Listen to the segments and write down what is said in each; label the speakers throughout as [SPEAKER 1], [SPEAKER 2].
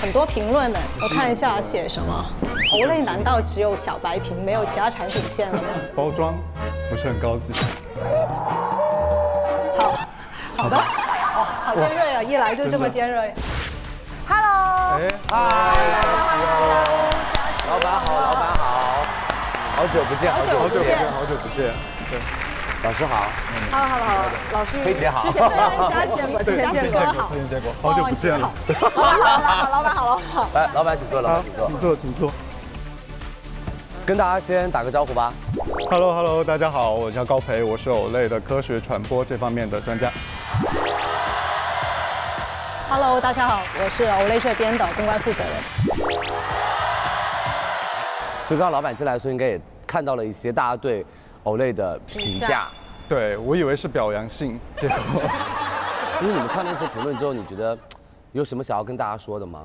[SPEAKER 1] 很多评论呢，我看一下写什么。头类难道只有小白瓶，没有其他产品线了吗？
[SPEAKER 2] 包装不是很高级。
[SPEAKER 1] 好，好的，哇，好尖锐啊！一来就这么尖锐。Hello，
[SPEAKER 2] 哎，
[SPEAKER 3] 嗨，老板好，老板好，好久不见，
[SPEAKER 1] 好久
[SPEAKER 2] 好久不见
[SPEAKER 1] 不，见
[SPEAKER 2] 好久不见。对，
[SPEAKER 3] 老师好，
[SPEAKER 1] 好了好了好了，老师，
[SPEAKER 3] 菲姐好
[SPEAKER 1] 之前对大家见过，之
[SPEAKER 2] 对，
[SPEAKER 1] 前见过，好
[SPEAKER 2] 之，前见过，好久不见了。
[SPEAKER 1] 好老板好，老板好，老板好。
[SPEAKER 3] 来，哎老板请坐，老板
[SPEAKER 2] 好
[SPEAKER 3] 请，坐，
[SPEAKER 2] 请坐，请坐。
[SPEAKER 3] 跟大家先打个招呼吧。
[SPEAKER 2] Hello Hello，大家好，我叫高培，我是偶类的科学传播这方面的专家。
[SPEAKER 1] Hello，大家好，我是 Olay 这边的公关负责人。
[SPEAKER 3] 所以刚刚老板进来的时候，应该也看到了一些大家对 Olay 的评
[SPEAKER 1] 评价
[SPEAKER 3] 价，
[SPEAKER 2] 对我以为是表扬信，结果
[SPEAKER 3] 因为你们看那些评论之后，你觉得有什么想要跟大家说的吗？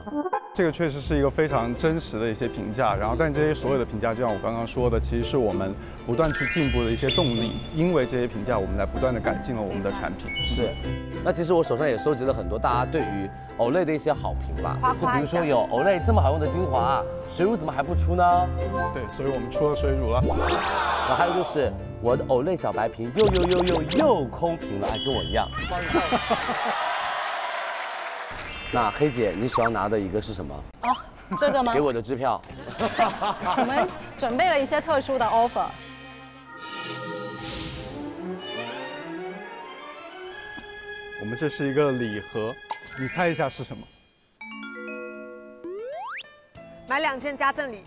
[SPEAKER 2] 这个确实是一个非常真实的一些评价，然后但这些所有的评价，就像我刚刚说的，其实是我们不断去进步的一些动力，因为这些评价，我们来不断的改进了我们的产品。
[SPEAKER 3] 是。那其实我手上也收集了很多大家对于 Olay 的一些好评吧，
[SPEAKER 1] 夸夸
[SPEAKER 3] 就比如说有 Olay 这么好用的精华，啊水乳怎么还不出呢？
[SPEAKER 2] 对，所以我们出了水乳了。
[SPEAKER 3] 然后还有就是我的 Olay 小白瓶又又又又又空瓶了，还跟我 一样。那黑姐，你手上拿的一个是什么？
[SPEAKER 1] 哦，这个吗
[SPEAKER 3] 给？我的支票。
[SPEAKER 1] 我们准备了一些特殊的 offer。
[SPEAKER 2] 我们这是一个礼盒，你猜一下是 什么？
[SPEAKER 4] 买两件加赠礼，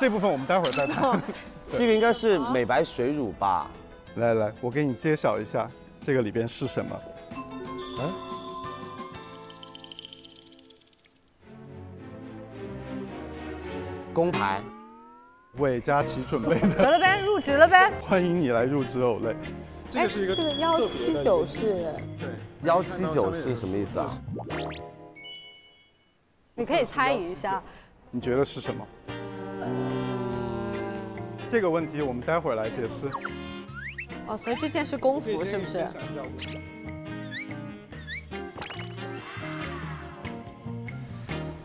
[SPEAKER 2] 这部分我们待会儿再谈。
[SPEAKER 3] 这个应该是美白水乳吧？
[SPEAKER 2] 来来，我给你揭晓一下这个里边是什么。
[SPEAKER 3] 公牌。
[SPEAKER 2] 为佳琪准备的，
[SPEAKER 4] 得了呗，入职了呗。哎
[SPEAKER 2] 欢迎你来入职偶类。这个是一个
[SPEAKER 1] 这个幺七九是，
[SPEAKER 3] 幺七九是什么意思啊？
[SPEAKER 1] 你可以猜疑一下。
[SPEAKER 2] 你觉得是什么？这个问题我们待会儿来解释。
[SPEAKER 4] 哦，所以这件是工服是不是？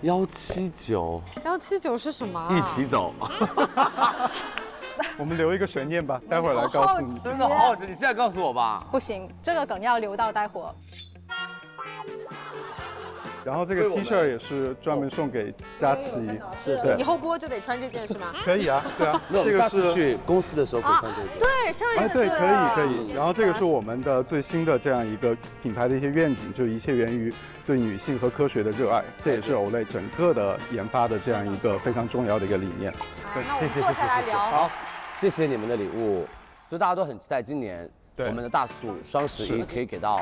[SPEAKER 3] 幺七九，
[SPEAKER 4] 幺七九是什么、啊？
[SPEAKER 3] 一起走。
[SPEAKER 2] 我们留一个悬 念吧，待会儿来告诉你。
[SPEAKER 3] 真的好好吃，你现在告诉我吧。
[SPEAKER 1] 不行，这个梗要留到待会儿。
[SPEAKER 2] 然后这个 T 恤也是专门送给佳琪，
[SPEAKER 3] 是
[SPEAKER 2] 对
[SPEAKER 4] 以，后播就得穿这件是吗？啊
[SPEAKER 2] 可以啊，对啊，
[SPEAKER 3] 那我
[SPEAKER 2] 这
[SPEAKER 3] 们
[SPEAKER 2] 个
[SPEAKER 3] 下次
[SPEAKER 2] 是。
[SPEAKER 3] 去公司的时候可以穿这哎个。
[SPEAKER 4] 对，上一
[SPEAKER 2] 啊，
[SPEAKER 4] 次
[SPEAKER 2] 对，可以可以。然后这个是啊我们的最新的这样一个品牌的一些愿景，就一切源于对女性和科学的热爱，这也是 Olay 整个的研发的这样一个非常重要的一个理念。
[SPEAKER 4] 好那我
[SPEAKER 3] 谢
[SPEAKER 4] 们
[SPEAKER 3] 谢
[SPEAKER 4] 坐
[SPEAKER 3] 谢谢
[SPEAKER 4] 下来
[SPEAKER 3] 谢谢，
[SPEAKER 4] 聊。
[SPEAKER 3] 好，谢谢你们的礼物，所以大家都很期待今年
[SPEAKER 2] 对
[SPEAKER 3] 我们的大促双十一
[SPEAKER 2] 是
[SPEAKER 3] 可以给到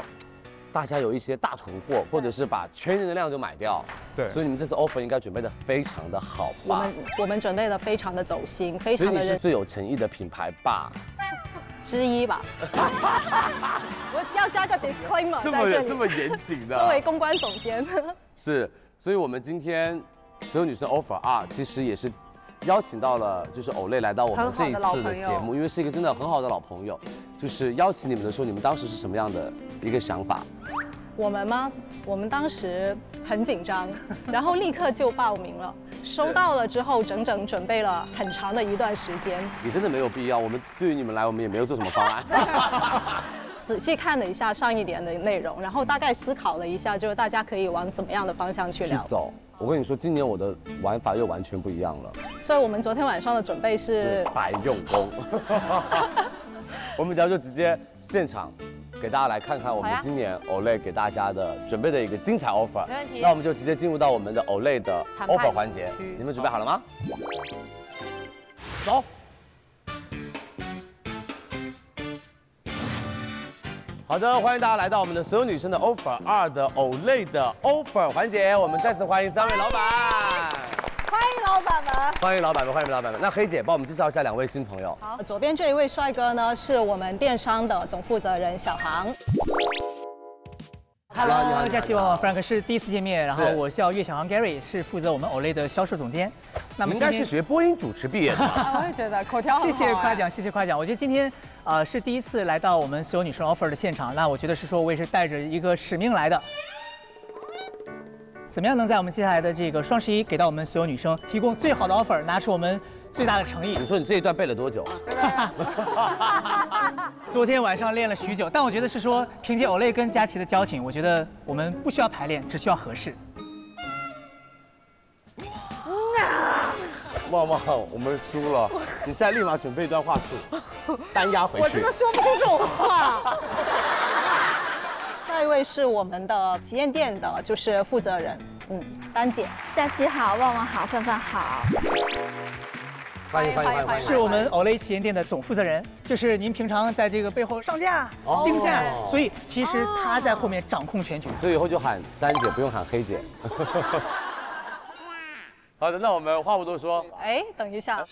[SPEAKER 3] 大家有一些大囤货，或者是把全年的量就买掉。
[SPEAKER 2] 对
[SPEAKER 3] 所以你们这次 offer 应该准备的非常的好
[SPEAKER 1] 我
[SPEAKER 3] 吧
[SPEAKER 1] 们？我们准备的非常的走心，非
[SPEAKER 3] 所以
[SPEAKER 1] 常
[SPEAKER 3] 你
[SPEAKER 1] 的
[SPEAKER 3] 是
[SPEAKER 1] 认
[SPEAKER 3] 最有诚意的品牌吧？
[SPEAKER 1] 之一 吧。我要加个 disclaimer 在这里。
[SPEAKER 3] 么严谨啊
[SPEAKER 1] 作为公关总监，
[SPEAKER 3] 是，所以我们今天所有女生的 offer 啊，其实也是邀请到了就是 Olay 来到我们
[SPEAKER 4] 很好
[SPEAKER 3] 这
[SPEAKER 4] 的
[SPEAKER 3] 一
[SPEAKER 4] 老
[SPEAKER 3] 次的
[SPEAKER 4] 朋
[SPEAKER 3] 节
[SPEAKER 4] 友
[SPEAKER 3] 目，因为是一个真的很好的老朋友。就是邀请你们的时候，你们当时是什么样的一个想法？
[SPEAKER 1] 我们吗？我们当时很紧张，然后立刻就报名了。收到了之后，整整准备了很长的一段时间。
[SPEAKER 3] 也真的没有必要。我们对于你们来，我们也没有做什么方 案。
[SPEAKER 1] 仔细看了一下上一点的内容，然后大概思考了一下，就是大家可以往怎么样的方向去
[SPEAKER 3] 去
[SPEAKER 1] 聊。
[SPEAKER 3] 走，我跟你说，今年我的玩法又完全不一样了，
[SPEAKER 1] 所以我们昨天晚上的准备是
[SPEAKER 3] 是白用 功。我们等下就直接现场给大家来看看我们
[SPEAKER 4] 好呀
[SPEAKER 3] 今年 Olay 给大家的准备的一个精彩 offer。
[SPEAKER 4] 没问题
[SPEAKER 3] 那我们就直接进入到我们的 Olay 的
[SPEAKER 4] 谈判
[SPEAKER 3] offer 环节
[SPEAKER 4] 区，
[SPEAKER 3] 你们准备好了吗？走。好的，欢迎大家来到我们的所有女生的 offer 二的 Olay 的 offer 环节，我们再次欢迎三位老板。
[SPEAKER 4] 欢迎老板们。
[SPEAKER 3] 欢迎老板们，欢迎老板们。那黑姐帮我们介绍一下两位新朋友。
[SPEAKER 1] 好，左边这一位帅哥呢，是我们电商的总负责人小航。
[SPEAKER 3] 你好
[SPEAKER 5] Hello，
[SPEAKER 3] 你好
[SPEAKER 5] 佳琪，我 Frank 是第一次见面，然后
[SPEAKER 3] 是
[SPEAKER 5] 我叫岳小航 Gary，是负责我们 Olay 的销售总监。那
[SPEAKER 3] 你们应该是学播音主持毕业 的
[SPEAKER 5] 啊
[SPEAKER 3] 吧？
[SPEAKER 4] 我也觉得口条啊
[SPEAKER 5] 谢
[SPEAKER 6] 哎
[SPEAKER 5] 谢
[SPEAKER 4] 夸
[SPEAKER 5] 夸
[SPEAKER 4] 奖。
[SPEAKER 5] 奖，谢谢夸奖。我觉得今天，呃，是第一次来到我们所有女生 offer 的现场，那我觉得是说我也是带着一个使命来的。怎么样能在我们接下来的这个双十一给到我们所有女生提供最好的 offer，拿出我们最大的诚意
[SPEAKER 3] 你。说你这一段背了多久？啊
[SPEAKER 5] 昨天晚上练了许久，但我觉得是说凭借 Olay 跟佳琪的交情，我觉得我们不需要排练，只需要合适。
[SPEAKER 3] 旺旺，我们输了，你现在立马准备一段话 术，单压回
[SPEAKER 4] 我真
[SPEAKER 3] 去
[SPEAKER 4] 的。说不出这种话。
[SPEAKER 1] 下一位是我们的旗舰店的，就是负责人，嗯，丹姐。
[SPEAKER 7] 佳琪好，旺旺好，范范好。
[SPEAKER 3] 欢迎欢迎欢迎欢迎！
[SPEAKER 5] 是我们 Olay 旗舰店的总负责人，就是您平常在这个背后上架、
[SPEAKER 3] 哦
[SPEAKER 5] 定价，所以其实他在后面掌控全局。
[SPEAKER 3] 所以以后就喊丹姐，不用喊 黑姐。好的，那我们话不多说，
[SPEAKER 1] 哎，等一下，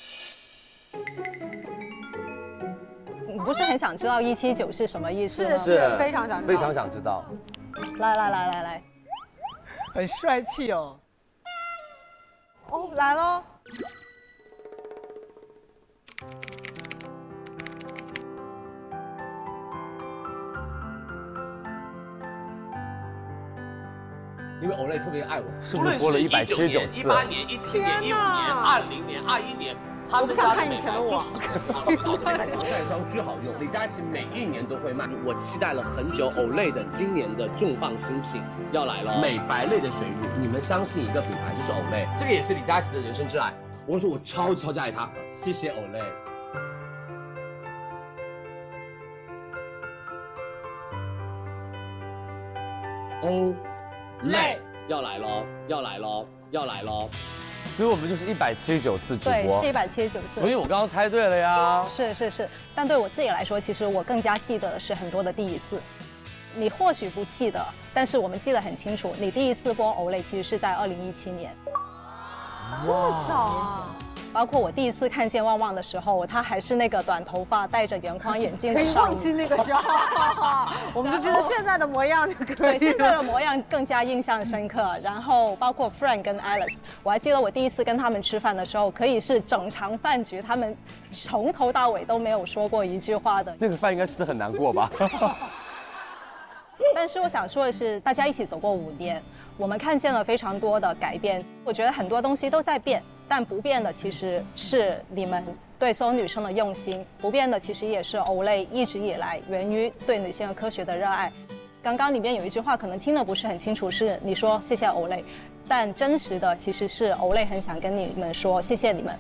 [SPEAKER 1] 你嗯不是很想知道一七九是什么意思吗？
[SPEAKER 4] 是非常想知道
[SPEAKER 3] 非常想知道。
[SPEAKER 1] 来来来来来，
[SPEAKER 5] 很帅气哦。
[SPEAKER 4] 哦，来喽。
[SPEAKER 8] 因为 Olay 特别爱我，
[SPEAKER 3] 是
[SPEAKER 8] 无
[SPEAKER 3] 不是
[SPEAKER 8] 论
[SPEAKER 3] 播了
[SPEAKER 8] 一
[SPEAKER 3] 179
[SPEAKER 8] 九年、
[SPEAKER 3] 次
[SPEAKER 8] 一八年、一七年、一五年、
[SPEAKER 4] 天哪
[SPEAKER 8] 二零年、二一年，他
[SPEAKER 4] 我不
[SPEAKER 8] 们
[SPEAKER 4] 想
[SPEAKER 8] 家
[SPEAKER 4] 看
[SPEAKER 8] 的
[SPEAKER 4] 以
[SPEAKER 8] 美
[SPEAKER 4] 前
[SPEAKER 8] 白
[SPEAKER 4] 的
[SPEAKER 8] 就
[SPEAKER 4] 我
[SPEAKER 8] 是 晒霜巨好用，李佳琦每一年都会卖。我期待了很久，Olay 的今年的重磅新品要来了，美白类的水乳。你们相信一个品牌就是 Olay，这个也是李佳琦的人生挚爱。我说我超级超级爱他，谢谢 Olay。o l a y 要来喽，要来喽，要来喽！
[SPEAKER 3] 所以我们就是一百七十九次直
[SPEAKER 1] 对，
[SPEAKER 3] 播
[SPEAKER 1] 是一，百七十九次
[SPEAKER 3] 所。以我刚刚猜对了呀。
[SPEAKER 1] 是是是，但对我自己来说，其实我更加记得的是很多的第一次。你或许不记得，但是我们记得很清楚。你第一次播 Olay 其实是在二零一七年，
[SPEAKER 4] 啊
[SPEAKER 1] 包括我第一次看见旺旺的时候，她还是那个短头发、戴着圆框眼镜
[SPEAKER 4] 可
[SPEAKER 1] 的
[SPEAKER 4] 以
[SPEAKER 1] 少
[SPEAKER 4] 忘
[SPEAKER 1] 女。
[SPEAKER 4] 记那个时候，啊 我们就记得现在的模样就可
[SPEAKER 1] 对
[SPEAKER 4] 以
[SPEAKER 1] 现在
[SPEAKER 4] 了。
[SPEAKER 1] 的模样更加印象深刻。然后包括 Frank 跟 Alice，我还记得我第一次跟他们吃饭的时候，可以是整场饭局，他们从头到尾都没有说过一句话的。
[SPEAKER 3] 那个饭应该吃的很难过吧？
[SPEAKER 1] 但是我想说的是，大家一起走过五年，我们看见了非常多的改变。我觉得很多东西都在变，但不变的其实是你们对所有女生的用心，不变的其实也是 Olay 一直以来源于对女性和科学的热爱。刚刚里面有一句话，可能听得不是很清楚，是你说谢谢 Olay，但真实的其实是 Olay 很想跟你们说谢谢你们。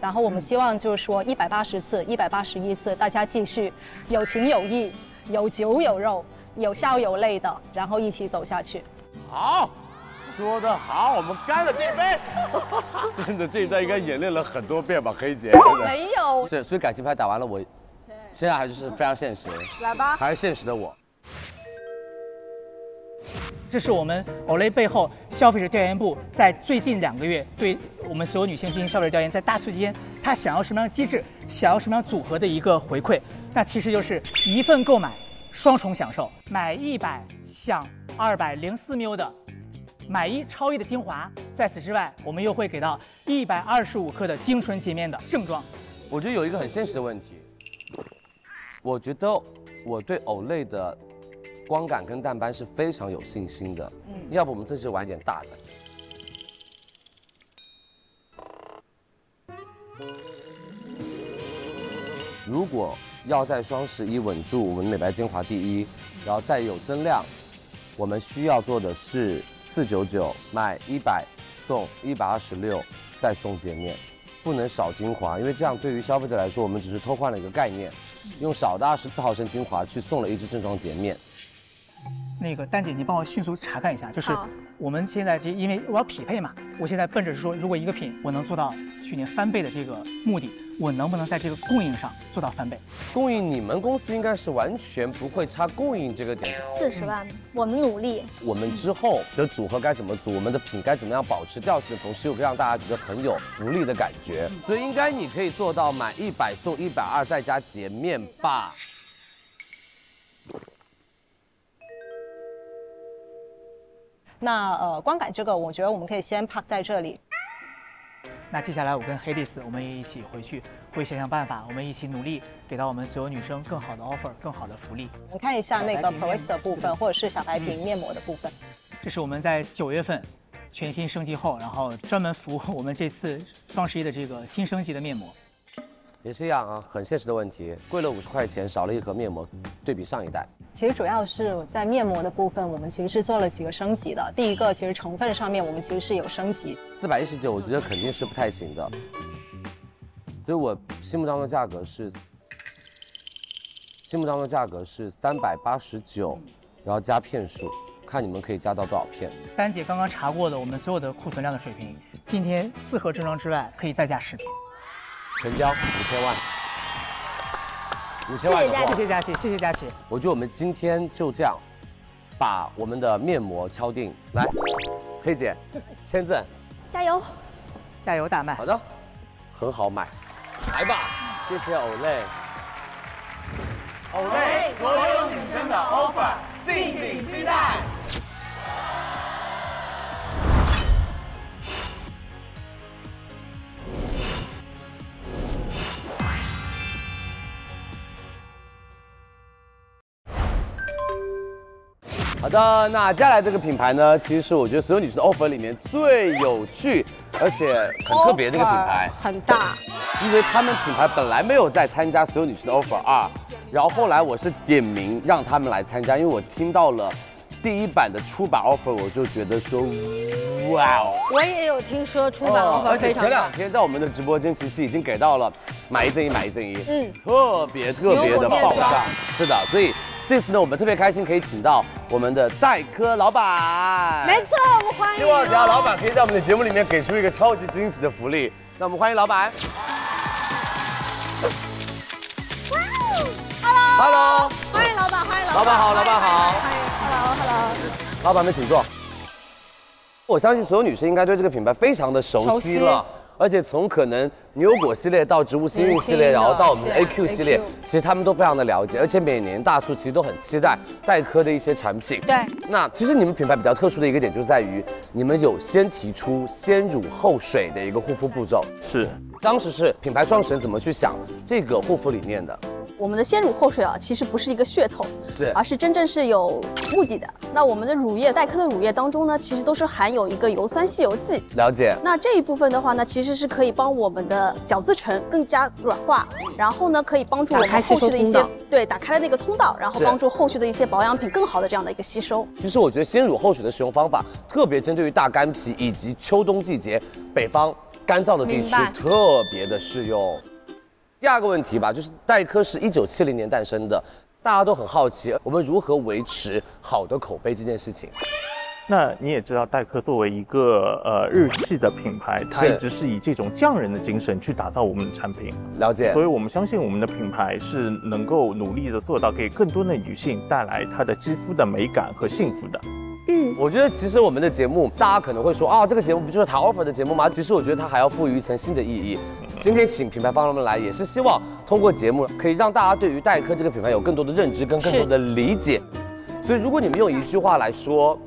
[SPEAKER 1] 然后我们希望就是说一百八十次、一百八十一次，大家继续有情有义、有酒有肉、有笑有泪的，然后一起走下去。
[SPEAKER 3] 好，说得好，我们干了这杯。 真的，这一段应该演练了很多遍吧，黑姐。真的
[SPEAKER 1] 没有，
[SPEAKER 3] 是，所以感情牌打完了，我现在还是非常现实，
[SPEAKER 4] 来吧，
[SPEAKER 3] 还是现实的我。
[SPEAKER 5] 这是我们 Olay 背后消费者调研部在最近两个月对我们所有女性进行消费者调研，在大促期间，她想要什么样的机制，想要什么样组合的一个回馈，那其实就是一份购买双重享受，买一百享二百零四 ml 的买一超一的精华，在此之外，我们又会给到一百二十五克的精纯洁面的正装。
[SPEAKER 3] 我觉得有一个很现实的问题，我觉得我对 Olay 的光感跟淡斑是非常有信心的。要不我们这次玩一点大的。如果要在双十一稳住我们美白精华第一，然后再有增量，我们需要做的是四九九买一百送一百二十六，再送洁面，不能少精华，因为这样对于消费者来说，我们只是偷换了一个概念，用少的二十四毫升精华去送了一支正装洁面。
[SPEAKER 5] 那个丹姐，你帮我迅速查看一下，就是
[SPEAKER 7] 好
[SPEAKER 5] 我们现在这，因为我要匹配嘛，我现在奔着是说，如果一个品我能做到去年翻倍的这个目的，我能不能在这个供应上做到翻倍？
[SPEAKER 3] 供应你们公司应该是完全不会差供应这个点，
[SPEAKER 7] 四十万，我们努力。
[SPEAKER 3] 我们之后的组合该怎么组，我们的品该怎么样保持调性的同时，又让大家觉得很有福利的感觉。所以应该你可以做到买一百送一百二，再加洁面吧。
[SPEAKER 1] 那呃，光感这个，我觉得我们可以先 park 在这里。
[SPEAKER 5] 那接下来我跟黑迪斯，我们也一起回去会想想办法，我们一起努力给到我们所有女生更好的 offer，更好的福利。
[SPEAKER 1] 我们看一下那个 Pro X 的部分，或者是小白瓶面膜的部分。
[SPEAKER 5] 这是我们在九月份全新升级后，然后专门服务我们这次双十一的这个新升级的面膜。
[SPEAKER 3] 也是一样啊，很现实的问题，贵了五十块钱，少了一盒面膜，对比上一代，
[SPEAKER 1] 其实主要是在面膜的部分，我们其实是做了几个升级的。第一个，其实成分上面我们其实是有升级，
[SPEAKER 3] 四百一十九，我觉得肯定是不太行的，所以我心目当中的价格是，心目当中的价格是三百八十九，然后加片数，看你们可以加到多少片。
[SPEAKER 5] 丹姐刚刚查过的我们所有的库存量的水平，今天四盒正装之外可以再加十瓶。
[SPEAKER 3] 成交五千万，五千
[SPEAKER 7] 谢
[SPEAKER 3] 万
[SPEAKER 7] 谢
[SPEAKER 3] 的
[SPEAKER 7] 佳
[SPEAKER 3] 货
[SPEAKER 5] 谢。谢佳琪，谢谢佳琪。
[SPEAKER 3] 我觉得我们今天就这样，把我们的面膜敲定。来，黑姐，签字。
[SPEAKER 7] 加油！
[SPEAKER 5] 加油大卖
[SPEAKER 3] 好！的，很好买，来吧。谢谢 Olay。Olay 所有女生的 offer，敬请期待。好的，那接下来这个品牌呢，其实是我觉得所有女生的 offer 里面最有趣，而且很特别的一个品牌。
[SPEAKER 1] 很大，
[SPEAKER 3] 因为他们品牌本来没有在参加所有女生的 offer 二，然后后来我是点名让他们来参加，因为我听到了第一版的出版 offer，我就觉得说，哇哦！
[SPEAKER 4] 我也有听说出版
[SPEAKER 3] 哦而
[SPEAKER 4] offer
[SPEAKER 3] 且
[SPEAKER 4] 非
[SPEAKER 3] 前
[SPEAKER 4] 常
[SPEAKER 3] 两
[SPEAKER 4] 棒，
[SPEAKER 3] 天在我们的直播间，其实已经给到了买一赠一，买一赠一，嗯
[SPEAKER 4] 嗯，
[SPEAKER 3] 特别特别的爆炸，
[SPEAKER 4] 啊
[SPEAKER 3] 是的，所以这次呢，我们特别开心可以请到我们的黛珂老板，
[SPEAKER 4] 没错，我们欢迎。哦
[SPEAKER 3] 希望只要老板可以在我们的节目里面给出一个超级惊喜的福利。那我们欢迎老板。Hello，
[SPEAKER 4] 欢迎老板，欢迎
[SPEAKER 3] 老板好，老板好，
[SPEAKER 4] 欢迎，Hello Hello，
[SPEAKER 3] 老板们请坐。我相信所有女生应该对这个品牌非常的熟
[SPEAKER 4] 熟
[SPEAKER 3] 悉
[SPEAKER 4] 悉
[SPEAKER 3] 了，而且从可能牛油果系列到植物新韵系列，然后到我们
[SPEAKER 4] 嗯
[SPEAKER 3] 的
[SPEAKER 4] 是啊
[SPEAKER 3] AQ 系列
[SPEAKER 4] AQ，
[SPEAKER 3] 其实他们都非常的了解，而且每年大促其实都很期待黛珂的一些产品。
[SPEAKER 4] 对，
[SPEAKER 3] 那其实你们品牌比较特殊的一个点就在于，你们有先提出先乳后水的一个护肤步骤。
[SPEAKER 9] 是
[SPEAKER 3] 当时是品牌创始人怎么去想这个护肤理念的？
[SPEAKER 10] 我们的先乳后水啊，其实不是一个噱头，
[SPEAKER 3] 是
[SPEAKER 10] 而是真正是有目的的。那我们的乳液，黛珂的乳液当中呢，其实都是含有一个油酸吸油剂。
[SPEAKER 3] 了解，
[SPEAKER 10] 那这一部分的话呢，其实是可以帮我们的角质层更加软化，然后呢，可以帮助我
[SPEAKER 4] 打
[SPEAKER 10] 们
[SPEAKER 4] 开
[SPEAKER 10] 后
[SPEAKER 4] 吸收
[SPEAKER 10] 续的一
[SPEAKER 4] 通
[SPEAKER 10] 些
[SPEAKER 4] 道
[SPEAKER 10] 对打开了那个通道，然后
[SPEAKER 3] 是
[SPEAKER 10] 帮助后续的一些保养品更好的这样的一个吸收。
[SPEAKER 3] 其实我觉得先乳后水的使用方法，特别针对于大干皮以及秋冬季节北方干燥的地
[SPEAKER 4] 明
[SPEAKER 3] 区
[SPEAKER 4] 白
[SPEAKER 3] 特别的适用。第二个问题吧，就是黛珂是一九七零年诞生的，大家都很好奇，我们如何维持好的口碑这件事情。
[SPEAKER 9] 那你也知道，黛珂作为一个呃日系的品牌，它
[SPEAKER 3] 是
[SPEAKER 9] 一直是以这种匠人的精神去打造我们的产品，
[SPEAKER 3] 了解，
[SPEAKER 9] 所以我们相信我们的品牌是能够努力的做到给更多的女性带来她的肌肤的美感和幸福的。
[SPEAKER 4] 嗯
[SPEAKER 3] 我觉得其实我们的节目，大家可能会说啊，这个节目不就是谈 offer 的节目吗？其实我觉得它还要赋予一层新的意义。今天请品牌方们来，也是希望通过节目可以让大家对于黛珂这个品牌有更多的认知跟更多的理解。所以，如果你们用一句话来说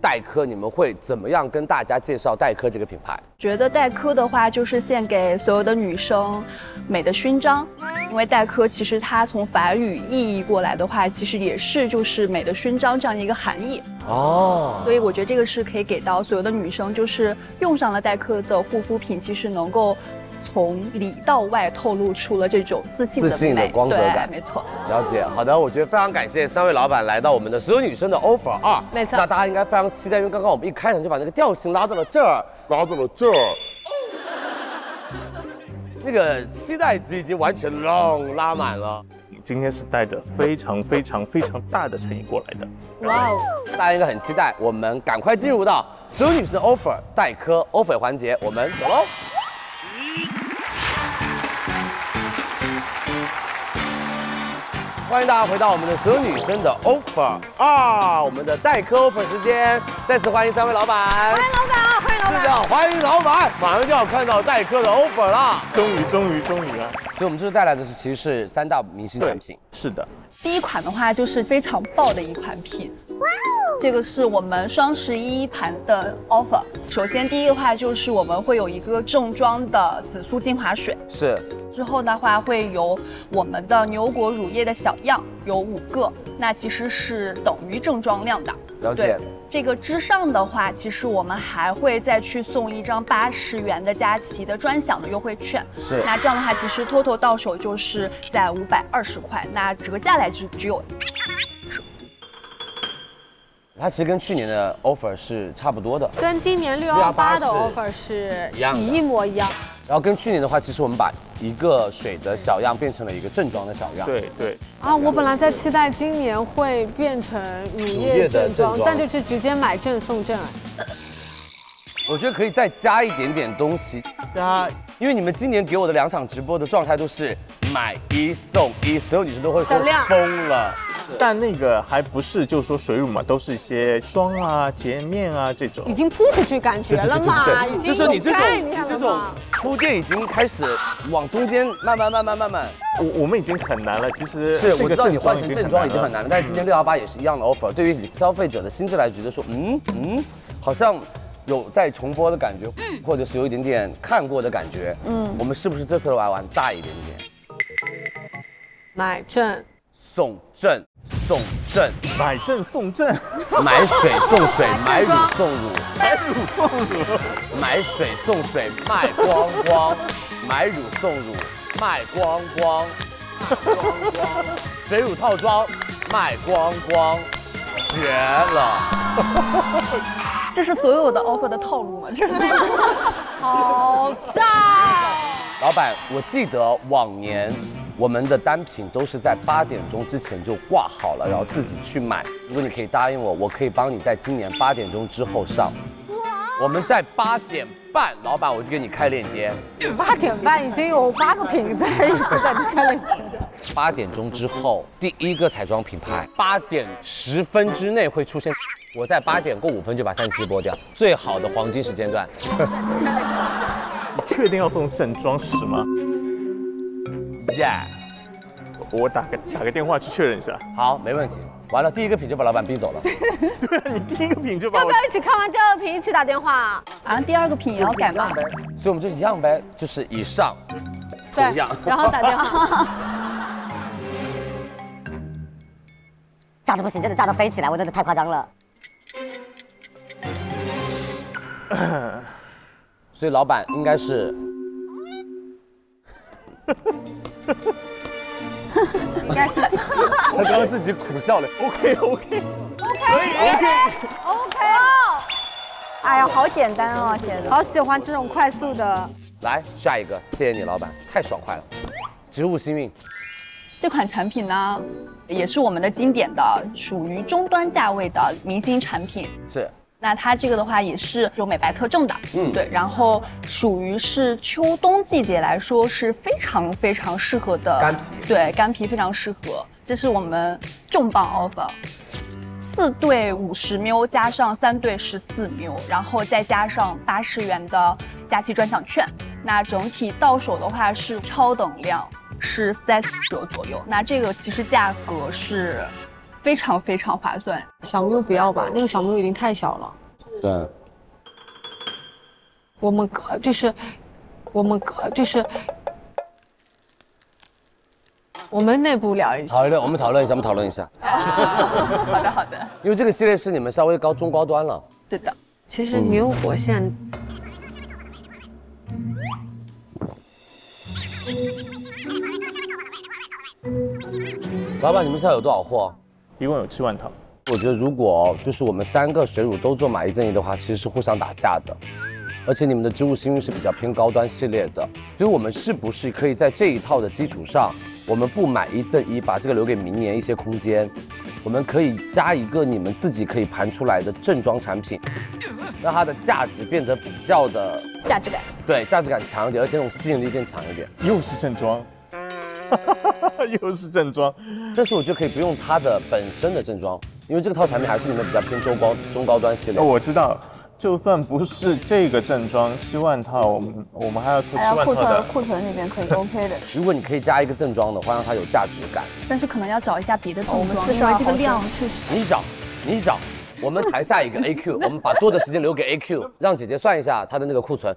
[SPEAKER 3] 黛珂，你们会怎么样跟大家介绍黛珂这个品牌？
[SPEAKER 11] 觉得黛珂的话，就是献给所有的女生美的勋章，因为黛珂其实它从法语意译过来的话，其实也是就是美的勋章这样一个含义，
[SPEAKER 3] 哦，
[SPEAKER 11] 所以我觉得这个是可以给到所有的女生，就是用上了黛珂的护肤品，其实能够从里到外透露出了这种自信的
[SPEAKER 3] 自信的
[SPEAKER 11] 美
[SPEAKER 3] 光泽感
[SPEAKER 11] 对，没错。
[SPEAKER 3] 了解，好的，我觉得非常感谢三位老板来到我们的所有女生的 offer 二，
[SPEAKER 4] 没错
[SPEAKER 3] 那大家应该非常期待，因为刚刚我们一开场就把那个调性拉到了这儿，拉到了这儿，那个期待值已经完全拢拉满了，
[SPEAKER 9] 今天是带着非常非常非常大的诚意过来的。
[SPEAKER 4] 哇哦，
[SPEAKER 3] 大家应该很期待，我们赶快进入到所有女生的 offer 代科 offer 环节，我们走喽。欢迎大家回到我们的所有女生的 offer 二，我们的代科 offer 时间，再次欢迎三位老板。
[SPEAKER 4] 欢迎老板，欢迎老
[SPEAKER 3] 是的
[SPEAKER 4] 板，，
[SPEAKER 3] 欢迎老板，马上就要看到代科的 offer 啦。
[SPEAKER 9] 终于，终于，终于啊！
[SPEAKER 3] 所以我们这次带来的是其实是三大明星产品，
[SPEAKER 9] 是的，
[SPEAKER 11] 第一款的话就是非常爆的一款品。这个是我们双十一盘的 offer。首先，第一的话就是我们会有一个正装的紫苏精华水，
[SPEAKER 3] 是
[SPEAKER 11] 之后的话会有我们的牛油果乳液的小样，有五个，那其实是等于正装量的。
[SPEAKER 3] 了
[SPEAKER 11] 对
[SPEAKER 3] 解。
[SPEAKER 11] 这个之上的话，其实我们还会再去送一张八十元的佳琦的专享的优惠券。
[SPEAKER 3] 是
[SPEAKER 11] 那这样的话，其实 total 到手就是在五百二十块，那折下来只 只有
[SPEAKER 3] 它其实跟去年的 offer 是差不多的，
[SPEAKER 4] 跟今年六幺八
[SPEAKER 3] 618
[SPEAKER 4] 的
[SPEAKER 3] 是
[SPEAKER 4] offer 是
[SPEAKER 3] 一样的
[SPEAKER 4] 一模一样。
[SPEAKER 3] 然后跟去年的话，其实我们把一个水的小样变成了一个正装的小样。
[SPEAKER 9] 对对。
[SPEAKER 4] 啊，我本来在期待今年会变成乳
[SPEAKER 3] 乳
[SPEAKER 4] 液
[SPEAKER 3] 液的
[SPEAKER 4] 正装
[SPEAKER 3] 正，装
[SPEAKER 4] 但就是直接买正送正。
[SPEAKER 3] 我觉得可以再加一点点东西，加，因为你们今年给我的两场直播的状态都是买一送一，所有女生都会说
[SPEAKER 4] 的量
[SPEAKER 3] 疯了。
[SPEAKER 9] 但那个还不是，就是说水乳嘛，都是一些霜啊、洁面啊这种。
[SPEAKER 4] 已经铺出去感觉了嘛，
[SPEAKER 9] 对对
[SPEAKER 4] 已
[SPEAKER 9] 对
[SPEAKER 4] 经
[SPEAKER 3] 就是你
[SPEAKER 4] 有
[SPEAKER 3] 这种
[SPEAKER 4] 概念了
[SPEAKER 3] 这种
[SPEAKER 4] 嘛
[SPEAKER 3] 铺垫已经开始往中间慢慢慢慢慢慢。
[SPEAKER 9] 我我们已经很难了，其实
[SPEAKER 3] 是，
[SPEAKER 9] 这
[SPEAKER 3] 我
[SPEAKER 9] 个
[SPEAKER 3] 知道你
[SPEAKER 9] 正
[SPEAKER 3] 换
[SPEAKER 9] 装
[SPEAKER 3] 成
[SPEAKER 9] 已经
[SPEAKER 3] 正装已经很难了，但是今天
[SPEAKER 9] 嗯
[SPEAKER 3] 六幺八也是一样的 offer，对于消费者的心智来觉得说，嗯嗯，好像有在重播的感觉，或者是有一点点看过的感觉，
[SPEAKER 4] 嗯
[SPEAKER 3] 嗯，我们是不是这次来玩大一点点？
[SPEAKER 4] 买正。
[SPEAKER 3] 送正，送正，
[SPEAKER 9] 买正送正，
[SPEAKER 3] 买水 送水，买乳送乳，
[SPEAKER 9] 买乳送乳，
[SPEAKER 3] 买水送水，卖光光，买乳送乳，卖光光，卖光光，水乳套装，卖光光，绝了！
[SPEAKER 11] 这是所有的 offer 的套路吗？ 这是
[SPEAKER 4] 好炸！
[SPEAKER 3] 老板，我记得往年我们的单品都是在八点钟之前就挂好了，然后自己去买。如果你可以答应我，我可以帮你在今年八点钟之后上。我们在八点半，老板我就给你开链接。
[SPEAKER 4] 八点半已经有八个品在一直在开了。
[SPEAKER 3] 八点钟之后，第一个彩妆品牌，八点十分之内会出现。我在八点过五分就把三七播掉，最好的黄金时间段。
[SPEAKER 9] 确定要送正装时吗？
[SPEAKER 3] Yeah，
[SPEAKER 9] 我打个打个电话去确认一下。
[SPEAKER 3] 好，没问题。完了，第一个品就把老板逼走了。
[SPEAKER 9] 对啊，你第一个品就把
[SPEAKER 10] 要不
[SPEAKER 9] 我
[SPEAKER 10] 要一起看完第二瓶一起打电话啊？
[SPEAKER 11] 啊，第二个品也要改吗？
[SPEAKER 3] 所以我们就一样呗，就是以上，同样。
[SPEAKER 10] 然后打电话。
[SPEAKER 12] 炸的不行，真的炸的飞起来，我真的太夸张了。
[SPEAKER 3] 所以老板应 该是
[SPEAKER 4] 应该是
[SPEAKER 3] 他刚刚自己苦笑了。OK OK，
[SPEAKER 4] OK
[SPEAKER 12] 哎呀，好简单哦，写的。
[SPEAKER 4] 好喜欢这种快速的，
[SPEAKER 3] 来下一个，谢谢你老板，太爽快了。植物星韵，
[SPEAKER 11] 这款产品呢，也是我们的经典的，属于中端价位的明星产品。
[SPEAKER 3] 是
[SPEAKER 11] 那它这个的话也是有美白特证的，
[SPEAKER 3] 嗯
[SPEAKER 11] 嗯，对，然后属于是秋冬季节来说是非常非常适合的
[SPEAKER 3] 干皮
[SPEAKER 11] 对，干皮非常适合，这是我们重磅 offer。四对五十 ml 加上三对十四 ml，然后再加上八十元的佳琦专享券，那整体到手的话是超等量，是在四折左右。那这个其实价格是非常非常划算，
[SPEAKER 4] 小缪不要吧，那个小缪已经太小了。
[SPEAKER 3] 对，
[SPEAKER 4] 我们呃就是，我们呃就是，我们内部聊一下。
[SPEAKER 3] 讨论我们讨论一下，我们讨论一下，
[SPEAKER 11] 好的，好的，
[SPEAKER 3] 因为这个系列是你们稍微高中高端了。
[SPEAKER 11] 对的。
[SPEAKER 4] 其实牛火线
[SPEAKER 3] 嗯老板，你们现在有多少货？
[SPEAKER 9] 一共有七万套。
[SPEAKER 3] 我觉得如果就是我们三个水乳都做买一赠一的话，其实是互相打架的。而且你们的植物星韵是比较偏高端系列的，所以我们是不是可以在这一套的基础上，我们不买一赠一，把这个留给明年一些空间？我们可以加一个你们自己可以盘出来的正装产品，让它的价值变得比较的
[SPEAKER 10] 价值感。
[SPEAKER 3] 对价值感强一点，而且那种吸引力更强一点。
[SPEAKER 9] 又是正装， 又是正装，
[SPEAKER 3] 但是我觉得可以不用它的本身的正装，因为这个套产品还是你们比较偏中高中高端系列。
[SPEAKER 9] 我知道，就算不是这个正装七万套，我们我们还要凑七
[SPEAKER 10] 还有
[SPEAKER 9] 万
[SPEAKER 10] 库
[SPEAKER 9] 套
[SPEAKER 10] 存
[SPEAKER 9] 的。
[SPEAKER 10] 库存里面可以 OK 的。
[SPEAKER 3] 如果你可以加一个正装的话，让它有价值感。
[SPEAKER 11] 但是可能要找一下别的
[SPEAKER 4] 哦
[SPEAKER 10] 我
[SPEAKER 11] 正
[SPEAKER 10] 们
[SPEAKER 11] 装，
[SPEAKER 10] 四
[SPEAKER 11] 因
[SPEAKER 10] 十二
[SPEAKER 11] 为这个
[SPEAKER 10] 毫升
[SPEAKER 11] 量确实
[SPEAKER 3] 你找，你找，我们谈下一 个 AQ，我们把多的时间留给 AQ，让姐姐算一下她的那个库存，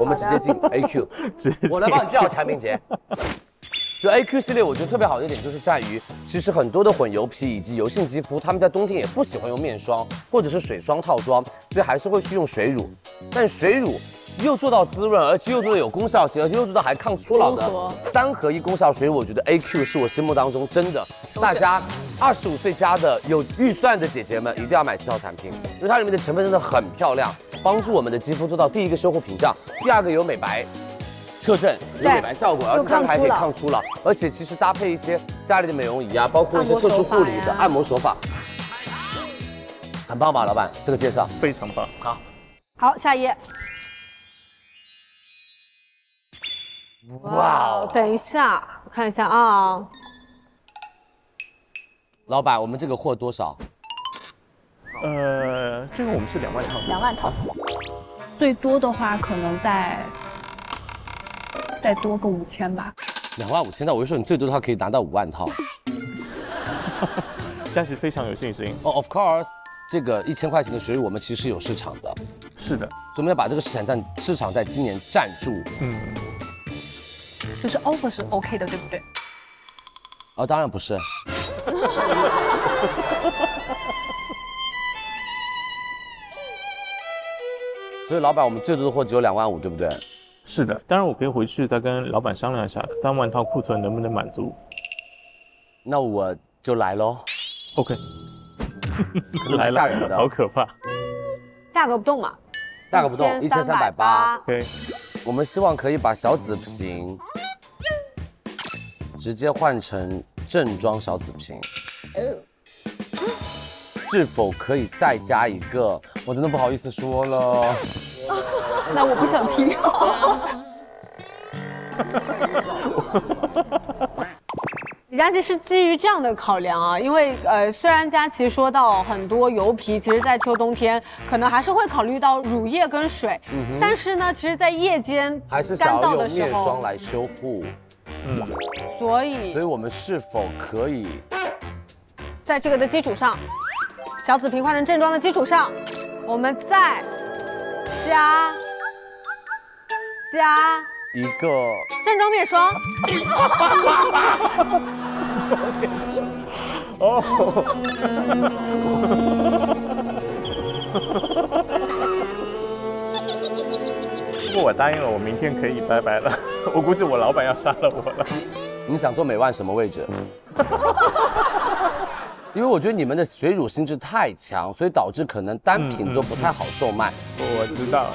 [SPEAKER 3] 我们直接进 AQ。
[SPEAKER 9] 直接
[SPEAKER 3] 我来帮你叫产品姐。就 AQ 系列，我觉得特别好的一点就是在于，其实很多的混油皮以及油性肌肤，他们在冬天也不喜欢用面霜或者是水霜套装，所以还是会去用水乳。但水乳又做到滋润，而且又做到有功效性，而且又做到还抗初老的
[SPEAKER 6] 综合
[SPEAKER 3] 三合一功效水乳，我觉得 AQ 是我心目当中真的大家二十五岁加的有预算的姐姐们一定要买这套产品，因为它里面的成分真的很漂亮，帮助我们的肌肤做到第一个修护屏障，第二个有美白。特征有美白效果，
[SPEAKER 6] 对
[SPEAKER 3] 而且
[SPEAKER 6] 又抗
[SPEAKER 3] 它还可以
[SPEAKER 6] 初老
[SPEAKER 3] 抗初老，而且其实搭配一些家里的美容仪啊，包括一些
[SPEAKER 6] 按摩
[SPEAKER 3] 特殊
[SPEAKER 6] 手法
[SPEAKER 3] 护理的
[SPEAKER 6] 呀
[SPEAKER 3] 按摩手法，很棒吧，老板？这个介绍
[SPEAKER 9] 非常棒。
[SPEAKER 3] 好，
[SPEAKER 6] 好，下一页。
[SPEAKER 3] 哇
[SPEAKER 6] 哦，等一下，我看一下啊，
[SPEAKER 3] 老板，我们这个货多少？
[SPEAKER 9] 呃，这个我们是两万套，
[SPEAKER 11] 两万套，最多的话可能再再多个五千吧。
[SPEAKER 3] 两万五千套，我就说你最多的话可以拿到五 万套。
[SPEAKER 9] 佳琪非常有信心。
[SPEAKER 3] 哦、o f course，这个一千块钱的水乳我们其实是有市场的，
[SPEAKER 9] 是的，
[SPEAKER 3] 所以我们要把这个市场占市场在今年占住。
[SPEAKER 9] 嗯，
[SPEAKER 11] 就是 offer 是 OK 的，对不对？
[SPEAKER 3] 哦，当然不是。所以老板，我们最多的货只有两万五，对不对？
[SPEAKER 9] 是的。当然，我可以回去再跟老板商量一下，三万套库存能不能满足。
[SPEAKER 3] 那我就来喽。
[SPEAKER 9] OK，
[SPEAKER 3] 蛮吓人的
[SPEAKER 9] 好可怕。
[SPEAKER 6] 价格不动嘛，
[SPEAKER 3] 价格不动，一千三百八。
[SPEAKER 9] 对，
[SPEAKER 3] 我们希望可以把小紫瓶直接换成正装小紫瓶，是否可以再加一个？我真的不好意思说了。
[SPEAKER 11] 那我不想听。
[SPEAKER 6] 李佳琦是基于这样的考量啊，因为呃，虽然佳琦说到很多油皮，其实在秋冬天可能还是会考虑到乳液跟水，
[SPEAKER 3] 嗯哼
[SPEAKER 6] 但是呢，其实，在夜间
[SPEAKER 3] 还是
[SPEAKER 6] 干
[SPEAKER 3] 想要
[SPEAKER 6] 燥
[SPEAKER 3] 用
[SPEAKER 6] 的时
[SPEAKER 3] 面霜
[SPEAKER 6] 候，
[SPEAKER 3] 来修护。
[SPEAKER 6] 所以
[SPEAKER 9] 嗯
[SPEAKER 3] 所以我们是否可以
[SPEAKER 6] 在这个的基础上，小紫瓶换成正装的基础上，我们再加加
[SPEAKER 3] 一个？
[SPEAKER 6] 正装面 霜。
[SPEAKER 9] 如果我答应了，我明天可以拜拜了。 我估计我老板要杀了我了。
[SPEAKER 3] 你想做美万什么位置？ 因为我觉得你们的水乳性质太强，所以导致可能单品都不太好售卖。
[SPEAKER 9] 我知道，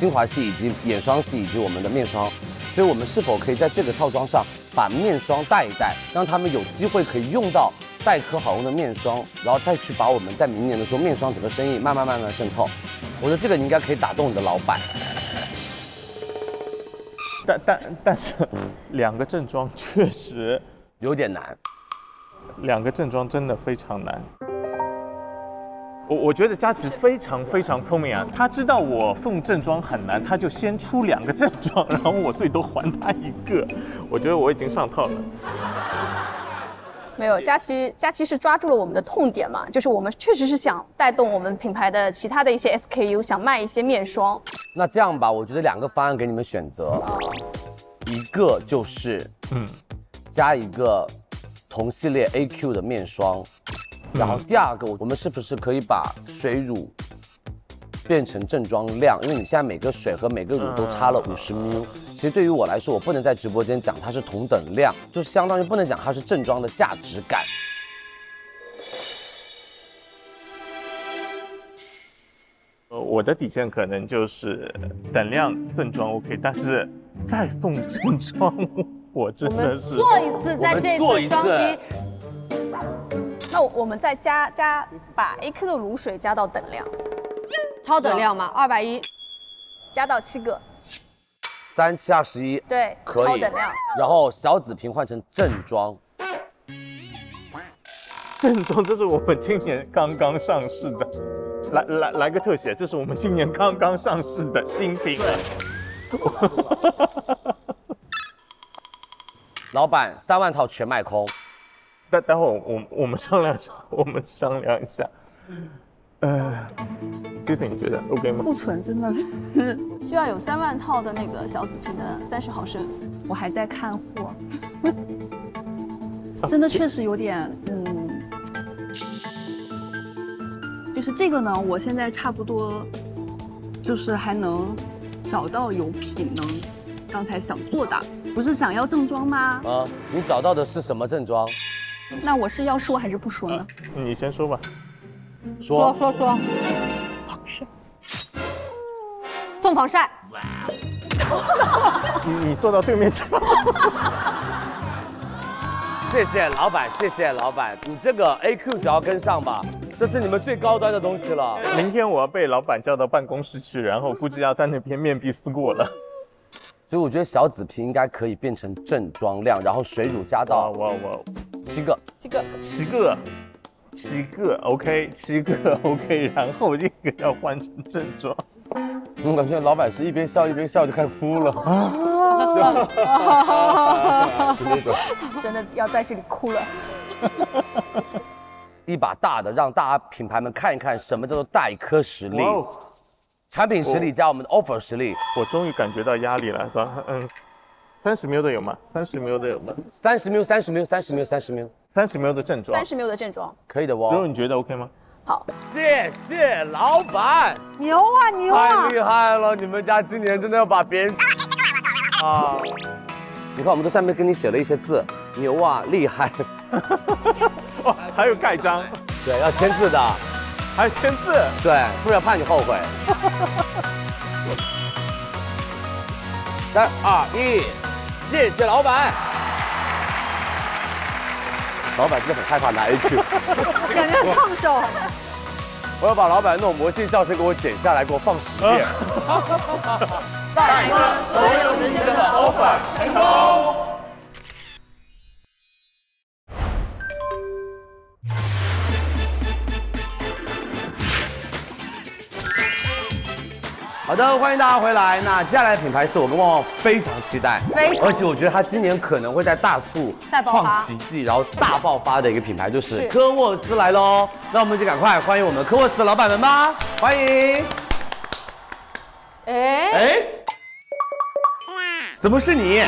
[SPEAKER 3] 精华系以及眼霜系以及我们的面霜，所以我们是否可以在这个套装上把面霜带一带，让他们有机会可以用到黛珂好用的面霜，然后再去把我们在明年的时候面霜整个生意慢慢慢慢渗透。我觉得这个你应该可以打动你的老板。
[SPEAKER 9] 但但但是，两个正装确实
[SPEAKER 3] 有点难。
[SPEAKER 9] 两个正装真的非常难。我我觉得佳琪非常非常聪明啊，她知道我送正装很难，她就先出两个正装，然后我最多还她一个。我觉得我已经上套了。
[SPEAKER 10] 没有，佳琪，佳琪是抓住了我们的痛点嘛，就是我们确实是想带动我们品牌的其他的一些 SKU，想卖一些面霜。
[SPEAKER 3] 那这样吧，我觉得两个方案给你们选择，一个就是
[SPEAKER 9] 嗯，
[SPEAKER 3] 加一个同系列 AQ 的面霜，
[SPEAKER 9] 嗯
[SPEAKER 3] 然后第二个，我们是不是可以把水乳变成正装量？因为你现在每个水和每个乳都差了
[SPEAKER 9] 嗯
[SPEAKER 3] 五十 ml，其实对于我来说，我不能在直播间讲它是同等量，就相当于不能讲它是正装的价值感。
[SPEAKER 9] 呃，我的底线可能就是等量正装 OK，但是再送正装，我真
[SPEAKER 10] 我
[SPEAKER 9] 的
[SPEAKER 10] 们
[SPEAKER 9] 是
[SPEAKER 10] 做一次在这一次
[SPEAKER 9] 我们做一
[SPEAKER 10] 双击那我们再加加把 AQ 的乳水加到等量，啊
[SPEAKER 6] 超等量嘛，二百一，
[SPEAKER 10] 加到七个，
[SPEAKER 3] 三七二十一，
[SPEAKER 10] 对
[SPEAKER 3] 可
[SPEAKER 10] 超
[SPEAKER 3] 以
[SPEAKER 10] 等量。
[SPEAKER 3] 然后小紫瓶换成正装，
[SPEAKER 9] 正装，这是我们今年刚刚上市的。来来来个特写，这是我们今年刚刚上市的新品。
[SPEAKER 3] 老板三万套全卖空。
[SPEAKER 9] 待待会儿我们我们商量一下，我们商量一下。呃，这个你觉得 OK 吗？
[SPEAKER 11] 库存真的 是
[SPEAKER 10] 需要有三万套的那个小紫瓶的三十毫升。
[SPEAKER 11] 我还在看货。
[SPEAKER 3] 啊
[SPEAKER 11] 真的确实有点，嗯，就是这个呢，我现在差不多，就是还能找到有品能，刚才想做的，不是想要正装吗？
[SPEAKER 3] 啊，你找到的是什么症状？
[SPEAKER 11] 那我是要说还是不说呢？
[SPEAKER 9] 你先说吧。
[SPEAKER 3] 啊说
[SPEAKER 6] 说说，
[SPEAKER 11] 防晒，
[SPEAKER 6] 凤凰晒，
[SPEAKER 9] 你你坐到对面去吧。
[SPEAKER 3] 谢谢老板，谢谢老板，你这个 AQ 只要跟上吧，这是你们最高端的东西了。
[SPEAKER 9] 明天我要被老板叫到办公室去，然后估计要在那边面壁思过了。
[SPEAKER 3] 所以我觉得小紫皮应该可以变成正装量，然后水乳加到
[SPEAKER 9] 哇哇
[SPEAKER 3] 七个，
[SPEAKER 1] 七个，
[SPEAKER 9] 七个，七个
[SPEAKER 3] 嗯
[SPEAKER 9] OK，七个 OK，然后这个要换成正装。
[SPEAKER 3] 我感觉老板是一边笑一边笑就开始哭 了啊，就那种
[SPEAKER 10] 真的要在这里哭了。
[SPEAKER 3] 一把大的，让大家品牌们看一看什么叫做大一颗实力
[SPEAKER 9] 哇哦，
[SPEAKER 3] 产品实力加我们的 offer 实力。
[SPEAKER 9] 我终于感觉到压力了，是吧嗯，三十 ml 的有吗？三十 ml 的有吗？
[SPEAKER 3] 三十 ml，三十 ml，三十 ml，三十 ml，
[SPEAKER 9] 三十 ml 的正装
[SPEAKER 10] 三，十 ml 的正装，
[SPEAKER 3] 可以的
[SPEAKER 9] 如
[SPEAKER 3] 哦。
[SPEAKER 9] 果你觉得 OK 吗？
[SPEAKER 10] 好，
[SPEAKER 3] 谢谢老板，
[SPEAKER 4] 牛啊牛啊
[SPEAKER 3] 太！厉害了！你们家今年真的要把别人啊！你看，我们都上面给你写了一些字，牛啊，厉害，
[SPEAKER 9] 哦，还有盖章，
[SPEAKER 3] 对，要签字的，
[SPEAKER 9] 还有签字，
[SPEAKER 3] 对，不然怕你后悔。三二一，谢谢老板。老板真的很害怕拿 AQ，
[SPEAKER 4] 感觉很烫手。
[SPEAKER 3] 我要把老板那种魔性笑声给我剪下来，给我放十遍。
[SPEAKER 13] 带着所有的女生的 offer 成功。
[SPEAKER 3] 好的，欢迎大家回来。那接下来的品牌是我跟旺旺非常期待，
[SPEAKER 13] 非常
[SPEAKER 3] 而且我觉得它今年可能会在大促
[SPEAKER 13] 再爆
[SPEAKER 3] 创
[SPEAKER 13] 发
[SPEAKER 3] 奇迹，然后大爆发的一个品牌就是
[SPEAKER 13] 是
[SPEAKER 3] 科沃斯来喽。那我们就赶快欢迎我们科沃斯的老板们吧，欢迎。
[SPEAKER 4] 哎
[SPEAKER 3] 哎，怎么是你？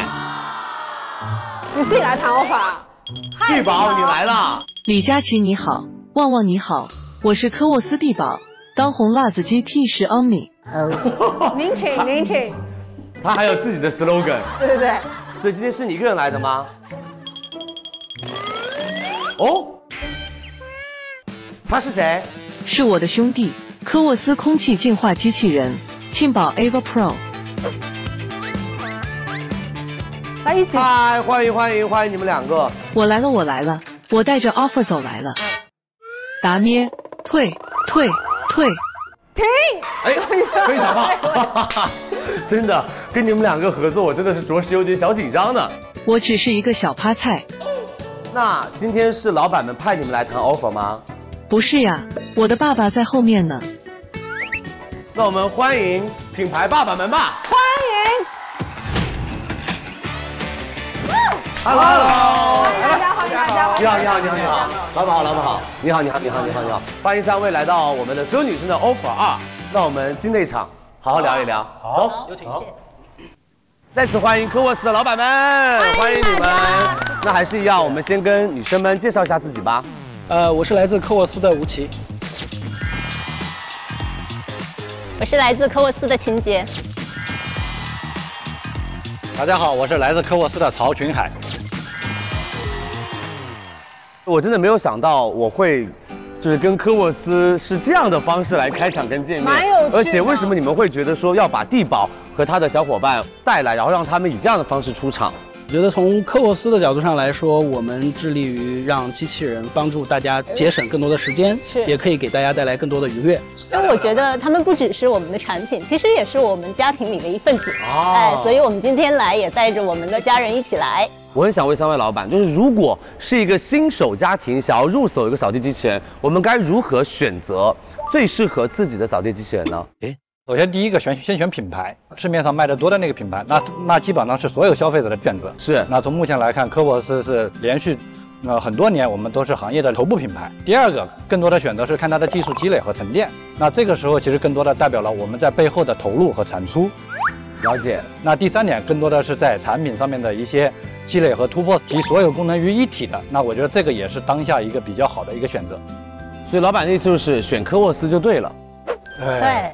[SPEAKER 4] 你自己来谈 offer。
[SPEAKER 6] 啊
[SPEAKER 3] 地宝，你来了。
[SPEAKER 14] 李佳琦你好，旺旺你好，我是科沃斯地宝，当红辣子鸡 T 十 Omni。
[SPEAKER 4] 您请，您请。
[SPEAKER 3] 他还有自己的 slogan，
[SPEAKER 4] 对对对，
[SPEAKER 3] 所以今天是你一个人来的吗？哦，他是谁？
[SPEAKER 14] 是我的兄弟，科沃斯空气净化机器人，沁宝 Ava Pro。
[SPEAKER 4] 来一起。
[SPEAKER 3] 嗨，欢迎欢迎欢迎你们两个。
[SPEAKER 14] 我来了，我来了，我带着 offer 走来了。达咩，退退退！
[SPEAKER 4] 停！
[SPEAKER 3] 哎，非常棒， 真的跟你们两个合作，我真的是着实有点小紧张呢。
[SPEAKER 14] 我只是一个小趴菜，
[SPEAKER 3] 那今天是老板们派你们来谈 offer 吗？
[SPEAKER 14] 不是呀，我的爸爸在后面呢。
[SPEAKER 3] 那我们欢迎品牌爸爸们吧。
[SPEAKER 4] 欢迎。
[SPEAKER 3] Hello，
[SPEAKER 4] 大家好，大家好，
[SPEAKER 3] 你 好，你好，你好，你好，老板好，老板好，你好，你好，你好，你好，你好，欢迎三位来到我们的所有女生的 offer 二。那我们进内场，好好聊一聊。走，有请。再次欢迎科沃斯的老板们，欢迎你们。那还是一样，我们先跟女生们介绍一下自己吧。
[SPEAKER 15] 呃，我是来自科沃斯的吴奇。
[SPEAKER 16] 我是来自科沃斯的秦杰。
[SPEAKER 15] 大家好，我是来自科沃斯的曹群海。
[SPEAKER 3] 我真的没有想到我会，就是跟科沃斯是这样的方式来开场跟见面，
[SPEAKER 13] 蛮有趣的
[SPEAKER 3] 而且为什么你们会觉得说要把地宝和他的小伙伴带来，然后让他们以这样的方式出场？
[SPEAKER 15] 我觉得从科沃斯的角度上来说，我们致力于让机器人帮助大家节省更多的时间，
[SPEAKER 16] 是
[SPEAKER 15] 也可以给大家带来更多的愉悦。
[SPEAKER 16] 所以我觉得他们不只是我们的产品，其实也是我们家庭里的一份子。哎，所以我们今天来也带着我们的家人一起来。
[SPEAKER 3] 我很想问三位老板，就是如果是一个新手家庭想要入手一个扫地机器人，我们该如何选择最适合自己的扫地机器人呢？诶，
[SPEAKER 15] 首先第一个选先选品牌，市面上卖的多的那个品牌，那那基本上是所有消费者的选择。
[SPEAKER 3] 是，
[SPEAKER 15] 那从目前来看，科沃斯是连续。呃，很多年我们都是行业的头部品牌。第二个，更多的选择是看它的技术积累和沉淀。那这个时候，其实更多的代表了我们在背后的投入和产出。
[SPEAKER 3] 了解。
[SPEAKER 15] 那第三点，更多的是在产品上面的一些积累和突破集所有功能于一体的，那我觉得这个也是当下一个比较好的一个选择。
[SPEAKER 3] 所以老板的意思就是选科沃斯就对了。哎
[SPEAKER 13] 哎
[SPEAKER 7] 对，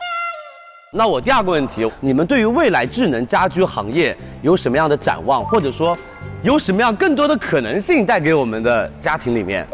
[SPEAKER 3] 那我第二个问题，你们对于未来智能家居行业有什么样的展望，或者说有什么样更多的可能性带给我们的家庭里面？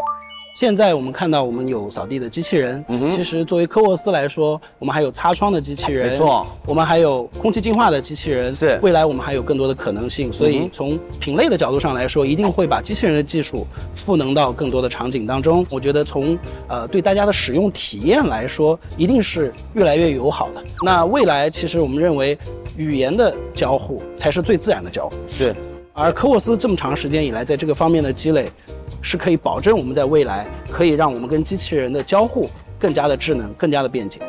[SPEAKER 17] 现在我们看到我们有扫地的机器人，
[SPEAKER 3] 嗯
[SPEAKER 17] 其实作为科沃斯来说，我们还有擦窗的机器人，
[SPEAKER 3] 没错，
[SPEAKER 17] 我们还有空气净化的机器人，
[SPEAKER 3] 是
[SPEAKER 17] 未来我们还有更多的可能性。所
[SPEAKER 3] 嗯
[SPEAKER 17] 以
[SPEAKER 3] 哼
[SPEAKER 17] 从品类的角度上来说，一定会把机器人的技术赋能到更多的场景当中。我觉得从呃对大家的使用体验来说，一定是越来越友好的。那未来其实我们认为，语言的交互才是最自然的交互。
[SPEAKER 3] 是，
[SPEAKER 17] 而科沃斯这么长时间以来在这个方面的积累，是可以保证我们在未来可以让我们跟机器人的交互更加的智能、更加的便捷。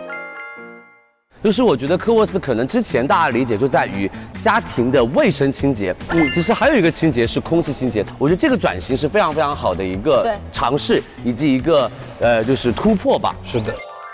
[SPEAKER 3] 就是我觉得科沃斯可能之前大家的理解就在于家庭的卫生清洁，嗯，其实还有一个清洁是空气清洁，我觉得这个转型是非常非常好的一个
[SPEAKER 5] 对
[SPEAKER 3] 尝试以及一个呃就是突破吧。
[SPEAKER 15] 是的。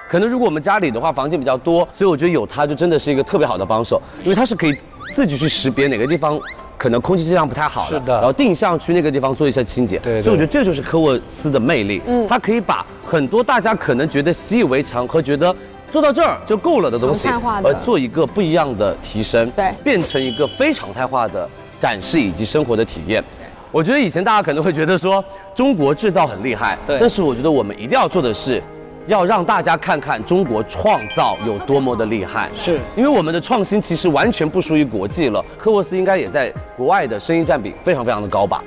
[SPEAKER 3] 可能如果我们家里的话房间比较多，所以我觉得有它就真的是一个特别好的帮手，因为它是可以自己去识别哪个地方可能空气质量不太好
[SPEAKER 15] 是的
[SPEAKER 3] 然后定向去那个地方做一下清洁。
[SPEAKER 15] 对
[SPEAKER 3] 所以我觉得这就是科沃斯的魅力，嗯，它可以把很多大家可能觉得习以为常和觉得做到这儿就够了的东西，
[SPEAKER 6] 常态化的
[SPEAKER 3] 而做一个不一样的提升，
[SPEAKER 6] 对
[SPEAKER 3] 变成一个非常态化的展示以及生活的体验。我觉得以前大家可能会觉得说中国制造很厉害，
[SPEAKER 17] 对
[SPEAKER 3] 但是我觉得我们一定要做的是。要让大家看看中国创造有多么的厉害，
[SPEAKER 17] 是
[SPEAKER 3] 因为我们的创新其实完全不输于国际了。科沃斯应该也在国外的生意占比非常非常的高吧？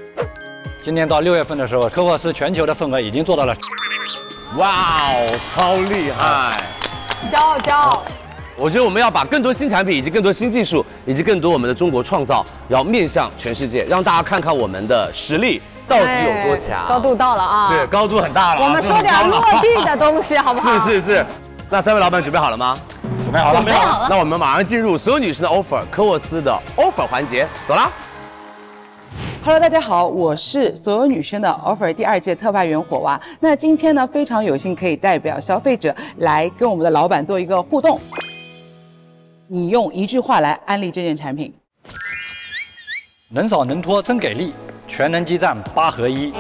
[SPEAKER 15] 今年到六月份的时候，科沃斯全球的份额已经做到了。
[SPEAKER 3] 哇哦，超厉害！
[SPEAKER 6] 骄傲骄傲。
[SPEAKER 3] 我觉得我们要把更多新产品，以及更多新技术，以及更多我们的中国创造，然后面向全世界，让大家看看我们的实力到底有多强。
[SPEAKER 6] 高度到了啊！
[SPEAKER 3] 是高度很大了啊，
[SPEAKER 6] 我们说点
[SPEAKER 3] 高度
[SPEAKER 6] 落
[SPEAKER 3] 很高了
[SPEAKER 6] 地的东西，好不 好？
[SPEAKER 3] 是是是，那三位老板准备好了吗？准备
[SPEAKER 6] 好了准备好了
[SPEAKER 3] 那我们马上进入所有女生的 offer 科沃斯的 offer 环节，走啦。
[SPEAKER 8] Hello，大家好，我是所有女生的 Offer 第二届特派员火娃。那今天呢，非常有幸可以代表消费者来跟我们的老板做一个互动。你用一句话来安利这件产品，
[SPEAKER 15] 能扫能拖真给力，全能基站八合一，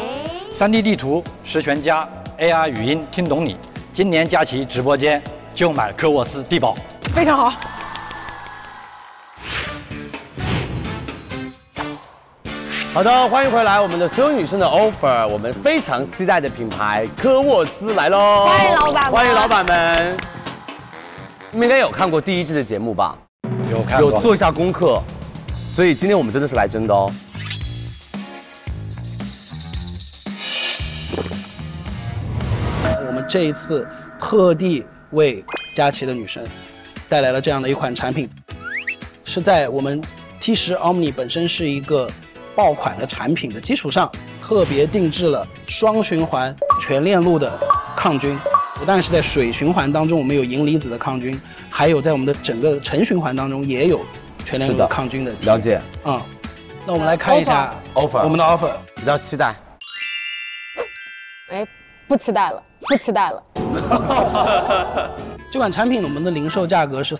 [SPEAKER 15] 3 D 地图十全家，AR 语音听懂你。今年佳琦直播间就买科沃斯地保。
[SPEAKER 8] 非常好。
[SPEAKER 3] 好的，欢迎回来，我们的所有女生的 offer，我们非常期待的品牌科沃斯来喽！
[SPEAKER 5] 欢迎老板们
[SPEAKER 3] 欢迎老板们。你们应该有看过第一季的节目吧？
[SPEAKER 15] 有看
[SPEAKER 3] 有做一下功课，所以今天我们真的是来真的哦。
[SPEAKER 17] 我们这一次特地为佳琦的女生带来了这样的一款产品，是在我们 T 十 Omni 本身是一个爆款的产品的基础上，特别定制了双循环全链路的抗菌。不但是在水循环当中，我们有银离子的抗菌，还有在我们的整个尘循环当中也有全链路
[SPEAKER 3] 是的
[SPEAKER 17] 的抗菌的体验。
[SPEAKER 3] 了解，
[SPEAKER 17] 嗯，那我们来看一下
[SPEAKER 3] offer，
[SPEAKER 17] 我们的 offer，
[SPEAKER 3] 比较期待。
[SPEAKER 6] 哎，不期待了，不期待了。
[SPEAKER 17] 这款产品我们的零售价格是，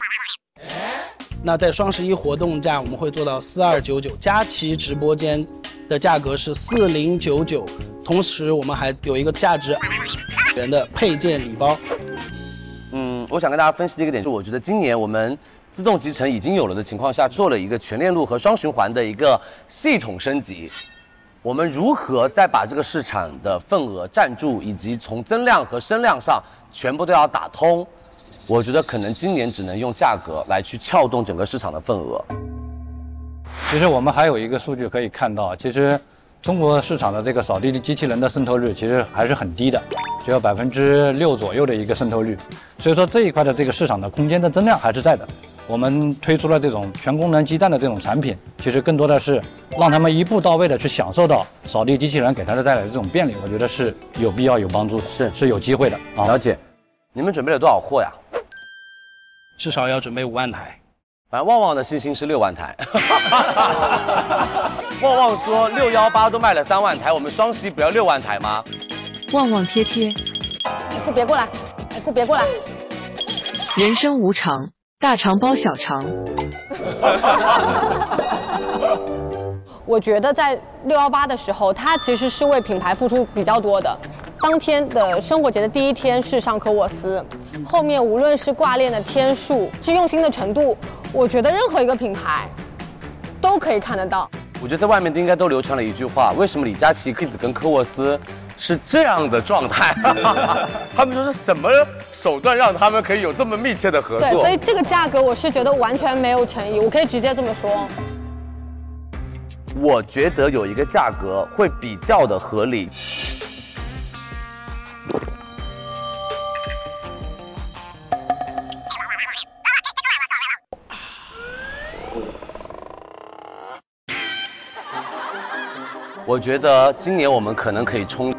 [SPEAKER 17] 那在双十一活动价我们会做到四二九九，佳琦直播间的价格是四零九九，同时我们还有一个价值元的配件礼包。
[SPEAKER 3] 嗯，我想跟大家分析的一个点，就是我觉得今年我们自动集成已经有了的情况下，做了一个全链路和双循环的一个系统升级。我们如何再把这个市场的份额占住，以及从增量和升量上全部都要打通？我觉得可能今年只能用价格来去撬动整个市场的份额。
[SPEAKER 15] 其实我们还有一个数据可以看到，啊其实中国市场的这个扫地机器人的渗透率其实还是很低的，只有百分之六左右的一个渗透率。所以说这一块的这个市场的空间的增量还是在的。我们推出了这种全功能基站的这种产品，其实更多的是让他们一步到位的去享受到扫地机器人给他们带来的这种便利，我觉得是有必要、有帮助，是是有机会的啊。
[SPEAKER 3] 了解，你们准备了多少货呀？
[SPEAKER 17] 至少要准备五万台。
[SPEAKER 3] 反正旺旺的信心是六万台。 旺旺说六幺八都卖了三万台，我们双十一不要六万台吗？
[SPEAKER 14] 旺旺贴贴，
[SPEAKER 18] 哎，快别过来，哎，快别过来。
[SPEAKER 14] 人生无常，大肠包小肠。
[SPEAKER 6] 我觉得在六幺八的时候，他其实是为品牌付出比较多的。当天的生活节的第一天是上科沃斯，后面无论是挂链的天数，是用心的程度，我觉得任何一个品牌都可以看得到。
[SPEAKER 3] 我觉得在外面的应该都流传了一句话：为什么李佳琦、Kids 跟科沃斯是这样的状态？
[SPEAKER 13] 他们说是什么手段让他们可以有这么密切的合
[SPEAKER 6] 对，
[SPEAKER 13] 作？
[SPEAKER 6] 所以这个价格我是觉得完全没有诚意，我可以直接这么说。
[SPEAKER 3] 我觉得有一个价格会比较的合理。我觉得今年我们可能可以冲，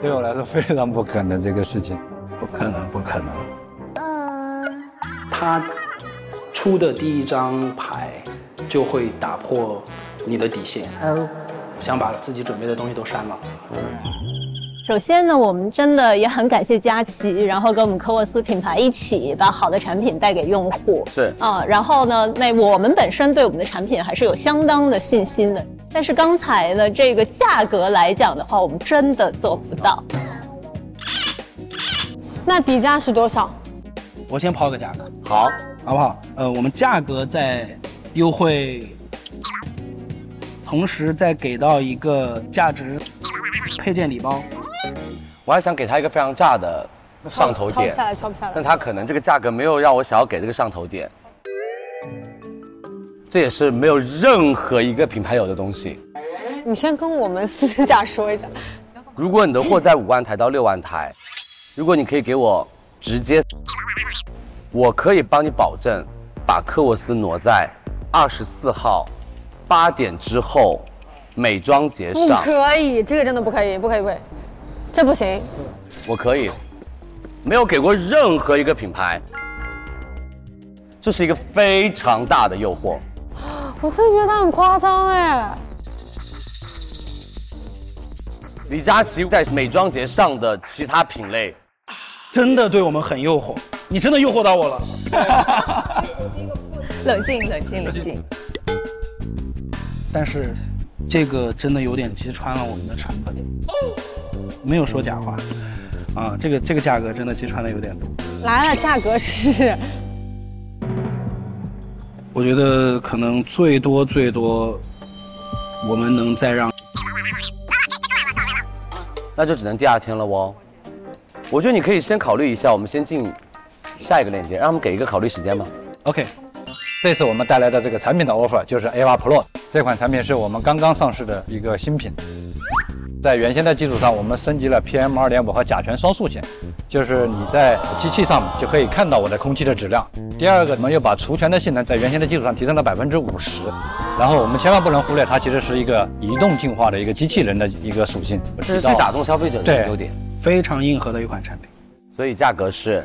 [SPEAKER 15] 对我来说非常不可能这个事情，
[SPEAKER 17] 不可能，不可能。他出的第一张牌就会打破你的底线，想把自己准备的东西都删了。
[SPEAKER 16] 首先呢，我们真的也很感谢佳琦，然后跟我们科沃斯品牌一起把好的产品带给用户。
[SPEAKER 3] 是
[SPEAKER 16] 啊、然后呢，那我们本身对我们的产品还是有相当的信心的。但是刚才呢，这个价格来讲的话，我们真的做不到。
[SPEAKER 6] 那底价是多少？
[SPEAKER 17] 我先抛个价格，
[SPEAKER 3] 好，
[SPEAKER 17] 好不好？呃，我们价格在优惠，同时再给到一个价值配件礼包。
[SPEAKER 3] 我还想给他一个非常炸的上头
[SPEAKER 6] 敲不
[SPEAKER 3] 点，
[SPEAKER 6] 下来，敲不下来。
[SPEAKER 3] 但他可能这个价格没有让我想要给这个上头点，这也是没有任何一个品牌有的东西。
[SPEAKER 6] 你先跟我们私下说 一下，
[SPEAKER 3] 如果你的货在五万台到六万台，如果你可以给我直接，我可以帮你保证把科沃斯挪在二十四号八点之后美妆节
[SPEAKER 6] 不
[SPEAKER 3] 上，
[SPEAKER 6] 嗯可以，这个真的不可以，不可以，不可以，这不行。
[SPEAKER 3] 我可以，没有给过任何一个品牌，这是一个非常大的诱惑。
[SPEAKER 6] 我真的觉得他很夸张哎，
[SPEAKER 3] 李佳琦在美妆节上的其他品类，
[SPEAKER 17] 真的对我们很诱惑，你真的诱惑 到我了。
[SPEAKER 16] 冷静，冷静，冷静。
[SPEAKER 17] 但是这个真的有点击穿了我们的成本，没有说假话，啊，这个这个价格真的击穿的有点多，
[SPEAKER 6] 来了，价格是
[SPEAKER 17] 我觉得可能最多最多，我们能再让
[SPEAKER 3] 那就只能第二天了哦。我觉得你可以先考虑一下，我们先进下一个链接，让他们给一个考虑时间吧。
[SPEAKER 17] OK，
[SPEAKER 15] 这次我们带来的这个产品的 offer 就是 Ava Pro 这款产品是我们刚刚上市的一个新品，在原先的基础上，我们升级了 PM 2.5和甲醛双速显，就是你在机器上就可以看到我的空气的质量。第二个，我们又把除醛的性能在原先的基础上提升了百分之五十，然后我们千万不能忽略它其实是一个移动进化的一个机器人的一个属性。
[SPEAKER 3] 这是最打动消费者的
[SPEAKER 15] 对
[SPEAKER 3] 优点，
[SPEAKER 17] 非常硬核的一款产品，
[SPEAKER 3] 所以价格是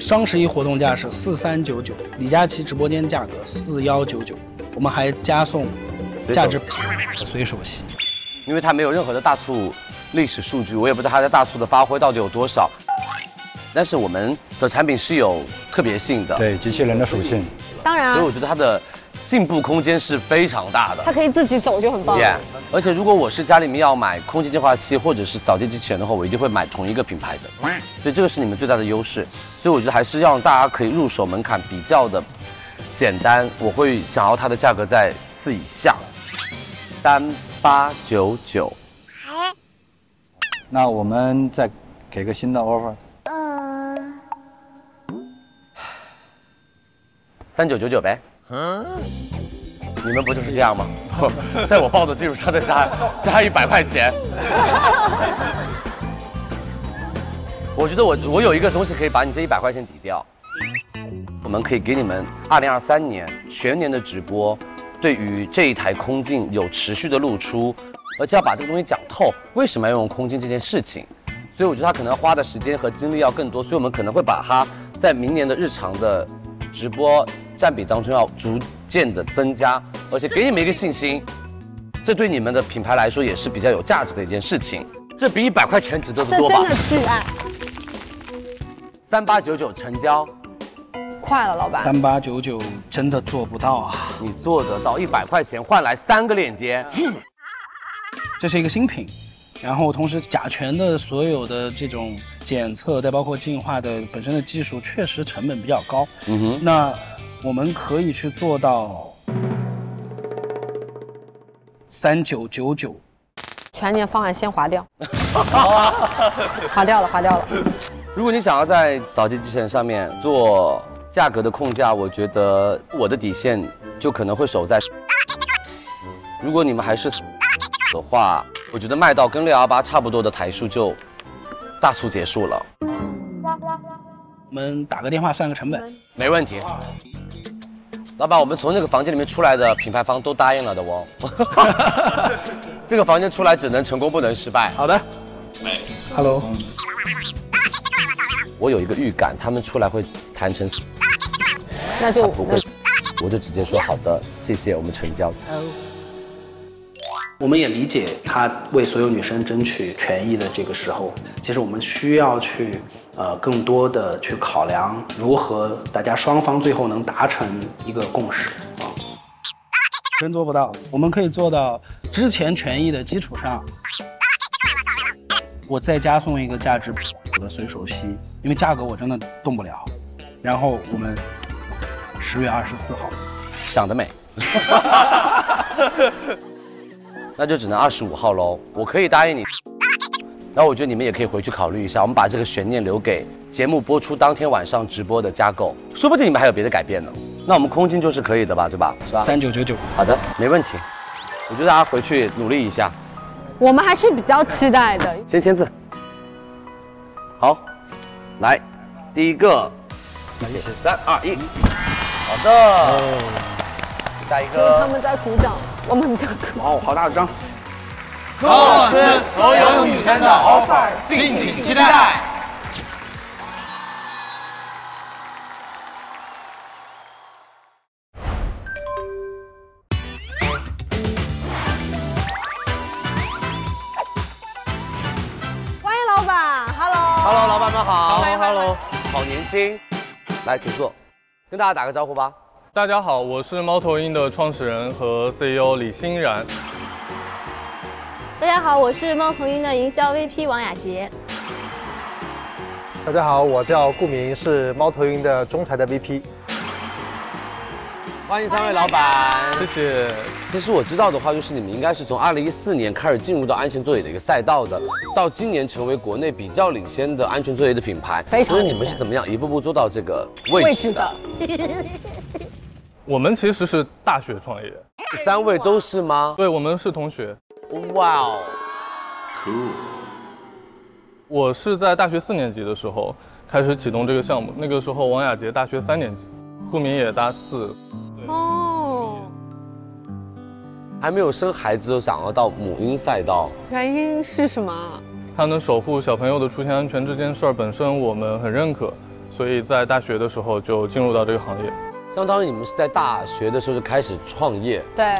[SPEAKER 17] 双十一活动价是四三九九，李佳琦直播间价格四幺九九，我们还加送价值随手洗，
[SPEAKER 3] 因为它没有任何的大促历史数据，我也不知道它在大促的发挥到底有多少。但是我们的产品是有特别性的，
[SPEAKER 15] 对机器人的属性，
[SPEAKER 6] 当然啊
[SPEAKER 3] 所以我觉得它的进步空间是非常大的
[SPEAKER 6] 他。可以自己走就很棒。
[SPEAKER 3] Yeah，而且如果我是家里面要买空气净化器或者是扫地机器人的话，我一定会买同一个品牌的，所以这个是你们最大的优势。所以我觉得还是让大家可以入手门槛比较的简单，我会想要它的价格在四以下，三八九九。
[SPEAKER 15] 那我们再给个新的 offer。
[SPEAKER 3] 三九九九呗。你们不就是这样吗？ 在我报的基础上再加加一百块钱。我觉得我我有一个东西可以把你这一百块钱抵掉。我们可以给你们二零二三年全年的直播，对于这一台空镜有持续的露出，而且要把这个东西讲透，为什么要用空镜这件事情。所以我觉得他可能要花的时间和精力要更多，所以我们可能会把它在明年的日常的直播占比当中要逐渐的增加，而且给你们一个信心，这对你们的品牌来说也是比较有价值的一件事情。这比一百块钱值得得
[SPEAKER 6] 这
[SPEAKER 3] 多吧
[SPEAKER 6] 哎真？的巨爱，
[SPEAKER 3] 三八九九成交，
[SPEAKER 6] 快了，老板。
[SPEAKER 17] 三八九九真的做不到啊！
[SPEAKER 3] 你做得到，一百块钱换来三个链接。
[SPEAKER 17] 这是一个新品，然后同时甲醛的所有的这种检测，再包括净化的本身的技术，确实成本比较高。
[SPEAKER 3] 嗯哼，
[SPEAKER 17] 那我们可以去做到三九九九，
[SPEAKER 6] 全年方案先划掉， 划掉了，划掉了。
[SPEAKER 3] 如果你想要在扫地机器人上面做价格的控价，我觉得我的底线就可能会守在。如果你们还是的话，我觉得卖到跟六幺八差不多的台数就大促结束了，
[SPEAKER 17] 我们打个电话算个成本。
[SPEAKER 3] 没问题。老板，我们从那个房间里面出来的品牌方都答应了的哦。 这个房间出来只能成功不能失败。
[SPEAKER 17] 好的。Hello，
[SPEAKER 3] 我有一个预感，他们出来会谈成，
[SPEAKER 6] 那就
[SPEAKER 3] 不会，我就直接说好的，谢谢，我们成交。
[SPEAKER 17] 我们也理解他为所有女生争取权益的这个时候，其实我们需要去呃更多的去考量如何大家双方最后能达成一个共识啊。真做不到，我们可以做到之前权益的基础上，我再加送一个价值的随手吸，因为价格我真的动不了。然后我们十月二十四号，
[SPEAKER 3] 想得美。那就只能二十五号喽。我可以答应你，然后我觉得你们也可以回去考虑一下。我们把这个悬念留给节目播出当天晚上直播的加购，说不定你们还有别的改变呢。那我们空间就是可以的吧，对吧？是吧？
[SPEAKER 17] 三九九九，
[SPEAKER 3] 好的，没问题。我觉得大家回去努力一下，
[SPEAKER 6] 我们还是比较期待的。
[SPEAKER 3] 先签字。好，来，第一个，一起，三二一，
[SPEAKER 19] 嗯
[SPEAKER 3] 好的。下一
[SPEAKER 6] 就是他
[SPEAKER 3] 个，
[SPEAKER 6] 们在鼓掌，我们的歌。
[SPEAKER 17] 哦，好大的章。
[SPEAKER 13] 所
[SPEAKER 9] 哦
[SPEAKER 13] 有公司所有女生的 offer，敬请期待。
[SPEAKER 6] 欢迎老板，Hello。
[SPEAKER 3] Hello，老板们好
[SPEAKER 6] 欢迎欢迎
[SPEAKER 3] ，Hello，好年轻，来，请坐，跟大家打个招呼吧。
[SPEAKER 19] 大家好，我是猫头鹰的创始人和 CEO 李欣然。
[SPEAKER 20] 大家好，我是猫头鹰的营销 VP 王雅洁。
[SPEAKER 21] 大家好，我叫顾明，是猫头鹰的中台的 VP。
[SPEAKER 3] 欢迎三位老板，
[SPEAKER 19] 谢谢。
[SPEAKER 3] 其实我知道的话，就是你们应该是从二零一四年开始进入到安全座椅的一个赛道的，到今年成为国内比较领先的安全座椅的品牌。
[SPEAKER 19] 非常
[SPEAKER 3] 就是你们
[SPEAKER 19] 领先
[SPEAKER 3] 是怎么样一步步做到这个位置的？
[SPEAKER 19] 我们其实是大学创业，
[SPEAKER 3] 三位都是吗？
[SPEAKER 19] 对，我们是同学。
[SPEAKER 3] 哇哦，
[SPEAKER 19] Cool。我是在大学四年级的时候开始启动这个项目，那个时候王雅杰大学三年级，顾明也大四，
[SPEAKER 6] 哦，
[SPEAKER 3] 还没有生孩子就想要到母婴赛道，
[SPEAKER 6] 原因是什么？
[SPEAKER 19] 他能守护小朋友的出行安全这件事儿本身我们很认可，所以在大学的时候就进入到这个行业。
[SPEAKER 3] 相当于你们是在大学的时候就开始创业。
[SPEAKER 6] 对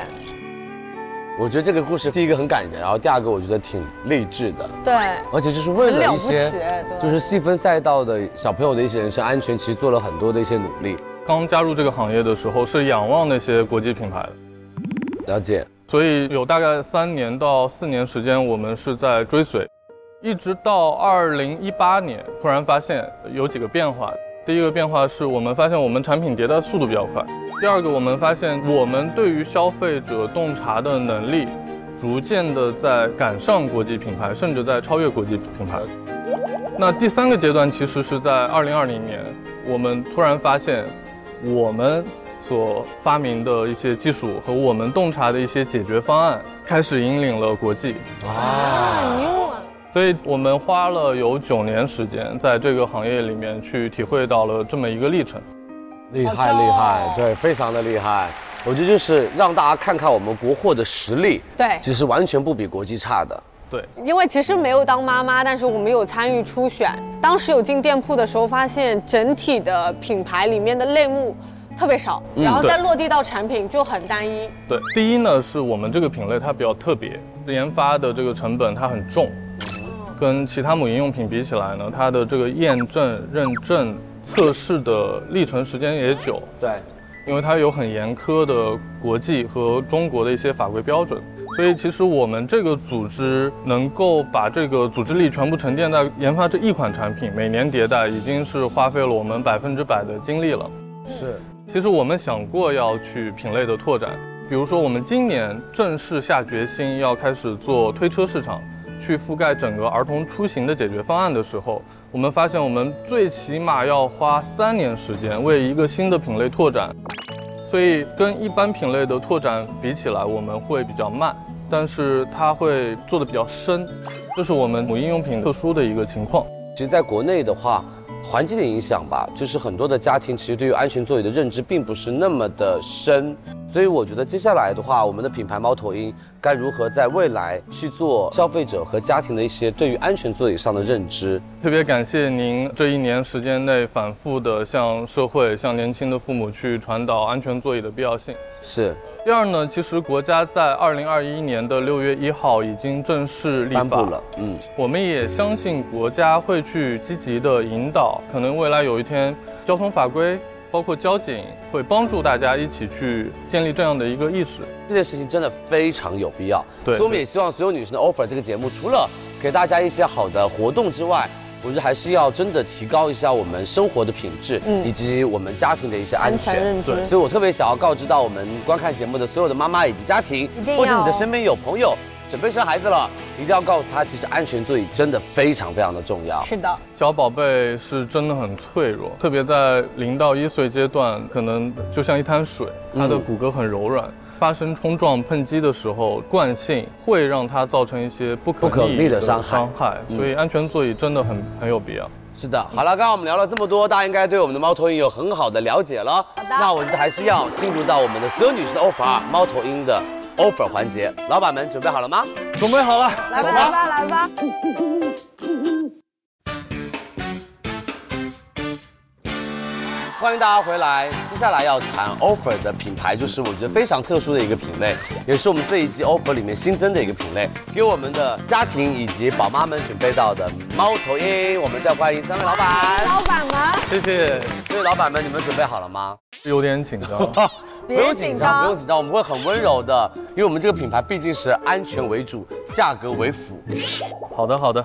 [SPEAKER 3] 我觉得这个故事第一个很感人，然后第二个我觉得挺励志的。
[SPEAKER 6] 对，
[SPEAKER 3] 而且就是为了一
[SPEAKER 6] 很了
[SPEAKER 3] 些
[SPEAKER 6] 不起对
[SPEAKER 3] 就是细分赛道的小朋友的一些人身安全，其实做了很多的一些努力。
[SPEAKER 19] 刚加入这个行业的时候是仰望那些国际品牌
[SPEAKER 3] 的，了解。
[SPEAKER 19] 所以有大概三年到四年时间，我们是在追随，一直到二零一八年，突然发现有几个变化。第一个变化是我们发现我们产品迭代速度比较快，第二个我们发现我们对于消费者洞察的能力，逐渐的在赶上国际品牌，甚至在超越国际品牌。那第三个阶段其实是在二零二零年，我们突然发现，我们所发明的一些技术和我们洞察的一些解决方案，开始引领了国际。
[SPEAKER 6] 啊，
[SPEAKER 19] 所以我们花了有九年时间，在这个行业里面去体会到了这么一个历程。
[SPEAKER 3] 厉害厉害，对，非常的厉害。我觉得就是让大家看看我们国货的实力，
[SPEAKER 6] 对
[SPEAKER 3] 其实完全不比国际差的。
[SPEAKER 19] 对，
[SPEAKER 6] 因为其实没有当妈妈，但是我们有参与初选。当时有进店铺的时候，发现整体的品牌里面的类目特别少，
[SPEAKER 19] 嗯
[SPEAKER 6] 然后再
[SPEAKER 19] 对
[SPEAKER 6] 落地到产品就很单一。
[SPEAKER 19] 对，第一呢是我们这个品类它比较特别，研发的这个成本它很重，跟其他母婴用品比起来呢，它的这个验证、认证、测试的历程时间也久。
[SPEAKER 3] 对，
[SPEAKER 19] 因为它有很严苛的国际和中国的一些法规标准，所以其实我们这个组织能够把这个组织力全部沉淀在研发这一款产品，每年迭代，已经是花费了我们百分之百的精力了。
[SPEAKER 22] 是，
[SPEAKER 19] 其实我们想过要去品类的拓展，比如说我们今年正式下决心要开始做推车市场，去覆盖整个儿童出行的解决方案的时候，我们发现我们最起码要花三年时间为一个新的品类拓展，所以跟一般品类的拓展比起来，我们会比较慢，但是它会做的比较深，这是我们母婴用品特殊的一个情况。
[SPEAKER 3] 其实，在国内的话，环境的影响吧，就是很多的家庭其实对于安全座椅的认知并不是那么的深，所以我觉得接下来的话，我们的品牌猫头鹰该如何在未来去做消费者和家庭的一些对于安全座椅上的认知？
[SPEAKER 19] 特别感谢您这一年时间内反复的向社会、向年轻的父母去传导安全座椅的必要性。
[SPEAKER 3] 是，
[SPEAKER 19] 第二呢，其实国家在二零二一年的六月一号已经正式立法
[SPEAKER 3] 颁布了，嗯，
[SPEAKER 19] 我们也相信国家会去积极的引导，可能未来有一天交通法规。包括交警会帮助大家一起去建立这样的一个意识，
[SPEAKER 3] 这件事情真的非常有必要。
[SPEAKER 19] 对
[SPEAKER 3] 所以我们也希望所有女生的 offer 这个节目，除了给大家一些好的活动之外，我觉得还是要真的提高一下我们生活的品质，
[SPEAKER 23] 嗯
[SPEAKER 3] 以及我们家庭的一些安全
[SPEAKER 23] 安全认知
[SPEAKER 3] 对所以我特别想要告知到我们观看节目的所有的妈妈以及家庭
[SPEAKER 23] 一定，要
[SPEAKER 3] 或者你的身边有朋友准备生孩子了，一定要告诉他，其实安全座椅真的非常非常的重要。
[SPEAKER 6] 是的，
[SPEAKER 19] 小宝贝是真的很脆弱，特别在零到一岁阶段，可能就像一滩水，他的
[SPEAKER 3] 嗯
[SPEAKER 19] 骨骼很柔软。发生冲撞、碰击的时候，惯性会让它造成一些不可
[SPEAKER 3] 不可逆的伤害
[SPEAKER 19] 伤害，
[SPEAKER 3] 嗯
[SPEAKER 19] 所以安全座椅真的很很有必要。
[SPEAKER 3] 是的，好了，刚刚我们聊了这么多，大家应该对我们的猫头鹰有很好的了解了。那我们还是要进入到我们的所有女士的 offer 啊猫头鹰的 offer 环节。老板们准备好了吗？
[SPEAKER 24] 准备好了，
[SPEAKER 1] 来吧来吧来吧。
[SPEAKER 3] 欢迎大家回来。接下来要谈 offer 的品牌，就是我觉得非常特殊的一个品类，也是我们这一季 offer 里面新增的一个品类，给我们的家庭以及宝妈们准备到的猫头鹰。我们再欢迎三位老板。
[SPEAKER 1] 老板们，
[SPEAKER 19] 谢谢。
[SPEAKER 3] 所以老板们，你们准备好了吗？
[SPEAKER 19] 有点 紧张
[SPEAKER 3] 不
[SPEAKER 1] 别
[SPEAKER 3] 用
[SPEAKER 1] 紧
[SPEAKER 3] 紧
[SPEAKER 1] 张
[SPEAKER 3] 张，不用紧张，我们会很温柔的，因为我们这个品牌毕竟是安全为主，价格为辅。
[SPEAKER 19] 好的，好的。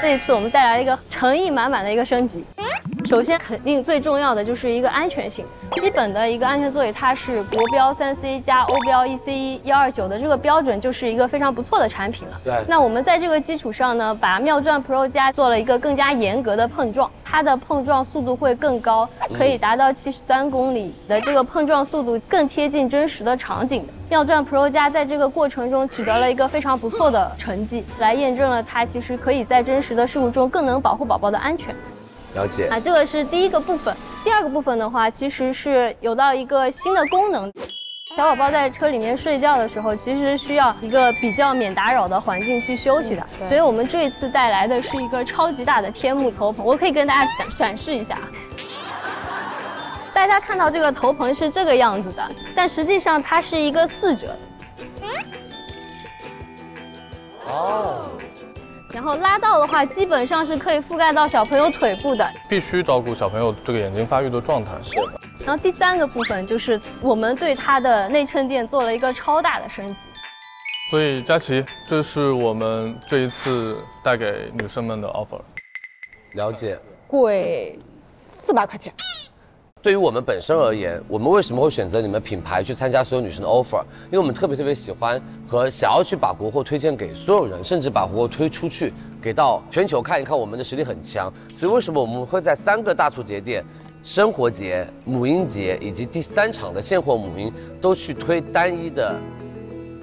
[SPEAKER 20] 这一次我们带来一个诚意满满的一个升级。首先，肯定最重要的就是一个安全性，基本的一个安全座椅，它是国标三 C 加欧标 ECE 幺二九的这个标准，就是一个非常不错的产品了。
[SPEAKER 23] 对
[SPEAKER 20] 那我们在这个基础上呢，把妙转 Pro 加做了一个更加严格的碰撞，它的碰撞速度会更高，可以达到七十三公里的这个碰撞速度，更贴近真实的场景的。妙转 Pro 加在这个过程中取得了一个非常不错的成绩，来验证了它其实可以在真实的事物中更能保护宝宝的安全。
[SPEAKER 3] 了解
[SPEAKER 20] 啊，这个是第一个部分。第二个部分的话，其实是有到一个新的功能。小宝宝在车里面睡觉的时候，其实需要一个比较免打扰的环境去休息的。所以我们这一次带来的是一个超级大的天幕头棚，我可以跟大家展展示一下。啊大家看到这个头棚是这个样子的，但实际上它是一个四折的。
[SPEAKER 3] 哦，
[SPEAKER 20] 然后拉到的话，基本上是可以覆盖到小朋友腿部的。
[SPEAKER 19] 必须照顾小朋友这个眼睛发育的状态。是的。
[SPEAKER 20] 然后第三个部分就是我们对它的内衬垫做了一个超大的升级。
[SPEAKER 19] 所以，佳琪，这是我们这一次带给女生们的 offer。
[SPEAKER 3] 了解。
[SPEAKER 6] 贵四百块钱。
[SPEAKER 3] 对于我们本身而言，我们为什么会选择你们品牌去参加所有女生的 offer？因为我们特别特别喜欢和想要去把国货推荐给所有人，甚至把国货推出去，给到全球看一看我们的实力很强。所以为什么我们会在三个大促节点？生活节、母婴节以及第三场的现货母婴都去推单一的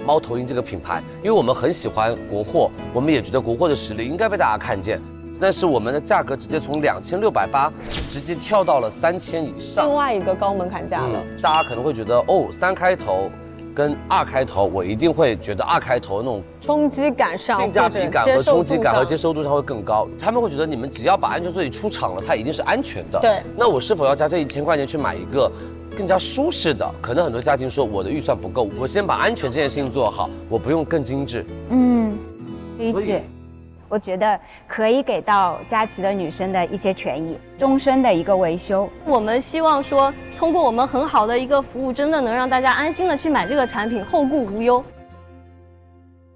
[SPEAKER 3] 猫头鹰这个品牌，因为我们很喜欢国货，我们也觉得国货的实力应该被大家看见。但是我们的价格直接从两千六百八直接跳到了三千以上
[SPEAKER 6] 另，外一个高门槛价了，
[SPEAKER 3] 嗯大家可能会觉得哦，三开头跟二开头，我一定会觉得二开头那种
[SPEAKER 6] 冲击感上
[SPEAKER 3] 性价比感
[SPEAKER 6] 或者
[SPEAKER 3] 和
[SPEAKER 6] 接受
[SPEAKER 3] 冲击
[SPEAKER 6] 度
[SPEAKER 3] 感和
[SPEAKER 6] 上
[SPEAKER 3] 接受度上会更高。他们会觉得你们只要把安全座椅出厂了，它一定是安全的。
[SPEAKER 6] 对
[SPEAKER 3] 那我是否要加这一千块钱去买一个？更加舒适的，可能很多家庭说我的预算不够，我先把安全这件事情做好，我不用更精致。
[SPEAKER 25] 嗯，理
[SPEAKER 3] 所以
[SPEAKER 25] 解。我我觉得可以给到佳琪的女生的一些权益，终身的一个维修。
[SPEAKER 20] 我们希望说，通过我们很好的一个服务，真的能让大家安心的去买这个产品，后顾无忧。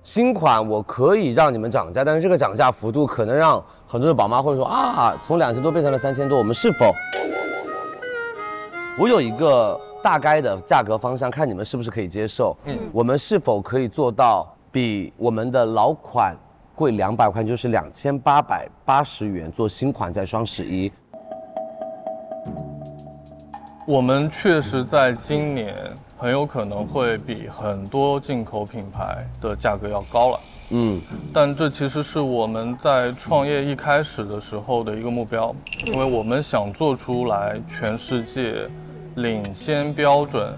[SPEAKER 3] 新款我可以让你们涨价，但是这个涨价幅度可能让很多的宝妈会说啊，从两千多变成了三千多，我们是否？我有一个大概的价格方向，看你们是不是可以接受。嗯
[SPEAKER 26] 嗯，
[SPEAKER 3] 我们是否可以做到比我们的老款贵两百块，就是两千八百八十元做新款在双十一？
[SPEAKER 19] 我们确实在今年很有可能会比很多进口品牌的价格要高了。
[SPEAKER 3] 嗯，
[SPEAKER 19] 但这其实是我们在创业一开始的时候的一个目标，因为我们想做出来全世界领先标准、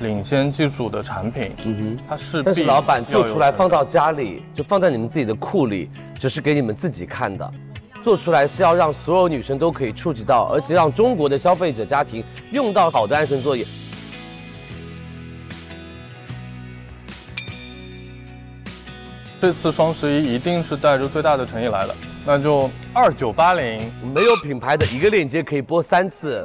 [SPEAKER 19] 领先技术的产品。
[SPEAKER 3] 嗯哼，
[SPEAKER 19] 它势必
[SPEAKER 3] 但是老板做出
[SPEAKER 19] 要
[SPEAKER 3] 来
[SPEAKER 19] 有
[SPEAKER 3] 放到家里，就放在你们自己的库里，只是给你们自己看的。做出来是要让所有女生都可以触及到，而且让中国的消费者家庭用到好的安全座椅。
[SPEAKER 19] 这次双十一一定是带着最大的诚意来的，那就二九八零，
[SPEAKER 3] 没有品牌的一个链接可以播三次。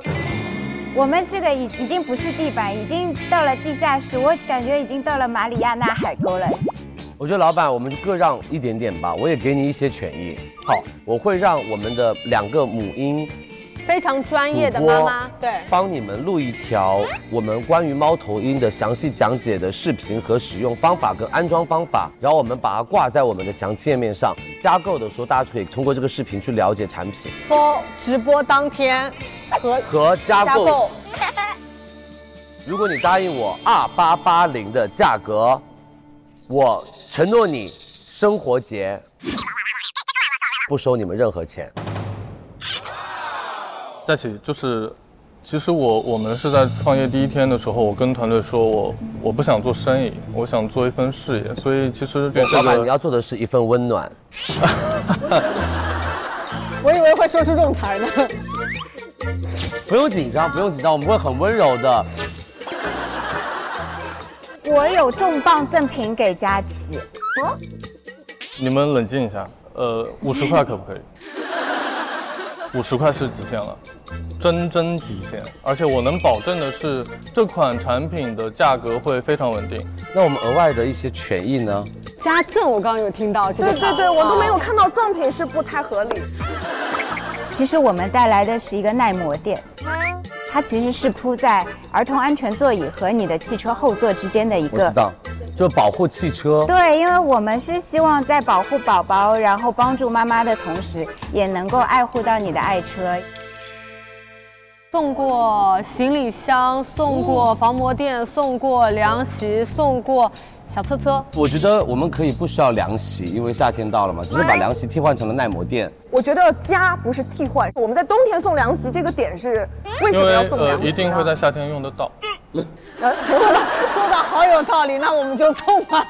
[SPEAKER 25] 我们这个已已经不是地板，已经到了地下室，我感觉已经到了马里亚纳海沟了。
[SPEAKER 3] 我觉得老板，我们就各让一点点吧，我也给你一些权益。好，我会让我们的两个母婴
[SPEAKER 27] 非常专业的
[SPEAKER 3] 主播
[SPEAKER 27] 妈妈，对，
[SPEAKER 3] 帮你们录一条我们关于猫头鹰的详细讲解的视频和使用方法跟安装方法，然后我们把它挂在我们的详情页面上。加购的时候，大家可以通过这个视频去了解产品
[SPEAKER 27] 播直播当天和
[SPEAKER 3] 和加购。如果你答应我二八八零的价格，我承诺你生活节不收你们任何钱。
[SPEAKER 19] 佳琪，就是，其实我我们是在创业第一天的时候，我跟团队说我我不想做生意，我想做一份事业，所以其实对这个
[SPEAKER 3] 老板，你要做的是一份温暖。
[SPEAKER 27] 我以为会说出这种词儿呢。
[SPEAKER 3] 不用紧张，不用紧张，我们会很温柔的。
[SPEAKER 25] 我有重磅赠品给佳琪。哦，
[SPEAKER 19] 你们冷静一下，呃，五十块 可不可以？五十块是极限了，真真极限。而且我能保证的是，这款产品的价格会非常稳定。
[SPEAKER 3] 那我们额外的一些权益呢？
[SPEAKER 27] 加赠，我刚刚有听到这
[SPEAKER 6] 对
[SPEAKER 27] 个词儿。
[SPEAKER 6] 对对，我都没有
[SPEAKER 27] 啊
[SPEAKER 6] 看到赠品是不太合理。
[SPEAKER 25] 其实我们带来的是一个耐磨垫，它其实是铺在儿童安全座椅和你的汽车后座之间的一
[SPEAKER 3] 我知
[SPEAKER 25] 个。
[SPEAKER 3] 道，就保护汽车。
[SPEAKER 25] 对，因为我们是希望在保护宝宝，然后帮助妈妈的同时，也能够爱护到你的爱车。
[SPEAKER 27] 送过行李箱，送
[SPEAKER 6] 哦
[SPEAKER 27] 过防磨垫，送过凉席，送过小车车。
[SPEAKER 3] 我觉得我们可以不需要凉席，因为夏天到了嘛，只是把凉席替换成了耐磨垫。
[SPEAKER 6] 我觉得加不是替换，我们在冬天送凉席这个点是为什么要送啊
[SPEAKER 19] 呃
[SPEAKER 6] 凉，席？
[SPEAKER 19] 一定会在夏天用得到。
[SPEAKER 27] 呃说的 说的好有道理，那我们就送吧。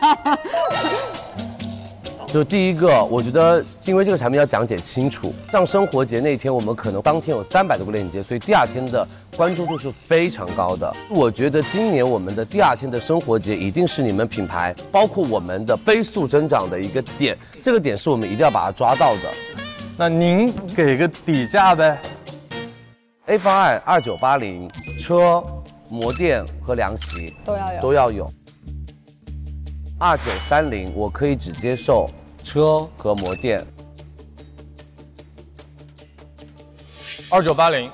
[SPEAKER 3] 就第一个，我觉得因为这个产品要讲解清楚，像生活节那天，我们可能当天有三百多个链接，所以第二天的关注度是非常高的。我觉得今年我们的第二天的生活节一定是你们品牌，包括我们的飞速增长的一个点，这个点是我们一定要把它抓到的。
[SPEAKER 19] 那您给个底价呗。
[SPEAKER 3] A 方案二九八零，车、磨垫和凉席
[SPEAKER 27] 都要有
[SPEAKER 3] 都要有。二九三零，我可以只接受车和磨垫。
[SPEAKER 19] 二九八零，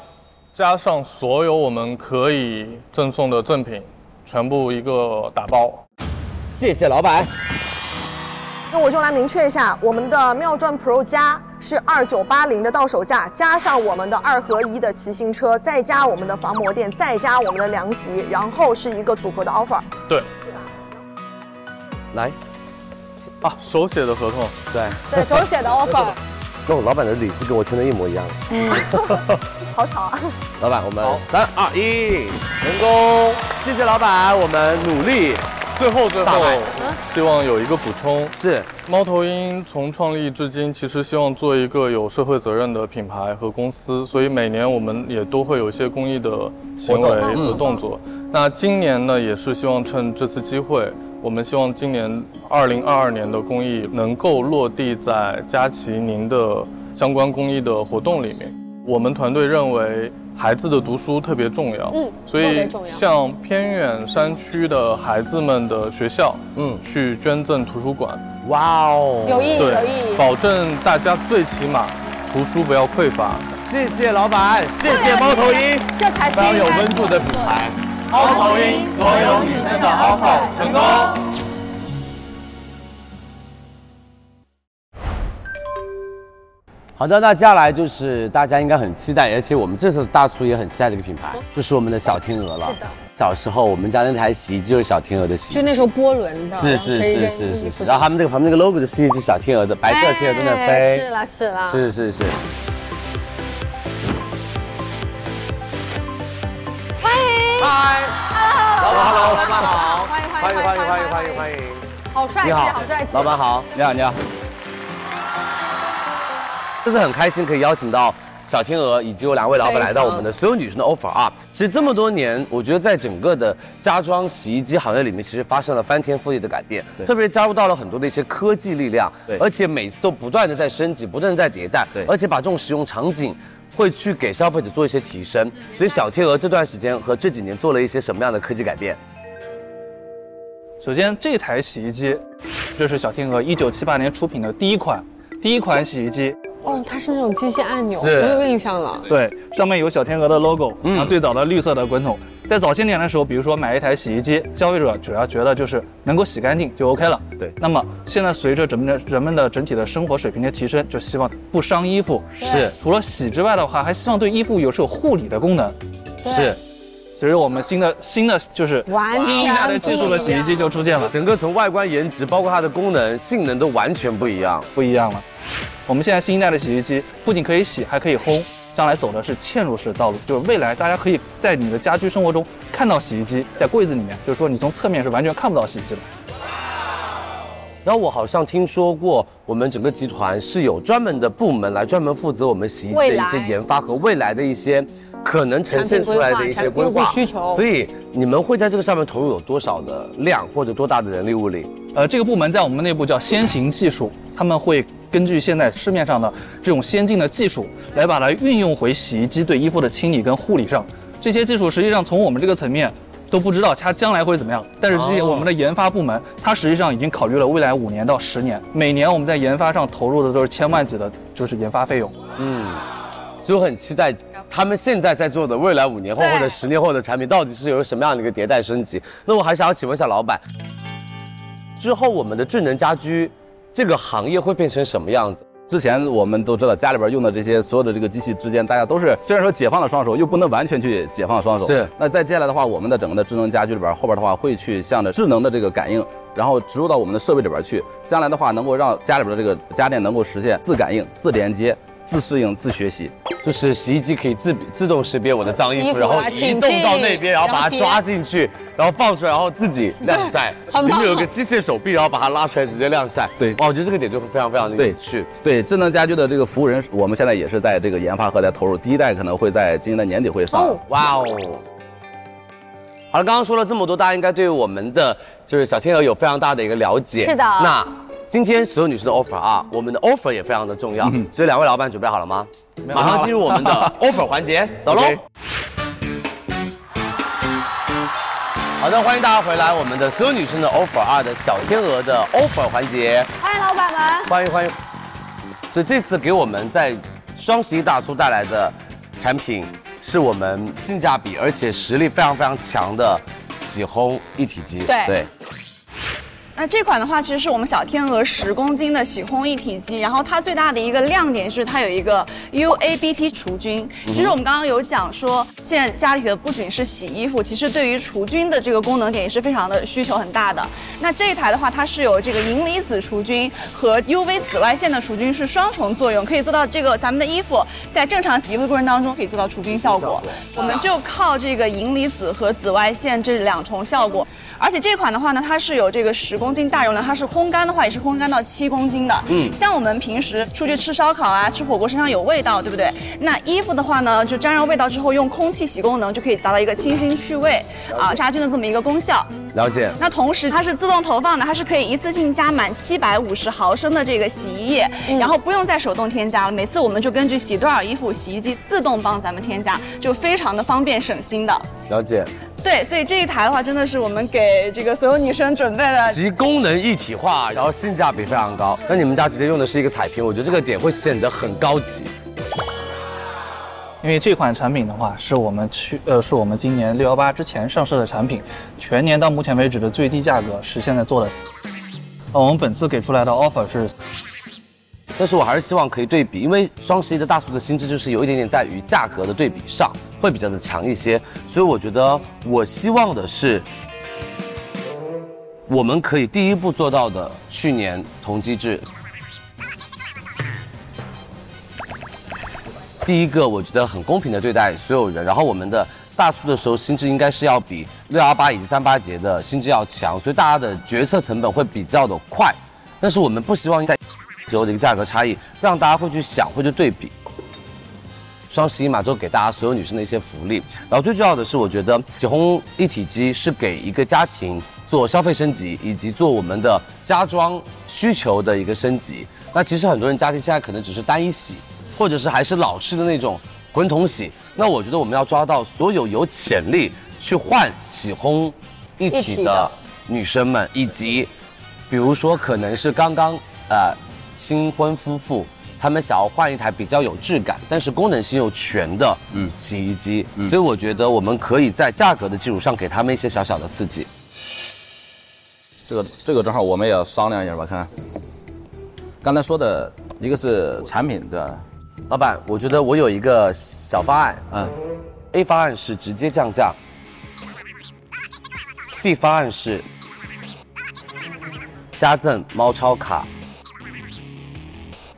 [SPEAKER 19] 加上所有我们可以赠送的赠品，全部一个打包。
[SPEAKER 3] 谢谢老板。
[SPEAKER 6] 那我就来明确一下，我们的妙转 Pro 加是二九八零的到手价，加上我们的二合一的骑行车，再加我们的防磨垫，再加我们的凉席，然后是一个组合的 offer。
[SPEAKER 19] 对。
[SPEAKER 3] 来。
[SPEAKER 19] 啊，手写的合同。
[SPEAKER 3] 对。
[SPEAKER 27] 对手 写的 offer，
[SPEAKER 3] 跟我老板的理子跟我签的一模一样。
[SPEAKER 27] 嗯，
[SPEAKER 6] 好巧啊！
[SPEAKER 3] 老板，我们三二一，成功！谢谢老板，我们努力。
[SPEAKER 19] 最后最
[SPEAKER 3] 大
[SPEAKER 19] 后
[SPEAKER 3] 卖，
[SPEAKER 19] 希望有一个补充
[SPEAKER 3] 是，
[SPEAKER 19] 猫头鹰从创立至今，其实希望做一个有社会责任的品牌和公司，所以每年我们也都会有一些公益的行为
[SPEAKER 3] 活动嗯
[SPEAKER 19] 和动作。那今年呢，也是希望趁这次机会，我们希望今年二零二二年的公益能够落地在佳琪您的相关公益的活动里面。我们团队认为孩子的读书特别重要，
[SPEAKER 6] 嗯
[SPEAKER 19] 所
[SPEAKER 6] 特别
[SPEAKER 19] 以
[SPEAKER 6] 重要
[SPEAKER 19] 向偏远山区的孩子们的学校，嗯，去捐赠图书馆。哇哦
[SPEAKER 6] 有意义有意义
[SPEAKER 19] 保证大家最起码图书不要匮乏。
[SPEAKER 13] 谢谢老板，谢谢猫头鹰，
[SPEAKER 6] 这才是
[SPEAKER 13] 非常有
[SPEAKER 6] 应该
[SPEAKER 13] 温度的品牌。
[SPEAKER 9] 猫头鹰所有女生的 offer 成功。
[SPEAKER 3] 好的，那接下来就是大家应该很期待，而且我们这次大厨也很期待这个品牌，就是我们的小天鹅了。
[SPEAKER 6] 是的。
[SPEAKER 3] 小时候我们家那台洗衣机就是小天鹅的洗衣
[SPEAKER 6] 就那时候波轮的，
[SPEAKER 3] 是是
[SPEAKER 6] 可以
[SPEAKER 3] 是
[SPEAKER 6] 扔
[SPEAKER 3] 是是
[SPEAKER 6] 衣服
[SPEAKER 3] 是，然后他们那个旁边那个 logo 的是一只小天鹅的白色天鹅在那
[SPEAKER 6] 哎是
[SPEAKER 3] 飞，
[SPEAKER 6] 啦是啦，
[SPEAKER 3] 是是是，
[SPEAKER 6] 欢迎，
[SPEAKER 13] 嗨
[SPEAKER 6] ，hello，
[SPEAKER 13] 老板好
[SPEAKER 6] 老板好，欢迎欢迎欢迎欢迎欢迎
[SPEAKER 13] 欢迎，
[SPEAKER 6] 好帅气，好帅气，
[SPEAKER 3] 好，你好你好。这次很开心可以邀请到小天鹅以及我两位老板来到我们的所有女生的 offer 啊。其实这么多年，我觉得在整个的家装洗衣机行业里面，其实发生了翻天覆地的改变，特别加入到了很多的一些科技力量，而且每次都不断的在升级，不断的在迭代，而且把这种使用场景。会去给消费者做一些提升，所以小天鹅这段时间和这几年做了一些什么样的科技改变？
[SPEAKER 28] 首先，这台洗衣机，这是小天鹅一九七八年出品的第一款，第一款洗衣机。
[SPEAKER 6] 哦，它是那种机械按钮，我
[SPEAKER 28] 是
[SPEAKER 6] 有印象了，
[SPEAKER 28] 对，上面有小天鹅的 logo，然后
[SPEAKER 3] 嗯
[SPEAKER 28] 最早的绿色的滚筒。在早些年的时候，比如说买一台洗衣机，消费者只要觉得就是能够洗干净就 OK 了。
[SPEAKER 3] 对。
[SPEAKER 28] 那么现在随着整个人们的整体的生活水平的提升，就希望不伤衣服。
[SPEAKER 3] 是。
[SPEAKER 28] 除了洗之外的话，还希望对衣服有是有护理的功能。
[SPEAKER 3] 是。
[SPEAKER 28] 随着我们新的新的就是完全新一代的技术的洗衣机就出现了，
[SPEAKER 3] 整个从外观、颜值，包括它的功能、性能都完全不一样，
[SPEAKER 28] 不一样了。我们现在新一代的洗衣机不仅可以洗，还可以烘。将来走的是嵌入式道路，就是未来大家可以在你的家居生活中看到洗衣机在柜子里面，就是说你从侧面是完全看不到洗衣机的。
[SPEAKER 3] 然后我好像听说过，我们整个集团是有专门的部门来专门负责我们洗衣机的
[SPEAKER 28] 未
[SPEAKER 3] 一
[SPEAKER 28] 来
[SPEAKER 3] 些研发和未来的一些可能呈现出来的一些规
[SPEAKER 28] 产品规
[SPEAKER 3] 划
[SPEAKER 28] 划需求
[SPEAKER 3] 所以你们会在这个上面投入有多少的量或者多大的人力物力？
[SPEAKER 28] 呃，这个部门在我们内部叫先行技术，他们会根据现在市面上的这种先进的技术，来把它运用回洗衣机对衣服的清理跟护理上。这些技术实际上从我们这个层面都不知道它将来会怎么样，但是这些
[SPEAKER 3] 哦
[SPEAKER 28] 我们的研发部门，它实际上已经考虑了未来五年到十年，每年我们在研发上投入的都是千万级的，就是研发费用。
[SPEAKER 3] 嗯，所以我很期待他们现在在做的未来五年后或者十年后的产品到底是有什么样的一个迭代升级。那我还想要请问一下老板，之后我们的智能家居这个行业会变成什么样子？
[SPEAKER 27] 之前我们都知道，家里边用的这些所有的这个机器之间，大家都是虽然说解放了双手，又不能完全去解放双手。
[SPEAKER 3] 是
[SPEAKER 27] 那再接下来的话，我们的整个的智能家居里边，后边的话会去向着智能的这个感应，然后植入到我们的设备里边去。将来的话，能够让家里边的这个家电能够实现自感应、自连接、自适应、自学习。
[SPEAKER 3] 就是洗衣机可以自自动识别我的脏
[SPEAKER 27] 衣
[SPEAKER 3] 衣
[SPEAKER 27] 服
[SPEAKER 3] 服，然后
[SPEAKER 27] 来
[SPEAKER 3] 移
[SPEAKER 27] 请
[SPEAKER 3] 动
[SPEAKER 27] 进
[SPEAKER 3] 到那边，然后把
[SPEAKER 27] 然
[SPEAKER 3] 它
[SPEAKER 27] 后叠
[SPEAKER 3] 抓进去，然后放出来，然后自己晾 晒。
[SPEAKER 27] 很棒
[SPEAKER 3] 里面有个机械手臂，然后把它拉出来直接晾晒。
[SPEAKER 27] 对，
[SPEAKER 3] 哇，我觉得这个点就非常非常的有
[SPEAKER 27] 对
[SPEAKER 3] 趣。
[SPEAKER 27] 对，智能家居的这个服务人，我们现在也是在这个研发和在投入，第一代可能会在今年的年底会上。
[SPEAKER 3] 哇哦！好了，刚刚说了这么多，大家应该对我们的就是小天鹅有非常大的一个了解。
[SPEAKER 11] 是的
[SPEAKER 3] 那今天所有女生的 offer 啊，我们的 offer 也非常的重要，
[SPEAKER 27] 嗯
[SPEAKER 3] 所以两位老板准备好了吗？
[SPEAKER 27] 备好
[SPEAKER 3] 马
[SPEAKER 27] 了
[SPEAKER 3] 上进入我们 的 offer 环节，走喽
[SPEAKER 27] OK。
[SPEAKER 3] 好的，欢迎大家回来，我们的所有女生的 offer 二的小天鹅的 offer 环节。
[SPEAKER 11] 欢迎老板们。
[SPEAKER 3] 欢迎欢迎。所以这次给我们在双十一大促带来的产品，是我们性价比而且实力非常非常强的洗烘一体机。
[SPEAKER 4] 对那这款的话，其实是我们小天鹅十公斤的洗烘一体机，然后它最大的一个亮点是它有一个 UABT 除菌。其实我们刚刚有讲说，现在家里的不仅是洗衣服，其实对于除菌的这个功能点也是非常的需求很大的。那这一台的话，它是有这个银离子除菌和 UV 紫外线的除菌是双重作用，可以做到这个咱们的衣服在正常洗衣服的过程当中可以做到除菌效果。我们就靠这个银离子和紫外线这两重效果，而且这款的话呢，它是有这个十公斤大容量，它是烘干的话也是烘干到七公斤的。
[SPEAKER 3] 嗯
[SPEAKER 4] 像我们平时出去吃烧烤啊、吃火锅，身上有味道，对不对？那衣服的话呢，就沾上味道之后，用空气洗功能就可以达到一个清新去味啊、杀菌的这么一个功效。
[SPEAKER 3] 了解。
[SPEAKER 4] 那同时它是自动投放的，它是可以一次性加满七百五十毫升的这个洗衣液，然后不用再手动添加了。每次我们就根据洗多少衣服，洗衣机自动帮咱们添加，就非常的方便省心的。
[SPEAKER 3] 了解，
[SPEAKER 4] 对，所以这一台的话，真的是我们给这个所有女生准备的。
[SPEAKER 3] 集功能一体化，然后性价比非常高。那你们家直接用的是一个彩屏，我觉得这个点会显得很高级。
[SPEAKER 28] 因为这款产品的话，是我们去呃，是我们今年六幺八之前上市的产品，全年到目前为止的最低价格是现在做的。呃，我们本次给出来的 offer 是
[SPEAKER 3] 但是我还是希望可以对比，因为双十一的大促的心智就是有一点点在于价格的对比上会比较的强一些，所以我觉得我希望的是，我们可以第一步做到的去年同机制。第一个，我觉得很公平的对待所有人，然后我们的大促的时候心智应该是要比六幺八以及三八节的心智要强，所以大家的决策成本会比较的快，但是我们不希望在。左右的一个价格差异，让大家会去想，会去对比。双十一嘛，就给大家所有女生的一些福利。然后最重要的是，我觉得洗烘一体机是给一个家庭做消费升级，以及做我们的家装需求的一个升级。那其实很多人家庭现在可能只是单一洗，或者是还是老式的那种滚筒洗。那我觉得我们要抓到所有有潜力去换洗烘一
[SPEAKER 27] 一
[SPEAKER 3] 体
[SPEAKER 27] 体的
[SPEAKER 3] 的女生们，以及比如说可能是刚刚呃新婚夫妇，他们想要换一台比较有质感，但是功能性又全的嗯洗衣机，所以我觉得我们可以在价格的基础上给他们一些小小的刺激。这个这个正好我们也要商量一下吧，看。刚才说的一个是产品的，老板，我觉得我有一个小方案，嗯，A 方案是直接降价，B 方案是加赠猫超卡。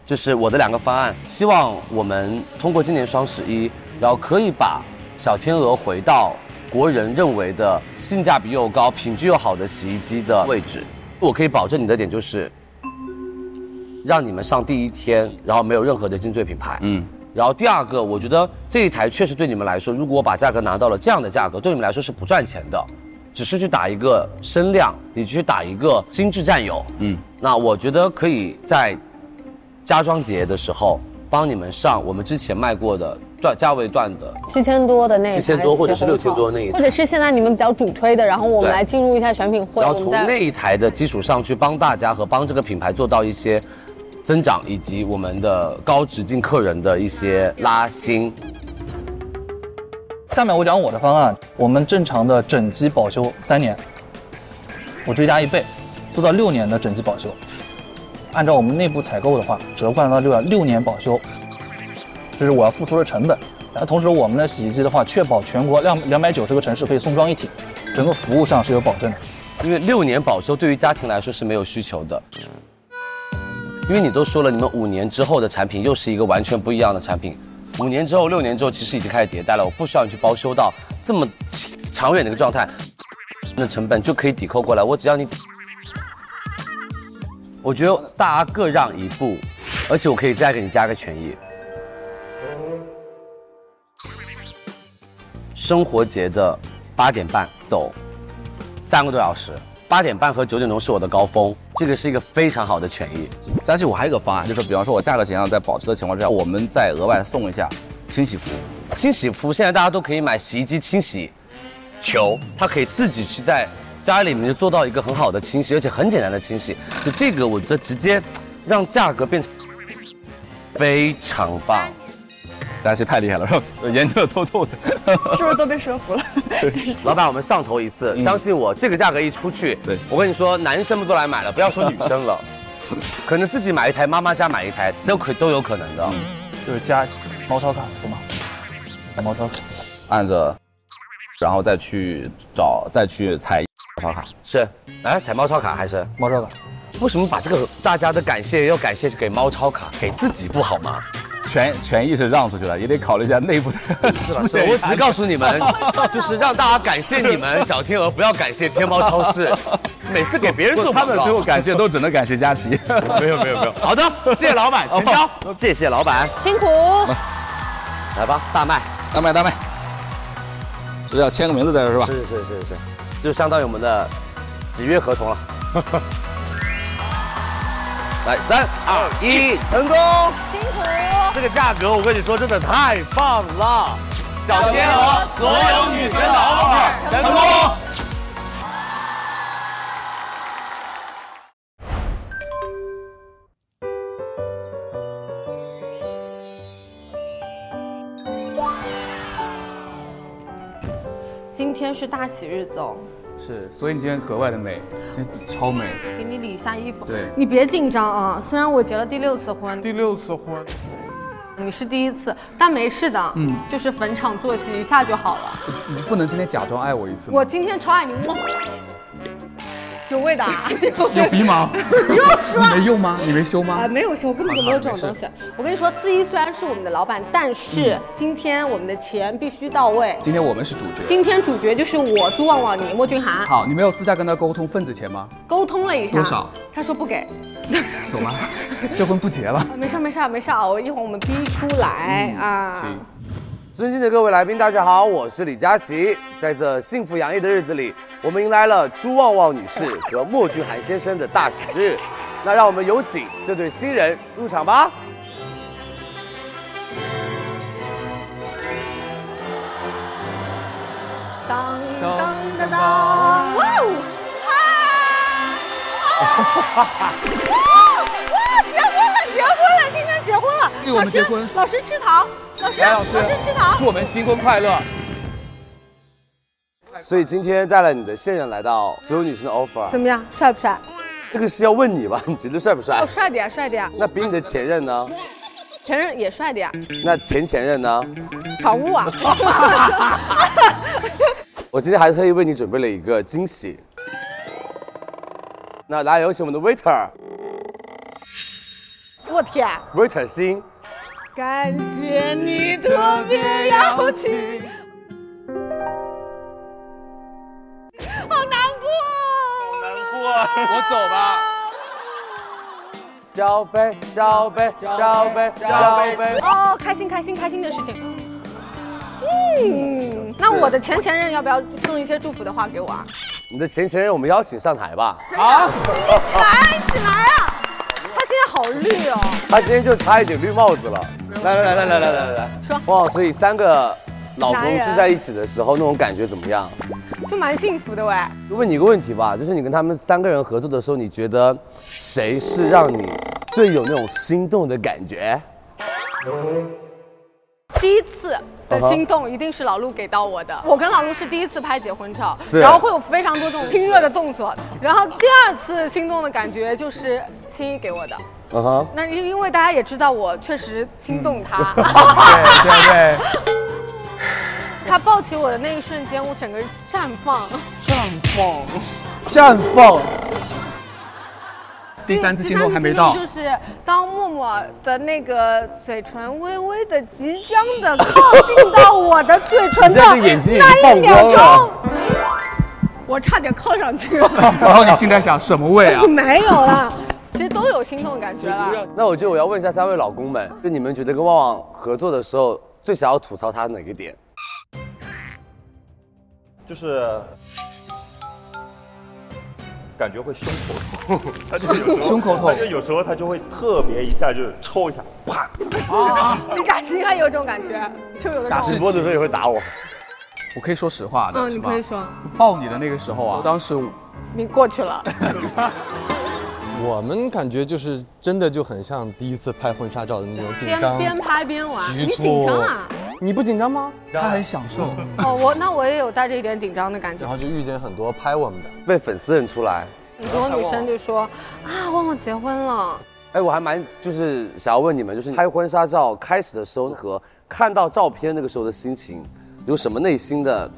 [SPEAKER 3] 这是我的两个方案，希望我们通过今年双十一，然后可以把小天鹅回到国人认为的性价比又高、品质又好的洗衣机的位置。我可以保证你的点就是，让你们上第一天，然后没有任何的竞对品牌。嗯。然后第二个，我觉得这一台确实对你们来说，如果我把价格拿到了这样的价格，对你们来说是不赚钱的，只是去打一个声量，你去打一个心智占有。嗯，那我觉得可以在家装节的时候帮你们上我们之前卖过的段价位段的，
[SPEAKER 6] 七千多的那一台
[SPEAKER 3] 7000多或者是
[SPEAKER 6] 洗烘
[SPEAKER 3] 6000多那一台
[SPEAKER 6] 或者是现在你们比较主推的，然后我们
[SPEAKER 3] 对
[SPEAKER 6] 来进入一下选品会，
[SPEAKER 3] 然
[SPEAKER 6] 我
[SPEAKER 3] 后
[SPEAKER 6] 们
[SPEAKER 3] 从
[SPEAKER 6] 再
[SPEAKER 3] 那一台的基础上去帮大家和帮这个品牌做到一些增长，以及我们的高直径客人的一些拉新。
[SPEAKER 28] 下面我讲我的方案，我们正常的整机保修三年，我追加一倍，做到六年的整机保修。按照我们内部采购的话，折换到六六年保修，这是我要付出的成本。然后同时，我们的洗衣机的话，确保全国两两百九十个城市可以送装一体，整个服务上是有保证的。
[SPEAKER 3] 因为六年保修对于家庭来说是没有需求的，因为你都说了，你们五年之后的产品又是一个完全不一样的产品。五年之后、六年之后，其实已经开始迭代了，我不需要你去包修到这么长远的一个状态，那成本就可以抵扣过来。我只要你，我觉得大家各让一步，而且我可以再给你加个权益。生活节的八点半走，三个多小时，八点半和九点钟是我的高峰，这个是一个非常好的权益。佳琪，我还有有个方案，就是比方说我价格形象在保持的情况之下，我们再额外送一下清洗服。清洗服现在大家都可以买洗衣机清洗球，它可以自己去在家里面就做到一个很好的清洗，而且很简单的清洗。就这个，我觉得直接让价格变成非常棒。佳琪太厉害了，是吧？研究的透透的。
[SPEAKER 4] 是不是都被说 服了？
[SPEAKER 3] 老板，我们上头一次，相信我，这个价格一出去，嗯对我跟你说，男生们都来买了，不要说女生 了，可能自己买一台，妈妈家买一台，都可都有可能的。
[SPEAKER 28] 就是加猫超卡，懂吗？加猫超卡。
[SPEAKER 3] 按着，然后再去找，再去采猫烧卡。是，哎，采猫烧卡还是
[SPEAKER 28] 猫烧卡？
[SPEAKER 3] 为什么把这个大家的感谢要感谢给猫超卡，给自己不好吗？
[SPEAKER 27] 权权益是让出去了，也得考虑一下 内部的。是
[SPEAKER 3] 是我只是告诉你们， 就是让大家感谢你们小天鹅，不要感谢天猫超市。 每次给别人做
[SPEAKER 27] 他们
[SPEAKER 3] 广告
[SPEAKER 27] 最后感谢都只能感谢佳琪。
[SPEAKER 3] 没有没有没有。好的，谢谢老 板，成交。谢谢老板，
[SPEAKER 6] 辛苦。
[SPEAKER 27] 来吧，大麦，大麦，大麦，是要签个名字在这儿是吧？
[SPEAKER 3] 是是是是是，就相当于我们的职业合同了。
[SPEAKER 27] 来，三
[SPEAKER 3] 二
[SPEAKER 27] 哎
[SPEAKER 3] 一，成功！辛苦。这个价格，我跟你说，真的太棒了。小天鹅，所有女神的 offer 成功。
[SPEAKER 6] 今天是大喜日子哦，
[SPEAKER 13] 是，所以你今天格外的美，真超美。
[SPEAKER 6] 给你理一下衣服。
[SPEAKER 13] 对
[SPEAKER 6] 你别紧张啊，虽然我结了第六次婚，
[SPEAKER 13] 第六次婚，
[SPEAKER 6] 你是第一次，但没事的，嗯
[SPEAKER 13] 嗯，
[SPEAKER 6] 就是逢场作戏一下就好了。
[SPEAKER 13] 你不能今天假装爱我一次吗？
[SPEAKER 6] 我今天超爱你，么，有味道啊，有
[SPEAKER 13] 有鼻毛？你没用吗？你没修吗？
[SPEAKER 6] 啊，没有修，根本就没有这种东西
[SPEAKER 13] 啊。
[SPEAKER 6] 我跟你说，司仪虽然是我们的老板，但是
[SPEAKER 13] 嗯
[SPEAKER 6] 今天我们的钱必须到位。
[SPEAKER 13] 今天我们是主角。
[SPEAKER 6] 今天主角就是我朱旺旺，你莫俊涵。
[SPEAKER 13] 好，你没有私下跟他沟通份子钱吗？
[SPEAKER 6] 沟通了一下，
[SPEAKER 13] 多少？
[SPEAKER 6] 他说不给，
[SPEAKER 13] 走吧，这婚不结了。
[SPEAKER 6] 啊没事儿没事儿没事儿啊，我一会儿我们逼出来
[SPEAKER 13] 嗯
[SPEAKER 6] 啊。
[SPEAKER 3] 尊敬的各位来宾，大家好，我是李佳琦。在这幸福洋溢的日子里，我们迎来了朱旺旺女士和莫俊涵先生的大喜之日。那让我们有请这对新人入场吧。
[SPEAKER 6] 当当当当，哇哦！哇哇哇！结婚了，结婚了，今天结婚了。
[SPEAKER 13] 对我们结婚
[SPEAKER 6] 老师，老师吃糖，老师，
[SPEAKER 3] 来老师
[SPEAKER 6] 吃糖。
[SPEAKER 13] 祝我们新婚快乐！
[SPEAKER 3] 所以今天带了你的现任来到所有女生的
[SPEAKER 6] 怎
[SPEAKER 3] offer，啊
[SPEAKER 6] 么样，帅不帅？
[SPEAKER 3] 这个是要问你吧？你觉得帅不帅
[SPEAKER 6] 哦，？帅的呀，帅的呀。
[SPEAKER 3] 那比你的前任呢？
[SPEAKER 6] 前任也帅的呀，
[SPEAKER 3] 那前前任呢？
[SPEAKER 6] 草屋 啊。
[SPEAKER 3] 我今天还特意为你准备了一个惊喜。那来有请我们的 waiter，waiter
[SPEAKER 6] 我天，
[SPEAKER 3] 星。
[SPEAKER 6] 感谢你特别邀请。好难过，
[SPEAKER 3] 好难过，我走吧。交杯，交杯，交杯，交杯。
[SPEAKER 6] 哦，开心开心开心的事情。嗯，那我的前前任要不要送一些祝福的话给我啊？
[SPEAKER 3] 你的前前任，我们邀请上台吧。
[SPEAKER 6] 好，来一起来啊！他今天好绿哦。
[SPEAKER 3] 他今天就差一顶绿帽子了。来来来来来来来来，哇，所以三个老
[SPEAKER 6] 男
[SPEAKER 3] 公
[SPEAKER 6] 人
[SPEAKER 3] 住在一起的时候，那种感觉怎么样？
[SPEAKER 6] 就蛮幸福的喂。
[SPEAKER 3] 就问你一个问题吧，就是你跟他们三个人合作的时候，你觉得谁是让你最有那种心动的感 觉？
[SPEAKER 6] 第一次的心动一定是老陆给到我的。我跟老陆是第一次拍结婚照，
[SPEAKER 3] 是
[SPEAKER 6] 然后会有非常多这种亲热的动作。然后第二次心动的感觉就是心一给我的。
[SPEAKER 5] 啊
[SPEAKER 3] 嗯哼，
[SPEAKER 6] 那因因为大家也知道我确实心动 他，
[SPEAKER 13] 对对，
[SPEAKER 6] 他抱起我的那一瞬间，我整个人绽放， 绽放。
[SPEAKER 13] 绽放。第三次心动还没到，
[SPEAKER 6] 就是当默默的那个嘴唇微微的、即将的靠近到我的嘴唇的
[SPEAKER 13] 你现在这眼睛已经
[SPEAKER 6] 那一秒
[SPEAKER 13] 曝光
[SPEAKER 6] 钟，我差点靠上去了。？
[SPEAKER 13] 然哦后你心里在想什么味啊
[SPEAKER 6] 没有啦，其实都有心动感觉了。
[SPEAKER 3] 那我觉得我要问一下三位老公们，就你们觉得跟旺旺合作的时候，最想要吐槽他哪个点？
[SPEAKER 2] 就是感觉会胸口痛，他就有 时候
[SPEAKER 13] 胸口痛
[SPEAKER 2] 他就有时候他就会特别一下就抽一下，啪，
[SPEAKER 6] 啊，你 感觉应该有这种感觉，就有的
[SPEAKER 13] 打
[SPEAKER 6] 种。
[SPEAKER 13] 播的
[SPEAKER 3] 时候也会打我。
[SPEAKER 13] 我可以说实话的，
[SPEAKER 6] 嗯，
[SPEAKER 13] 是
[SPEAKER 6] 你
[SPEAKER 13] 吧
[SPEAKER 6] 可以说，
[SPEAKER 13] 抱你的那个时候啊，当时
[SPEAKER 6] 你过去 了。
[SPEAKER 19] 我们感觉就是真的就很像第一次拍婚纱照的那种紧
[SPEAKER 6] 边
[SPEAKER 19] 张、
[SPEAKER 6] 边拍边玩，
[SPEAKER 19] 局
[SPEAKER 6] 你紧张啊？
[SPEAKER 19] 你不紧张吗？他很享受，
[SPEAKER 6] 哦，我那我也有带着一点紧张的感觉
[SPEAKER 19] 然。后就遇见很多拍我们的，
[SPEAKER 3] 被粉丝认出来。
[SPEAKER 6] 很多女生就说啊，旺旺结婚了。
[SPEAKER 3] 哎，我还蛮就是想要问你们，就是拍婚纱照开始的时候和看到照片那个时候的心情，有什么内心的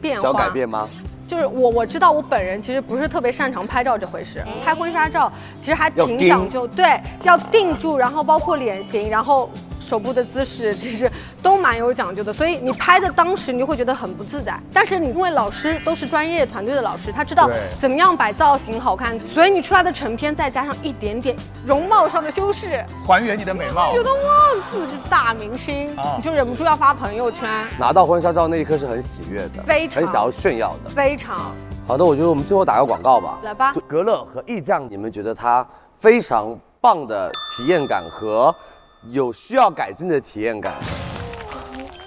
[SPEAKER 6] 变化
[SPEAKER 3] 小改变吗？
[SPEAKER 6] 就是我我知道我本人其实不是特别擅长拍照这回事，拍婚纱照其实还
[SPEAKER 3] 哎要
[SPEAKER 6] 挺
[SPEAKER 3] 盯
[SPEAKER 6] 讲究，对，要定住，然后包括脸型，然后手部的姿势，其实都蛮有讲究的。所以你拍的当时你就会觉得很不自在，但是你因为老师都是专业团队的老师，他知道
[SPEAKER 12] 对
[SPEAKER 6] 怎么样摆造型好看，所以你出来的成片再加上一点点容貌上的修饰，
[SPEAKER 5] 还原你的美貌
[SPEAKER 6] 觉。得哇，自己是大明星，
[SPEAKER 3] 啊
[SPEAKER 6] 你就忍不住要发朋友圈，
[SPEAKER 3] 拿到婚纱照那一刻是很喜悦的，
[SPEAKER 6] 非常
[SPEAKER 3] 很想要炫耀的。
[SPEAKER 6] 非常
[SPEAKER 3] 好的，我觉得我们最后打个广告吧。
[SPEAKER 6] 来吧
[SPEAKER 3] 就。格乐和意匠，你们觉得它非常棒的体验感和有需要改进的体验感，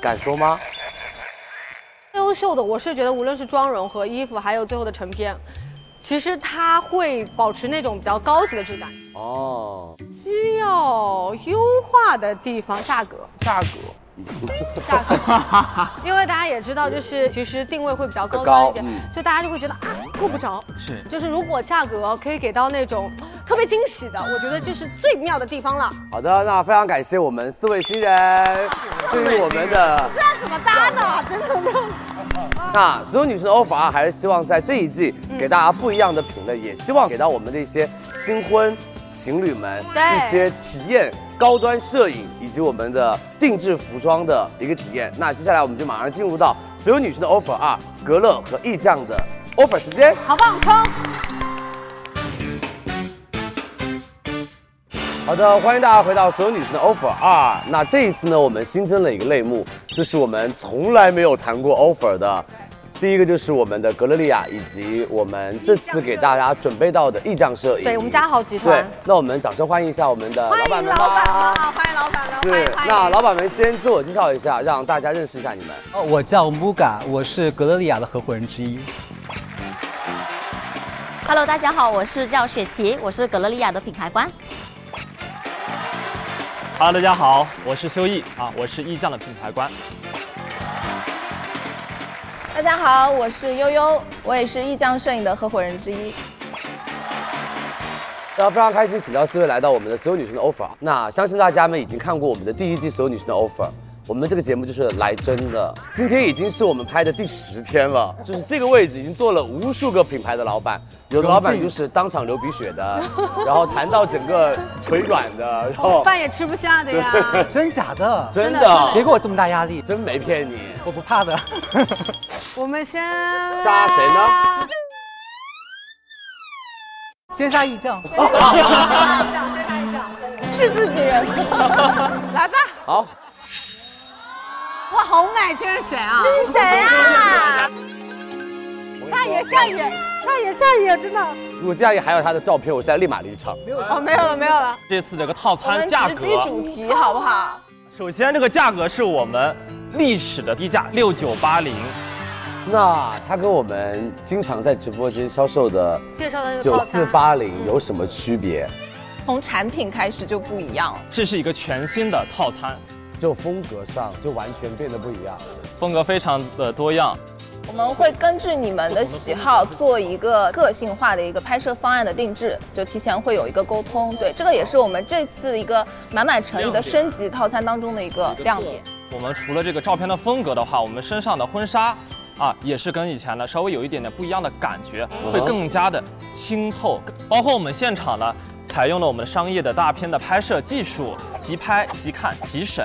[SPEAKER 3] 敢说吗？
[SPEAKER 6] 优秀的，我是觉得无论是妆容和衣服，还有最后的成片，其实它会保持那种比较高级的质感。
[SPEAKER 3] 哦，
[SPEAKER 6] 需要优化的地方，价格，
[SPEAKER 5] 价格，
[SPEAKER 6] 因为大家也知道，就是其实定位会比较高端
[SPEAKER 5] 高
[SPEAKER 6] 一点，
[SPEAKER 5] 嗯
[SPEAKER 6] 就大家就会觉得啊够不着。
[SPEAKER 5] 是
[SPEAKER 6] 就是如果价格可以给到那种特别惊喜的，我觉得这是最妙的地方了。
[SPEAKER 3] 好的，那非常感谢我们四位新人对于我们的
[SPEAKER 6] 不知道怎么搭的，真的不知道。
[SPEAKER 3] 那所有女生的欧法还是希望在这一季给大家不一样的品类，也希望给到我们的一些新婚情侣们
[SPEAKER 6] 对
[SPEAKER 3] 一些体验高端摄影以及我们的定制服装的一个体验。那接下来我们就马上进入到所有女生的 offer 二，格乐和意匠的 offer 时间。
[SPEAKER 6] 好棒，冲！
[SPEAKER 3] 好的，欢迎大家回到所有女生的 offer 二。那这一次呢，我们新增了一个类目，就是我们从来没有谈过 offer 的。第一个就是我们的格勒利亚，以及我们这次给大家准备到的意匠摄影。
[SPEAKER 6] 对我们嘉豪集
[SPEAKER 3] 对
[SPEAKER 6] 团，，
[SPEAKER 3] 那我们掌声欢迎一下我们的老板们
[SPEAKER 6] 老板
[SPEAKER 3] 吧。
[SPEAKER 6] 们好，欢迎老板们，欢
[SPEAKER 3] 是
[SPEAKER 6] 迎欢，迎。
[SPEAKER 3] 那老板们先自我介绍一下，让大家认识一下你们。
[SPEAKER 14] 哦，我叫 Muga，我是格勒利亚的合伙人之一。
[SPEAKER 20] Hello，大家好，我是叫雪琪，我是格勒利亚的品牌官。
[SPEAKER 29] Hello，大家好，我是修毅啊，我是意匠的品牌官。
[SPEAKER 30] 大家好，我是悠悠，我也是意匠摄影的合伙人之一。
[SPEAKER 3] 那非常开心，请到四位来到我们的所有女生的 offer。那相信大家们已经看过我们的第一季所有女生的 offer。我们这个节目就是来真的，今天已经是我们拍的第十天了，就是这个位置已经做了无数个品牌的老板，有的老板就是当场流鼻血的，然后谈到整个腿软的，然后
[SPEAKER 6] 饭也吃不下的呀。
[SPEAKER 14] 真假的？
[SPEAKER 3] 真的，
[SPEAKER 14] 别给我这么大压力，
[SPEAKER 3] 真没骗你，
[SPEAKER 14] 我不怕的。
[SPEAKER 6] 我们先
[SPEAKER 3] 杀谁呢？
[SPEAKER 14] 先杀意匠，
[SPEAKER 5] 哦
[SPEAKER 6] 是自己人，来吧。
[SPEAKER 3] 好，
[SPEAKER 6] 哇，好美！这是谁 啊？
[SPEAKER 30] 这是谁啊？
[SPEAKER 6] 夏野，夏野，夏野，夏野，真的。
[SPEAKER 3] 如果家里还有他的照片，我现在立马离场。
[SPEAKER 6] 哦，没有了，没有了。
[SPEAKER 29] 这次这个套
[SPEAKER 30] 我
[SPEAKER 29] 餐
[SPEAKER 30] 们
[SPEAKER 29] 价
[SPEAKER 30] 直
[SPEAKER 29] 格，
[SPEAKER 30] 击主题好不好？
[SPEAKER 29] 首先这个价格是我们历史的低价六九八零，
[SPEAKER 3] 那它啊跟我们经常在直播间销售的
[SPEAKER 30] 介绍的
[SPEAKER 3] 九四八零有什么区别？
[SPEAKER 30] 从产品开始就不一样了。
[SPEAKER 29] 这是一个全新的套餐，
[SPEAKER 3] 就风格上就完全变得不一样，
[SPEAKER 29] 风格非常的多样。
[SPEAKER 30] 我们会根据你们的喜好做一个个性化的一个拍摄方案的定制，就提前会有一个沟通。对，这个也是我们这次一个满满诚意的升级套餐当中的一个亮点。
[SPEAKER 29] 我们除了这个照片的风格的话，我们身上的婚纱啊，也是跟以前的稍微有一点点不一样的感觉，会更加的清透。包括我们现场呢，采用了我们商业的大片的拍摄技术，即拍、即看、即审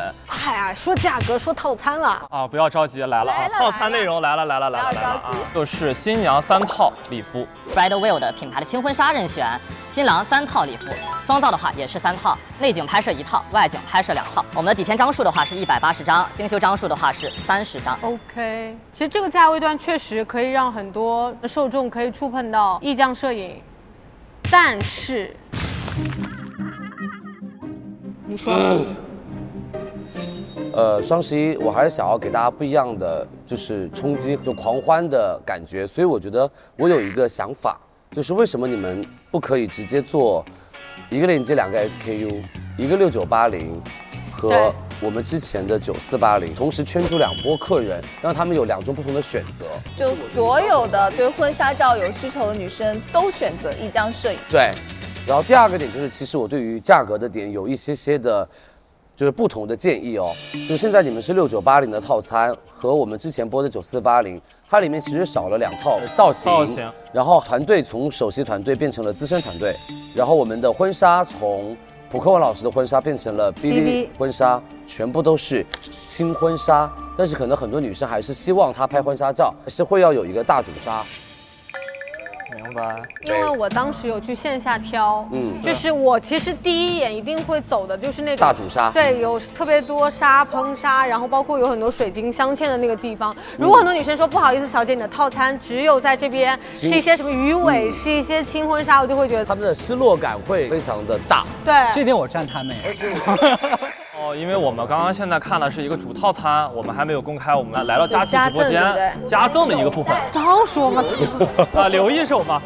[SPEAKER 6] 哎呀，说价格，说套餐了。
[SPEAKER 29] 啊，不要着急，来了啊，套餐内容来了来了来了来了啊，就是新娘三套礼服。
[SPEAKER 23] Bride Will 的品牌的新婚纱任选，新郎三套礼服，妆造的话也是三套，内景拍摄一套，外景拍摄两套。我们的底片张数的话是一百八十张，精修张数的话是三十张。
[SPEAKER 10] Oh
[SPEAKER 6] OK，其实这个价位段确实可以让很多受众可以触碰到意匠摄影，但是，你说。
[SPEAKER 3] 呃，双十一我还是想要给大家不一样的，就是冲击，就狂欢的感觉。所以我觉得我有一个想法，就是为什么你们不可以直接做一个链接两个 SKU，一个六九八零和
[SPEAKER 23] 对
[SPEAKER 3] 我们之前的九四八零，同时圈出两波客人，让他们有两种不同的选择。
[SPEAKER 30] 就所有的对婚纱照有需求的女生都选择意匠摄影。
[SPEAKER 3] 对，然后第二个点就是，其实我对于价格的点有一些些的，就是不同的建议哦。就现在你们是六九八零的套餐和我们之前播的九四八零，它里面其实少了两套造型，
[SPEAKER 29] 造型
[SPEAKER 3] 然后团队从首席团队变成了资深团队，然后我们的婚纱从朴科文老师的婚纱变成了 BB
[SPEAKER 9] BB
[SPEAKER 3] 婚纱，全部都是轻婚纱，但是可能很多女生还是希望他拍婚纱照，是会要有一个大主纱。
[SPEAKER 7] 明白。
[SPEAKER 6] 因为我当时有去线下挑，
[SPEAKER 3] 嗯
[SPEAKER 6] 就是我其实第一眼一定会走的就是那个
[SPEAKER 3] 大主纱
[SPEAKER 6] 对，有特别多纱、喷纱，然后包括有很多水晶镶嵌的那个地方。如果很多女生说不好意思，小姐，你的套餐只有在这边，是
[SPEAKER 3] 行
[SPEAKER 6] 一些什么鱼尾，
[SPEAKER 3] 嗯
[SPEAKER 6] 是一些轻婚纱，我就会觉得
[SPEAKER 3] 他们的失落感会非常的大。
[SPEAKER 6] 对
[SPEAKER 14] 这点我站他们。
[SPEAKER 29] 哦，因为我们刚刚现在看的是一个主套餐，我们还没有公开，我们来到佳琪直播
[SPEAKER 6] 有家
[SPEAKER 29] 间
[SPEAKER 6] 政对不对
[SPEAKER 29] 加赠的一个部分，
[SPEAKER 6] 早说嘛，
[SPEAKER 29] 啊，留一手嘛，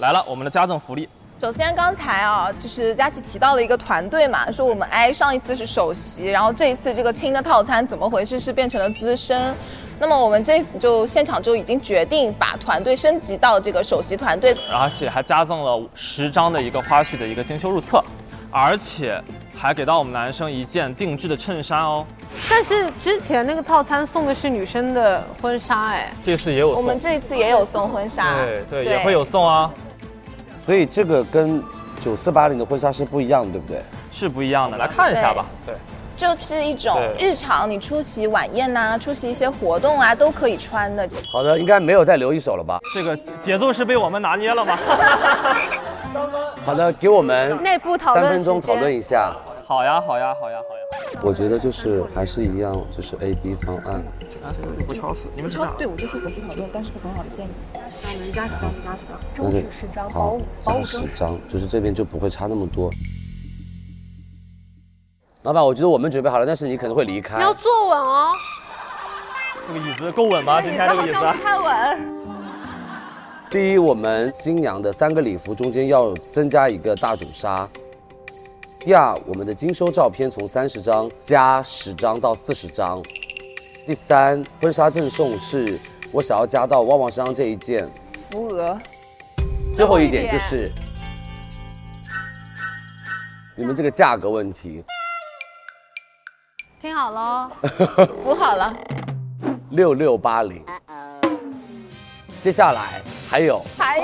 [SPEAKER 29] 来了，我们的加赠福利，
[SPEAKER 30] 首先，刚才啊，就是佳琪提到了一个团队嘛，说我们 I 上一次是首席，然后这一次这个轻的套餐怎么回事是变成了资深。那么我们这次就现场就已经决定把团队升级到这个首席团队。
[SPEAKER 29] 而且还加赠了十张的一个花絮的一个精修入册，而且还给到我们男生一件定制的衬衫哦，
[SPEAKER 6] 但是之前那个套餐送的是女生的婚纱，哎，
[SPEAKER 29] 这次也有
[SPEAKER 6] 我
[SPEAKER 30] 我们这次也有送婚纱，
[SPEAKER 29] 对
[SPEAKER 30] 对
[SPEAKER 29] 也会有送啊，
[SPEAKER 3] 所以这个跟九四八零的婚纱是不一样的，对不对？
[SPEAKER 29] 是不一样的，来看一下吧，对，
[SPEAKER 30] 就是一种
[SPEAKER 3] 对
[SPEAKER 30] 日常你出席晚宴呐、出席一些活动啊都可以穿的。
[SPEAKER 3] 好的，应该没有再留一手了吧？
[SPEAKER 29] 这个节奏是被我们拿捏了吗？
[SPEAKER 3] 好的，给我们
[SPEAKER 6] 内部讨
[SPEAKER 3] 三
[SPEAKER 6] 论
[SPEAKER 3] 分钟
[SPEAKER 6] 时间
[SPEAKER 3] 讨论一下。
[SPEAKER 29] 好呀，好呀，好呀，好呀。
[SPEAKER 3] 我觉得就是还是一样，就是 A B 方案。
[SPEAKER 29] 不敲死，你们
[SPEAKER 12] 超对我就是回去讨论，但是个很好的建议。那能加十张就加十张，争
[SPEAKER 3] 那就
[SPEAKER 12] 取十张，保
[SPEAKER 3] 好
[SPEAKER 12] 五，保
[SPEAKER 3] 加
[SPEAKER 12] 五
[SPEAKER 3] 十
[SPEAKER 12] 争取。
[SPEAKER 3] 张，就是这边就不会差那么多。老板，我觉得我们准备好了，但是你可能会离开
[SPEAKER 6] 你。要坐稳哦。
[SPEAKER 29] 这个椅子够稳吗？今天这个椅
[SPEAKER 6] 好像不
[SPEAKER 29] 子，
[SPEAKER 6] 太稳。
[SPEAKER 3] 第一，我们新娘的三个礼服中间要增加一个大主纱。第二，我们的精修照片从三十张加十张到四十张。第三，婚纱赠送是我想要加到旺旺身上这一件。
[SPEAKER 12] 扶额，
[SPEAKER 3] 最后一点就是你们这个价格问题，
[SPEAKER 6] 听好了，哦
[SPEAKER 30] 扶好了，
[SPEAKER 3] 六六八零。接下来还有
[SPEAKER 6] 还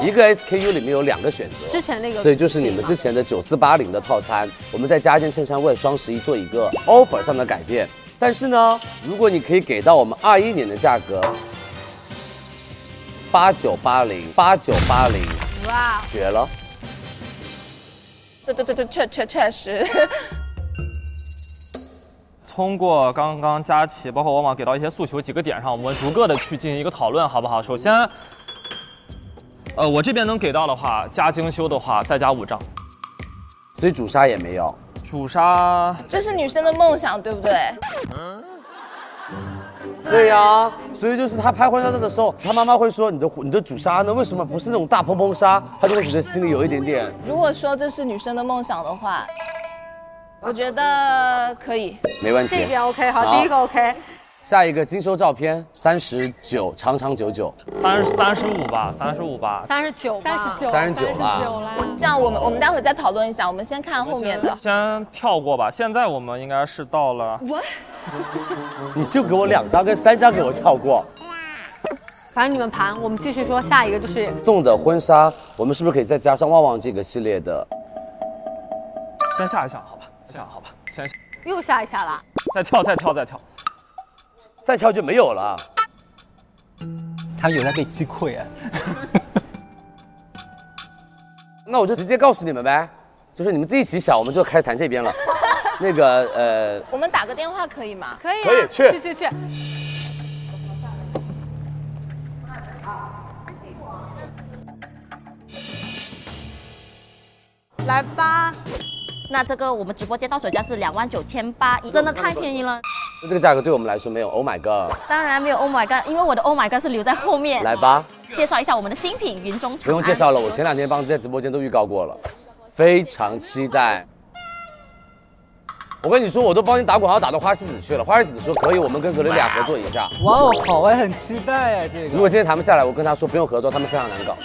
[SPEAKER 3] 一个 SKU 里面有两个选择，
[SPEAKER 6] 之前那个
[SPEAKER 3] 所以就是你们之前的九四八零的套餐，我们再加一件衬衫，为了双十一做一个 offer 上的改变。但是呢，如果你可以给到我们二一年的价格，八九八零，八九八零，
[SPEAKER 30] 哇，
[SPEAKER 3] 绝了！
[SPEAKER 30] 这这这这确确确实。
[SPEAKER 29] 通过刚刚佳琪，包括往往给到一些诉求几个点上，我们逐个的去进行一个讨论，好不好？首先，呃，我这边能给到的话，加精修的话，再加五张。
[SPEAKER 3] 所以主纱也没有。
[SPEAKER 29] 主纱
[SPEAKER 30] 这是女生的梦想，对不对？
[SPEAKER 3] 对呀、所以就是他拍婚纱照的时候，他妈妈会说你的你的主纱呢，为什么不是那种大蓬蓬纱？他就会觉得心里有一点点。
[SPEAKER 30] 如果说这是女生的梦想的话，我觉得可以。
[SPEAKER 3] 没问题
[SPEAKER 6] 这边 OK，好，第一个 OK。
[SPEAKER 3] 下一个精修照片，三十九，长长久久，
[SPEAKER 29] 三三十五吧，三十五吧。
[SPEAKER 6] 三十九，
[SPEAKER 30] 三十
[SPEAKER 3] 39啦39
[SPEAKER 6] 啦。
[SPEAKER 30] 这样，我们我们待会儿再讨论一下，我们先看后面的。
[SPEAKER 29] 先跳过吧，现在我们应该是到了，
[SPEAKER 30] 我
[SPEAKER 3] 你就给我两张跟三张给我跳过。
[SPEAKER 6] 反正你们盘，我们继续说下一个就是
[SPEAKER 3] 送的婚纱，我们是不是可以再加上旺旺这个系列的？
[SPEAKER 29] 先下一项，好吧，下好吧，先下
[SPEAKER 6] 又下一下啦。
[SPEAKER 29] 再跳，再跳，再跳。
[SPEAKER 3] 再跳就没有了。
[SPEAKER 14] 他们有在被击溃哎。
[SPEAKER 3] 那我就直接告诉你们呗，就是你们自己一起想，我们就开始谈这边了。那个呃，
[SPEAKER 30] 我们打个电话可以吗？
[SPEAKER 6] 可以
[SPEAKER 3] 啊可以去
[SPEAKER 6] 去去。来吧，
[SPEAKER 15] 那这个我们直播间到手价是两万九千八，真的太便宜了。
[SPEAKER 3] 这个价格对我们来说没有。Oh my god！
[SPEAKER 15] 当然没有 Oh my God，因为我的 Oh my God 是留在后面。
[SPEAKER 3] 来，吧，
[SPEAKER 15] 介绍一下我们的新品云中长安。
[SPEAKER 3] 不用介绍了，我前两天帮在直播间都预告过了，非常期待。我跟你说，我都帮你打广告打到花西子去了。花西子说可以，我们跟格雷利亚合作一下。
[SPEAKER 14] 哇哦，好哎，很期待哎，这
[SPEAKER 3] 如
[SPEAKER 14] 个。
[SPEAKER 3] 果今天谈不下来，我跟他说不用合作，他们非常难搞。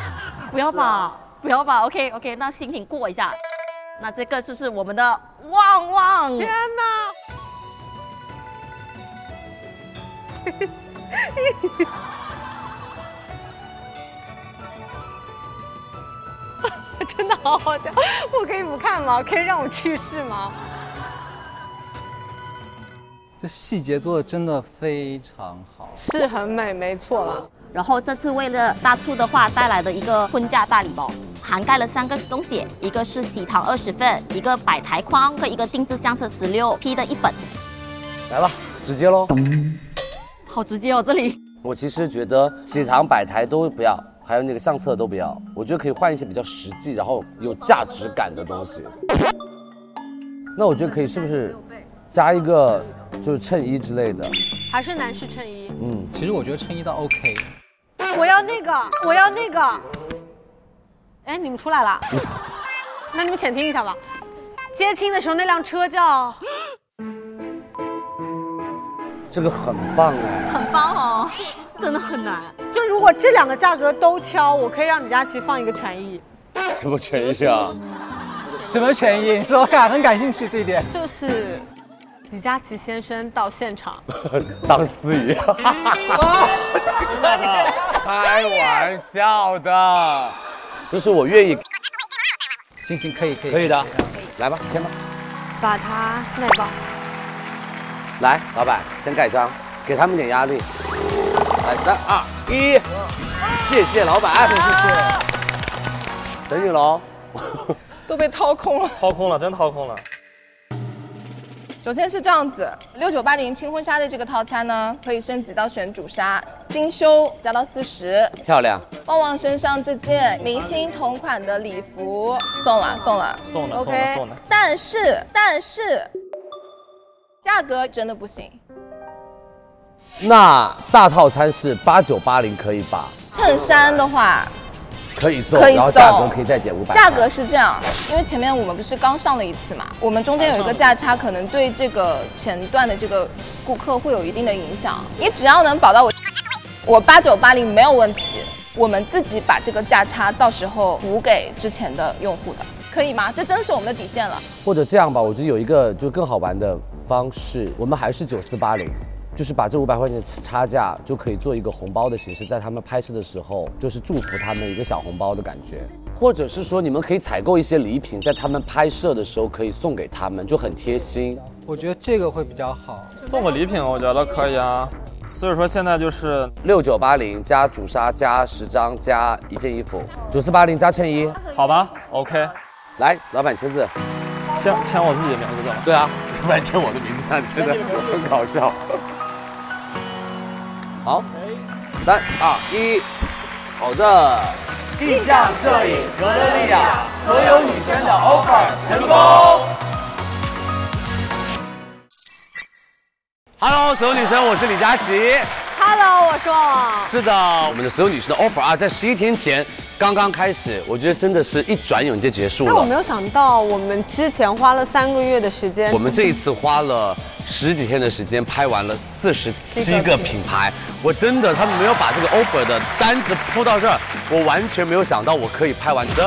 [SPEAKER 15] 不要吧，不要吧，OK OK，那新品过一下。那这个就是我们的旺旺。天哪！
[SPEAKER 31] 真的好好笑。我可以不看吗？可以让我去世吗？
[SPEAKER 5] 这细节做的真的非常好。
[SPEAKER 6] 是很美，没错啦。
[SPEAKER 7] 然后这次为了大促的话带来的一个婚嫁大礼包，涵盖了三个东西，一个是喜糖二十份，一个摆台框和一个定制相册十六批的一本。
[SPEAKER 3] 来吧，直接喽。
[SPEAKER 7] 好直接哦，这里
[SPEAKER 3] 我其实觉得喜糖摆台都不要，还有那个相册都不要，我觉得可以换一些比较实际，然后有价值感的东西。那我觉得可以，是不是加一个就是衬衣之类的？
[SPEAKER 6] 还是男士衬衣。
[SPEAKER 3] 嗯，
[SPEAKER 5] 其实我觉得衬衣倒 OK。
[SPEAKER 31] 我要那个，我要那个。
[SPEAKER 6] 哎，你们出来了，那你们浅听一下吧。接亲的时候那辆车叫，
[SPEAKER 3] 这个很棒哎。
[SPEAKER 7] 很棒哦，真的很难。
[SPEAKER 31] 就如果这两个价格都挑，我可以让李佳琦放一个权益。
[SPEAKER 3] 什么权益啊？
[SPEAKER 5] 什么权益？你说我感很感兴趣这一点。
[SPEAKER 6] 就是李佳琦先生到现场。
[SPEAKER 3] 当司仪。啊
[SPEAKER 13] 开玩笑的，
[SPEAKER 3] 就是我愿意。
[SPEAKER 5] 行行，可以可以
[SPEAKER 3] 可以的，来吧，签吧。
[SPEAKER 6] 把它那个，
[SPEAKER 3] 来，老板先盖章，给他们点压力。来，三二一，谢谢老板，谢谢。等你哦喽。
[SPEAKER 32] 都被掏空了。
[SPEAKER 33] 掏空了，真掏空了。
[SPEAKER 30] 首先是这样子，六九八零轻婚纱的这个套餐呢，可以升级到选主纱，精修加到四十。
[SPEAKER 3] 漂亮，
[SPEAKER 30] 旺旺身上这件明星同款的礼服送了，送了，
[SPEAKER 33] 送了送了
[SPEAKER 30] OK
[SPEAKER 33] 送了
[SPEAKER 30] 但是，但是，价格真的不行。
[SPEAKER 3] 那大套餐是八九八零，可以吧？
[SPEAKER 30] 衬衫的话，
[SPEAKER 3] 可以送，
[SPEAKER 30] 可以
[SPEAKER 3] 然后价格
[SPEAKER 30] 送
[SPEAKER 3] 可以再减五百。
[SPEAKER 30] 价格是这样，因为前面我们不是刚上了一次嘛，我们中间有一个价差，可能对这个前段的这个顾客会有一定的影响。你只要能保到我，我八九八零没有问题，我们自己把这个价差到时候补给之前的用户的，可以吗？这真是我们的底线了。
[SPEAKER 3] 或者这样吧，我觉得有一个就更好玩的方式，我们还是九四八零，就是把这五百块钱的差价就可以做一个红包的形式，在他们拍摄的时候，就是祝福他们一个小红包的感觉。或者是说，你们可以采购一些礼品，在他们拍摄的时候可以送给他们，就很贴心。
[SPEAKER 5] 我觉得这个会比较好。
[SPEAKER 33] 送个礼品，我觉得可以啊。所以说现在就是
[SPEAKER 3] 六九八零加主纱加十张加一件衣服，九四八零加衬衣，
[SPEAKER 33] 好吧？OK，
[SPEAKER 3] 来，老板签字，
[SPEAKER 33] 签签我自己的名字怎么？
[SPEAKER 3] 对啊，老板签我的名字，啊，真的很搞笑。好，三二一，好的，
[SPEAKER 13] 地上摄影格德利亚，所有女生的 offer 成功。
[SPEAKER 3] Hello，所有女生，我是李佳琦。
[SPEAKER 6] Hello，我是旺旺。
[SPEAKER 3] 是的，我们的所有女生的 offer 啊，在十一天前刚刚开始，我觉得真的是一转眼就结束
[SPEAKER 6] 但我没
[SPEAKER 3] 了。
[SPEAKER 6] 有想到，我们之前花了三个月的时间，
[SPEAKER 3] 我们这一次花了十几天的时间，拍完了四十七个品牌。我真的，他们没有把这个 offer 的单子铺到这儿，我完全没有想到我可以拍完这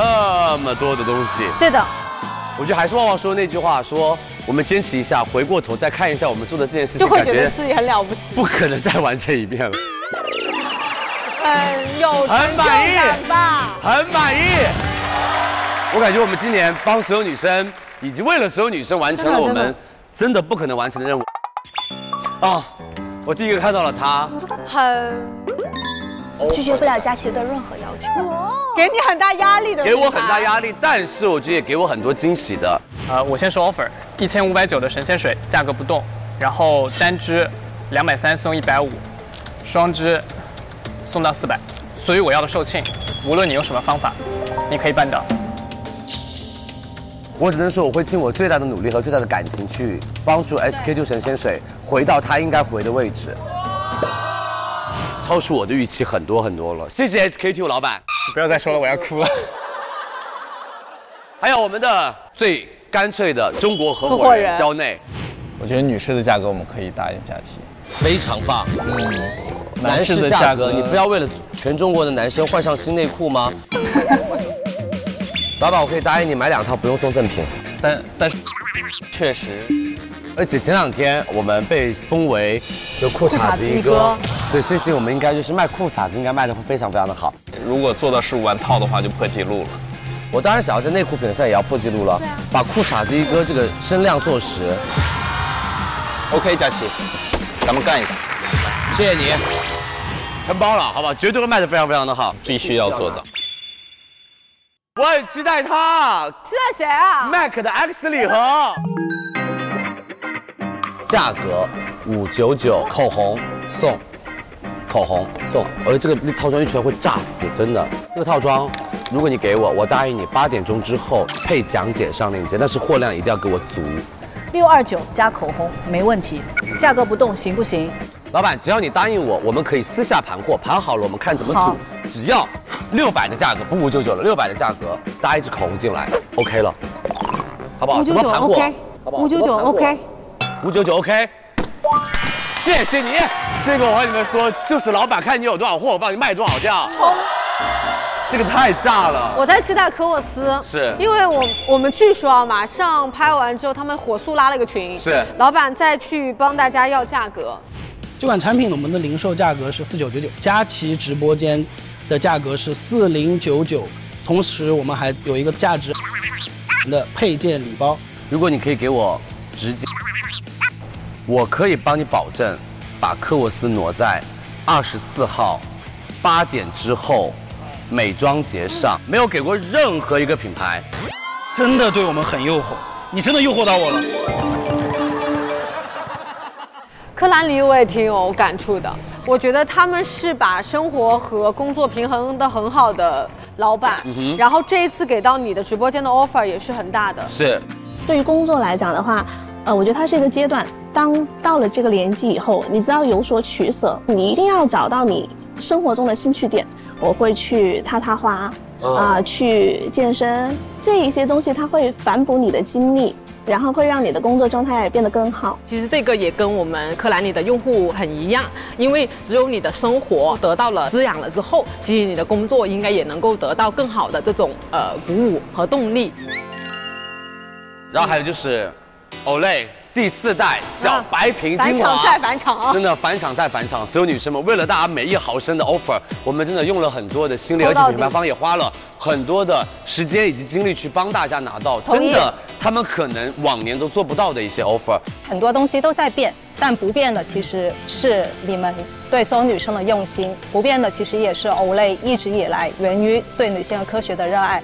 [SPEAKER 3] 么多的东西。
[SPEAKER 6] 对的，
[SPEAKER 3] 我觉得还是旺旺说那句话，说我们坚持一下，回过头再看一下我们做的这件事
[SPEAKER 6] 就
[SPEAKER 3] 情，
[SPEAKER 6] 会
[SPEAKER 3] 感
[SPEAKER 6] 觉得自己很了不起，
[SPEAKER 3] 不可能再完成一遍了。
[SPEAKER 6] 很有成
[SPEAKER 13] 很
[SPEAKER 6] 就
[SPEAKER 13] 满意
[SPEAKER 6] 感吧？
[SPEAKER 3] 很满意。我感觉我们今年帮所有女生，以及为了所有女生完成了我
[SPEAKER 13] 真的真
[SPEAKER 3] 们
[SPEAKER 13] 的
[SPEAKER 3] 真的不可能完成的任务。啊，我第一个看到了她，
[SPEAKER 6] 很
[SPEAKER 3] 哦
[SPEAKER 34] 拒绝不了佳琪的任何要求。
[SPEAKER 7] 哦
[SPEAKER 6] 给你很大压力的，
[SPEAKER 3] 给我很大压力，但是我觉得也给我很多惊喜的。
[SPEAKER 29] 呃，我先说 offer，一千五百九的神仙水，价格不动，然后单支两百三送一百五，双支送到四百，所以我要的售罄，无论你用什么方法，你可以办到。
[SPEAKER 3] 我只能说我会尽我最大的努力和最大的感情去帮助 SK2 神仙水回到它应该回的位置，超出我的预期很多很多了。谢谢 SK2 老板，
[SPEAKER 29] 不要再说了，我要哭了。
[SPEAKER 3] 还有我们的最干脆的中国合
[SPEAKER 29] 合
[SPEAKER 3] 伙
[SPEAKER 29] 伙
[SPEAKER 3] 人
[SPEAKER 29] 人
[SPEAKER 3] 蕉内，
[SPEAKER 29] 我觉得女士的价格我们可以打一点假期，
[SPEAKER 3] 非常棒。男
[SPEAKER 29] 嗯男士
[SPEAKER 3] 士
[SPEAKER 29] 的
[SPEAKER 3] 价
[SPEAKER 29] 价
[SPEAKER 3] 格，
[SPEAKER 29] 格
[SPEAKER 3] 你不要为了全中国的男生换上新内裤吗？老板，我可以答应你买两套，不用送赠品。
[SPEAKER 29] 但但是
[SPEAKER 3] 确实，而且前两天我们被封为就裤衩子一哥
[SPEAKER 29] 裤衩子，
[SPEAKER 3] 所以最近我们应该就是卖裤衩子，应该卖的会非常非常的好。
[SPEAKER 29] 如果做到十五万套的话就破纪录了。
[SPEAKER 5] 我
[SPEAKER 3] 啊
[SPEAKER 5] 当然想要在内裤品上也要破纪录了，把裤衩子一哥这个身量坐实。
[SPEAKER 3] OK，佳琪，咱们干一个，谢谢你，承包了，好不好？绝对会卖的非常非常的好，必须要做到。我很期待他，
[SPEAKER 6] 期待谁啊
[SPEAKER 3] ？Mac 的 X 礼盒，
[SPEAKER 5] 价格五九九，口红送，口红送，而这个那套装一出来会炸死，真的。这个套装，如果你给我，我答应你八点钟之后配讲解上链接，但是货量一定要给我足。
[SPEAKER 16] 六二九加口红没问题，价格不动行不行？
[SPEAKER 5] 老板，只要你答应我，我们可以私下盘货，盘好了我们看怎么
[SPEAKER 16] 好
[SPEAKER 5] 组。只要六百的价格，不五九九了，六百的价格搭一支口红进来，OK 了，好不好？怎么盘货？好不好？
[SPEAKER 6] 599 OK
[SPEAKER 5] 五九九 OK。
[SPEAKER 3] 谢谢你。这个我和你们说，就是老板看你有多少货，我帮你卖多少掉。这个太炸了。
[SPEAKER 6] 我在期待可沃斯，
[SPEAKER 3] 是
[SPEAKER 6] 因为我我们据说啊，马上拍完之后，他们火速拉了一个群，
[SPEAKER 17] 是
[SPEAKER 6] 老板再去帮大家要价格，
[SPEAKER 17] 这款产品我们的零售价格是四九九九，佳琦直播间的价格是四零九九，同时我们还有一个价值的配件礼包。
[SPEAKER 5] 如果你可以给我直接，我可以帮你保证，把科沃斯挪在二十四号八点之后，美妆节上没有给过任何一个品牌，
[SPEAKER 17] 真的对我们很诱惑，你真的诱惑到我了。
[SPEAKER 6] 柯兰里我也挺有感触的，我觉得他们是把生活和工作平衡的很好的老板，
[SPEAKER 17] 嗯哼
[SPEAKER 6] 然后这一次给到你的直播间的 offer 也是很大的，
[SPEAKER 17] 是
[SPEAKER 10] 对于工作来讲的话，呃，我觉得它是一个阶段。当到了这个年纪以后，你知道有所取舍，你一定要找到你生活中的兴趣点。我会去插插花，啊、
[SPEAKER 35] 哦
[SPEAKER 10] 去健身，嗯这一些东西它会反哺你的精力，然后会让你的工作状态变得更好。
[SPEAKER 4] 其实这个也跟我们克兰里的用户很一样，因为只有你的生活得到了滋养了之后，其实你的工作应该也能够得到更好的这种呃鼓舞和动力。
[SPEAKER 3] 然后还有就是，Olay 第四代小白 瓶
[SPEAKER 6] 返
[SPEAKER 3] 精
[SPEAKER 6] 场
[SPEAKER 3] 华，
[SPEAKER 6] 再返场啊！
[SPEAKER 3] 真的返场再返场，所有女生们，为了大家每一毫升的 offer，我们真的用了很多的心力，
[SPEAKER 6] 投
[SPEAKER 3] 而
[SPEAKER 6] 到
[SPEAKER 3] 且
[SPEAKER 6] 底
[SPEAKER 3] 品牌方也花了很多的时间以及精力去帮大家拿到，
[SPEAKER 1] 同
[SPEAKER 3] 真
[SPEAKER 1] 意
[SPEAKER 3] 的他们可能往年都做不到的一些 offer。
[SPEAKER 1] 很多东西都在变，但不变的其实是你们对所有女生的用心，不变的其实也是 Olay 一直以来源于对女性和科学的热爱。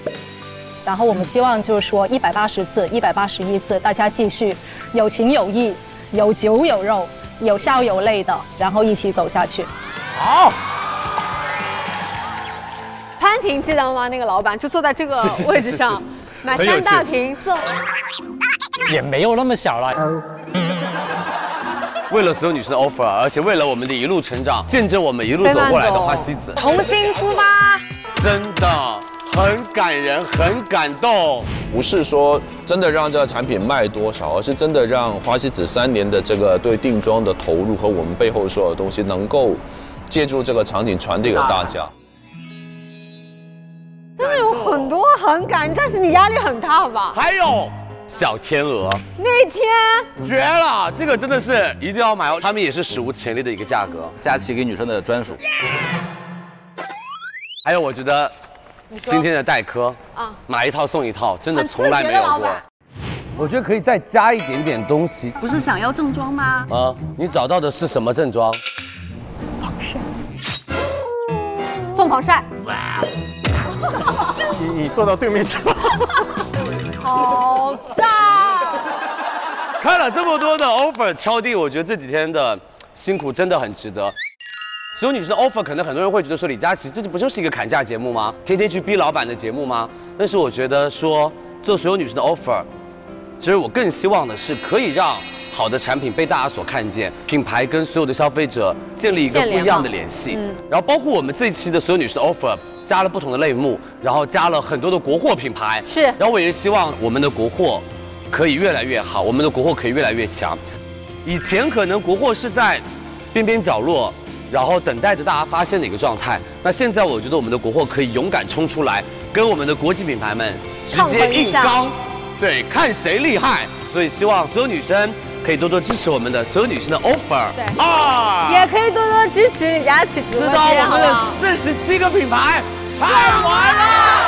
[SPEAKER 1] 然后我们希望就是说一百八十次、一百八十一次，大家继续有情有义、有酒有肉、有笑有泪的，然后一起走下去。
[SPEAKER 3] 好，
[SPEAKER 6] 潘婷记得吗？那个老板就坐在这 个
[SPEAKER 4] 是是是
[SPEAKER 6] 位置上，
[SPEAKER 4] 是是
[SPEAKER 6] 买
[SPEAKER 4] 很有
[SPEAKER 6] 三大
[SPEAKER 4] 趣
[SPEAKER 6] 瓶送。
[SPEAKER 4] 也没有那么小 了。
[SPEAKER 3] 为了所有女生的 offer，而且为了我们的一路成长，见证我们一路走过来的花西子，
[SPEAKER 6] 重新出发。
[SPEAKER 3] 真的很感人，很感动。
[SPEAKER 27] 不是说真的让这个产品卖多少，而是真的让花西子三年的这个对定妆的投入和我们背后所有的东西，能够借助这个场景传递给大家。
[SPEAKER 6] 真的有很多很感人，但是你压力很大吧？
[SPEAKER 3] 还有小天鹅，
[SPEAKER 6] 那天
[SPEAKER 3] 绝了！这个真的是一定要买哦，他们也是史无前例的一个价格。
[SPEAKER 36] 佳琦给女生的专属。
[SPEAKER 3] 还有，我觉得
[SPEAKER 6] 你说
[SPEAKER 3] 今天的代科
[SPEAKER 6] 啊，
[SPEAKER 3] 买一套送一套，真的
[SPEAKER 6] 很刺
[SPEAKER 3] 从来
[SPEAKER 6] 激
[SPEAKER 3] 没有
[SPEAKER 6] 的老
[SPEAKER 3] 过
[SPEAKER 6] 板。
[SPEAKER 5] 我觉得可以再加一点点东西
[SPEAKER 27] 不是想要正装吗？
[SPEAKER 5] 啊。你找到的是什么 正装？
[SPEAKER 6] 送防 晒。
[SPEAKER 9] 你你坐到对面去吧。
[SPEAKER 6] 好炸！
[SPEAKER 3] 看了这么多的 offer 敲定，我觉得这几天的辛苦真的很值得。所有女生的 offer，可能很多人会觉得说李佳琦这不就是一个砍价节目吗？天天去逼老板的节目吗？但是我觉得说做所有女生的 offer，其实我更希望的是可以让好的产品被大家所看见，品牌跟所有的消费者建立一个
[SPEAKER 27] 建
[SPEAKER 3] 不
[SPEAKER 27] 联嘛
[SPEAKER 3] 一样的联系。
[SPEAKER 27] 嗯
[SPEAKER 3] 然后包括我们这一期的所有女生的 offer，加了不同的类目，然后加了很多的国货品牌。
[SPEAKER 6] 是。
[SPEAKER 3] 然后我也是希望我们的国货可以越来越好，我们的国货可以越来越强。以前可能国货是在边边角落，然后等待着大家发现的一个状态。那现在我觉得我们的国货可以勇敢冲出来，跟我们的国际品牌们直
[SPEAKER 27] 抗
[SPEAKER 3] 接
[SPEAKER 27] 衡一
[SPEAKER 3] 硬
[SPEAKER 27] 下
[SPEAKER 3] 刚，对，看谁厉害。所以希望所有女生可以多多支持我们的所有女生的 offer。
[SPEAKER 6] 对
[SPEAKER 3] 啊
[SPEAKER 6] 也可以多多支持李佳琦直播
[SPEAKER 3] 知道
[SPEAKER 6] 间，
[SPEAKER 3] 我
[SPEAKER 6] 好
[SPEAKER 3] 们
[SPEAKER 6] 不
[SPEAKER 3] 的
[SPEAKER 6] 好？
[SPEAKER 3] 四十七个品牌看完了。